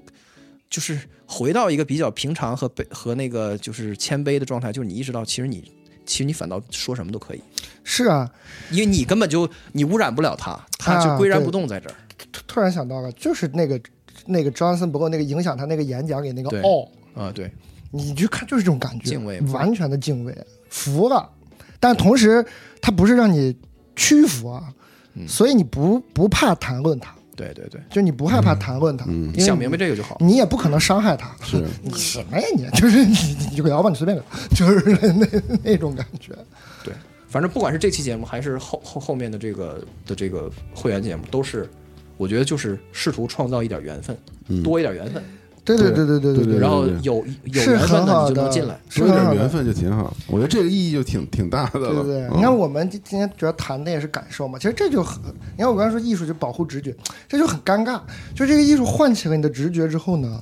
就是回到一个比较平常和卑和那个就是谦卑的状态，就是你意识到其实你其实你反倒说什么都可以，
是啊，
因为你根本就你污染不了它，它就
啊
岿然
对
不动在这儿。
突突然想到了，就是那个那个 Johnson 不够那个影响他那个演讲给那个
对
奥，
啊，对，
你去看就是这种感觉，
敬畏
完全的敬畏，服了。但同时，他不是让你屈服啊，
嗯
所以你不不怕谈论他，
对对对，
就你不害怕谈论他，
嗯
因为
想明白这个就好。
你也不可能伤害他。
是
(laughs) 你什么呀你？ (laughs) 就是你你你就聊吧，你随便聊，就是那那 (laughs) 那种感觉。
对，反正不管是这期节目还是后后后面的这个的这个会员节目，都是我觉得就是试图创造一点缘分，多一点缘分，
对对对嗯对对
对
对，
然后有有
是
缘分
很
的
好
你就能
的
进来。，
是
多一
很
点
好
缘
的。
分就挺好。我觉得这个意义就挺挺大的
对对
了。
对，
嗯
你看我们今今天主要谈的也是感受嘛，其实这就很，你看我刚才说艺术就保护直觉，这就很尴尬。就这个艺术唤起了你的直觉之后呢，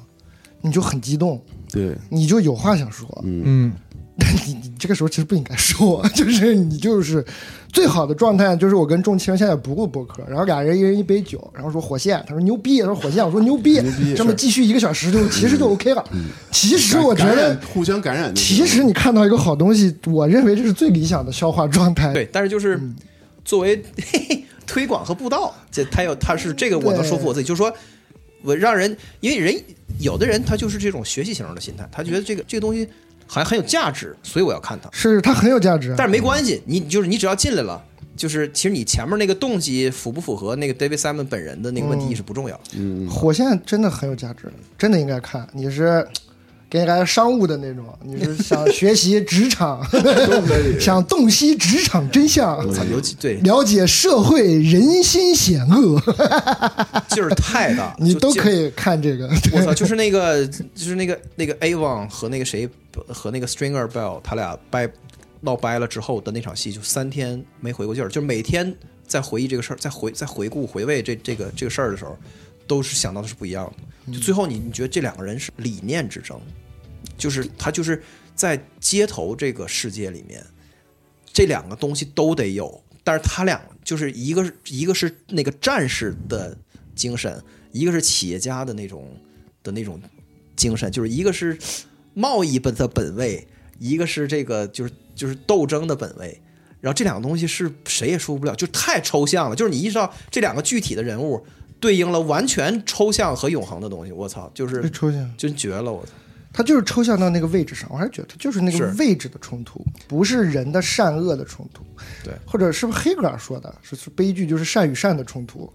你就很激动，
对，
你就有话想说，
嗯，
(laughs) 但你你这个时候其实不应该说， (laughs) 就是你就是最好的状态，就是我跟仲青现在不录播客，然后俩人一人一杯酒，然后说火线，他说牛逼，他说火线，我说牛逼
牛逼，嗯
这么继续一个小时就其实就 OK 了。 (laughs) 其实我觉
感
得
染，互相感染就行。
其实你看到一个好东西，我认为这是最理想的消化状
(laughs)
态。
对，但是就是
嗯
作为 (laughs) 推广和布道，这他有他是这个我能说服我自己，就是说我让人，因为人有的人他就是这种学习型的心态，他觉得这个这个东西好像很有价值，所以我要看它。
是它很有价值。
但是没关系，你就是你只要进来了，就是其实你前面那个动机符不符合那个 David Simon 本人的那个问题意识不重要。
嗯，
火线真的很有价值，真的应该看。你是给你来商务的那种，你是想学习职场，
(laughs)
想洞悉职场真相，
操尤其对
了解社会人心险恶，
劲儿太大了，
(laughs) 你都可
以。
以看这 (laughs) 个。
我操，就是那个，就是那个那个 Avon 和那个谁和那个 Stringer Bell，他俩掰闹掰了之后的那场戏，就三天没回过劲儿，就每天在回忆这个事儿，在回在回顾回味这这个这个事儿的时候，都是想到的是不一样的。就最后你你觉得这两个人是理念之争，就是他就是在街头这个世界里面，这两个东西都得有，但是他俩就是一个是一个是那个战士的精神，一个是企业家的那种的那种精神，就是一个是贸易本的本位，一个是这个就是就是斗争的本位。然后这两个东西是谁也说服不了，就太抽象了。就是你意识到这两个具体的人物对应了完全抽象和永恒的东西，我操，就
这
是
抽象，
真绝了，我操！
它就是抽象到那个位置上，我还是觉得它就是那个
是
位置的冲突，不是人的善恶的冲突。
对
或者是不是黑格尔说的，是是悲剧就是善与善的冲突？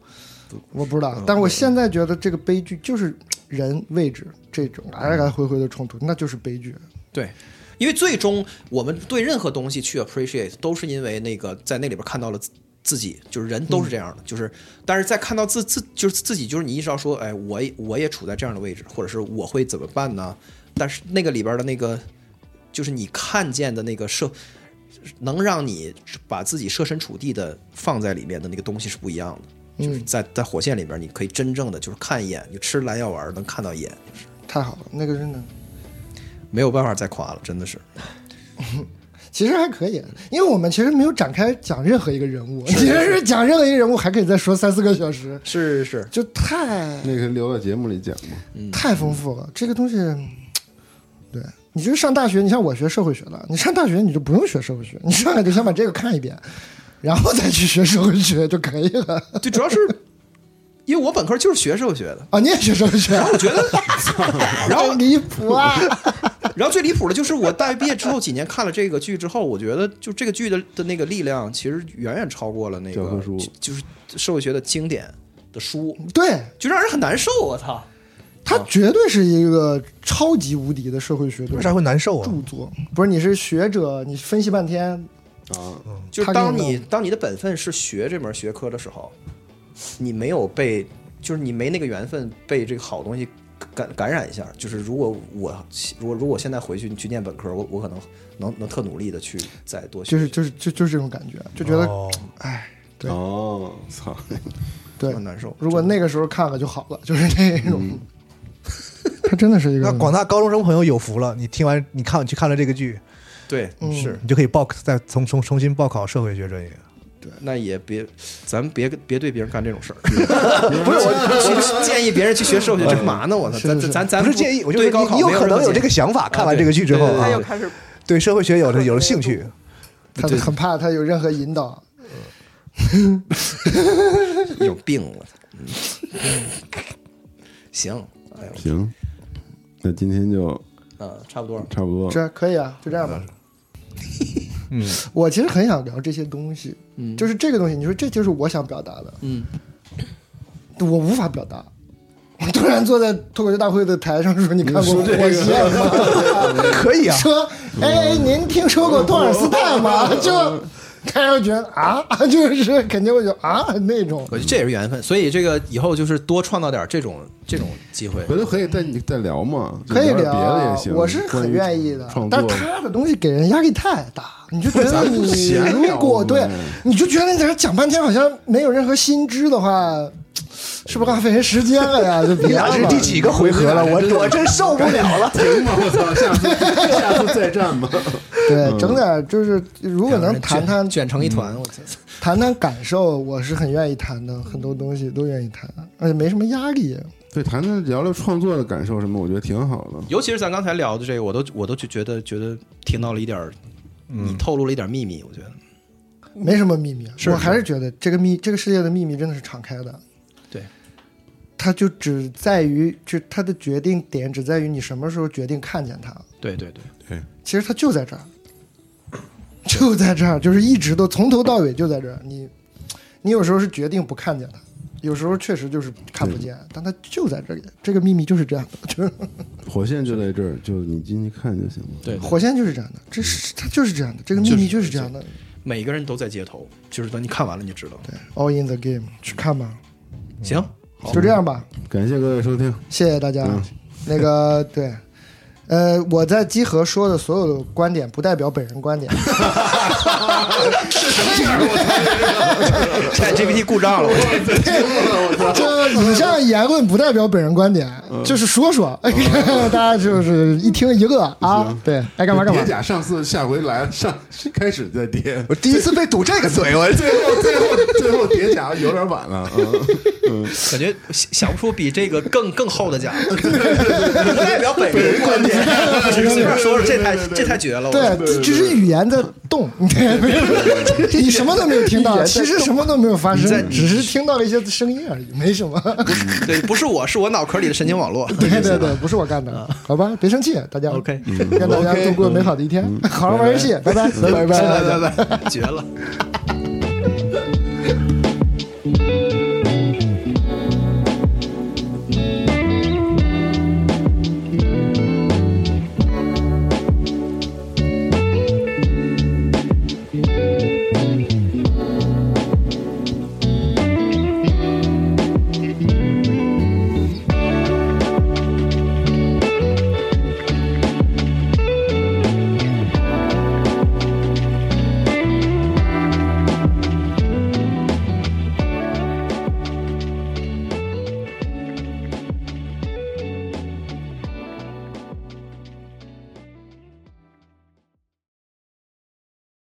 我不知道，但我现在觉得这个悲剧就是人位置这种来来回回的冲突，那就是悲剧。
对，因为最终我们对任何东西去 appreciate，都是因为那个在那里边看到了自自己，就是人都是这样的，就是但是在看到自自就是自己，就是你意识到说，哎，我也我也处在这样的位置，或者是我会怎么办呢？但是那个里边的那个，就是你看见的那个设，能让你把自己设身处地的放在里面的那个东西是不一样的。就是在在火线里边，你可以真正的就是看一眼，你吃蓝药丸能看到一眼，
太好了，那个真的
没有办法再夸了，真的是。
其实还可以，因为我们其实没有展开讲任何一个人物，其实是讲任何一个人物还可以再说三四个小时，
是是是，
就太
那个留到节目里讲嘛。
太丰富了。这个东西，对你就是上大学，你像我学社会学的， (laughs) 你上大学你就不用学社会学，你上来就先把这个看一遍， (laughs) 然后再去学社会学就可以了。 (laughs)
对，主要是因为我本科就是学社会学的，
啊，你也学社会学？
我觉得，
(laughs)
然后
离谱啊！ (laughs)
然后最离谱的就是我大学毕业之后几年看了这个剧之后，我觉得就这个剧的的那个力量，其实远远超过了那
教科
个
书
就就是社会学的经典的书，
对
就让人很难受。我操！
他绝对是一个超级无敌的社会学的
为啥会难受啊？
著作。不是，你是学者，你分析半天，
啊，
就是
嗯他
当
给你
你当你的本分是学这门学科的时候，你没有被，就是你没那个缘分被这个好东西感感染一下。就是如果我如果如果现在回去去念本科，我我可能能能特努力的去再多学
就
学，
是就是就就是这种感觉，就觉得
哦
哎、对
哦，操，
对
很，难受。
如果那个时候看看就好了，就是那种。 (laughs) 他真的是一个
那广大高中生朋友有福了，你听完你看你去看了这个剧，
对，
嗯
是
你就可以报再重重重新报考社会学专业。
那也别，咱们别别对别人干这种事儿。(laughs)
嗯
不是我，建议别人去学社会学，这干嘛呢？我操，
是
咱
是
咱咱
不嗯是建议，我就
对
是
高
你
考
你有
没
可能
任
有
何
这
建
个
议
想法，看完
对
这个剧之后
对
啊
他
对
又
对，
开始
对社会学有了有了兴趣。
他
对
很怕他有任何引导。
有病
(laughs)
了。嗯行，哎呦，
行，那今天就
呃，差不多了。
差不多。
这可以啊，就这样吧。 (laughs) 嗯，我其实很想聊这些东西，
嗯
就是这个东西，你说这就是我想表达的，
嗯，
我无法表达。 (laughs) 我突然坐在脱口秀大会的台上说：“你看过火
这
鞋
个
吗？”
可以啊，
(laughs) 说：“哎，您听说过托尔斯泰吗？” (laughs) 就开始觉得啊， (laughs) 就是肯定我就啊那种。
我觉得这也是缘分，所以这个以后就是多创造点这种这种机会。
回头可以再你再聊嘛，就
可以
聊点
聊
别
啊，
的也行。
我是很愿意的
关于创，
但
作
是他的东西给人压力太大，你就觉得
咱不
你
闲聊
如果对
嗯，
你就觉得你在这讲半天好像没有任何新知的话，是不是浪费人时间了呀？就
你
别
俩
了
是
吧。
第几个回合了？我我真受不了了。
(laughs) 行吧，我操，下次下次再战吧。嗯
对，整点就是如果能谈谈
卷成一团，
嗯
我操！
谈谈感受，我是很愿意谈的，很多东西都愿意谈，而且没什么压力。
(laughs) 对，谈谈聊聊创作的感受什么，我觉得挺好的。
尤其是咱刚才聊的这个，我都我都觉得觉得听到了一点儿，
嗯
你透露了一点秘密，我觉得
没什么秘密啊，我还是觉得这个秘这个世界的秘密真的是敞开的。
对，
它就只在于，就它的决定点只在于你什么时候决定看见它。
对对对，
其实它就在这儿， (coughs) 就在这儿，就是一直都从头到尾就在这儿。你，你有时候是决定不看见它，有时候确实就是看不见，但它就在这里。这个秘密就是这样的， (laughs) 就是
火线就在这儿，就你进去看就行了。
对
火线就是这样的，这是它就是这样的，这个秘密就是这样的。
每个人都在街头，就是等你看完了你就知道了。
对，All in the game，去看吧，
行，
就这样吧。
感谢各位收听，
谢谢大家。
嗯
那个 (laughs) 对，呃，我在集合说的所有的观点不代表本人观 (laughs) 点。
现在 GPT 故障了，我操
这以上言论不代表本人观点，就是说说， (laughs) 大家就是一听一乐啊。对，爱干嘛干嘛
别。假上次下回来上开始再跌，
我第一次被堵这个嘴，我
最后最后最后叠甲有点晚了。嗯
感觉想想不出比这个更更厚的
(laughs)
假，不代表本人观点，只是随便说说，这太这太绝了。我
哦对，这只是语言在 (laughs) 动，对你什么都没有听到，其实什么都没有发
在
生，只是听到了一些声音而已，没什么。
对，不是我，是我脑壳里的神经网络。
对对对，不是我干的，好吧，别生气，大家
啊 OK 嗯
愿大家度过美好的一天，好好玩游戏，拜拜，拜拜，拜拜。
拜拜，绝了。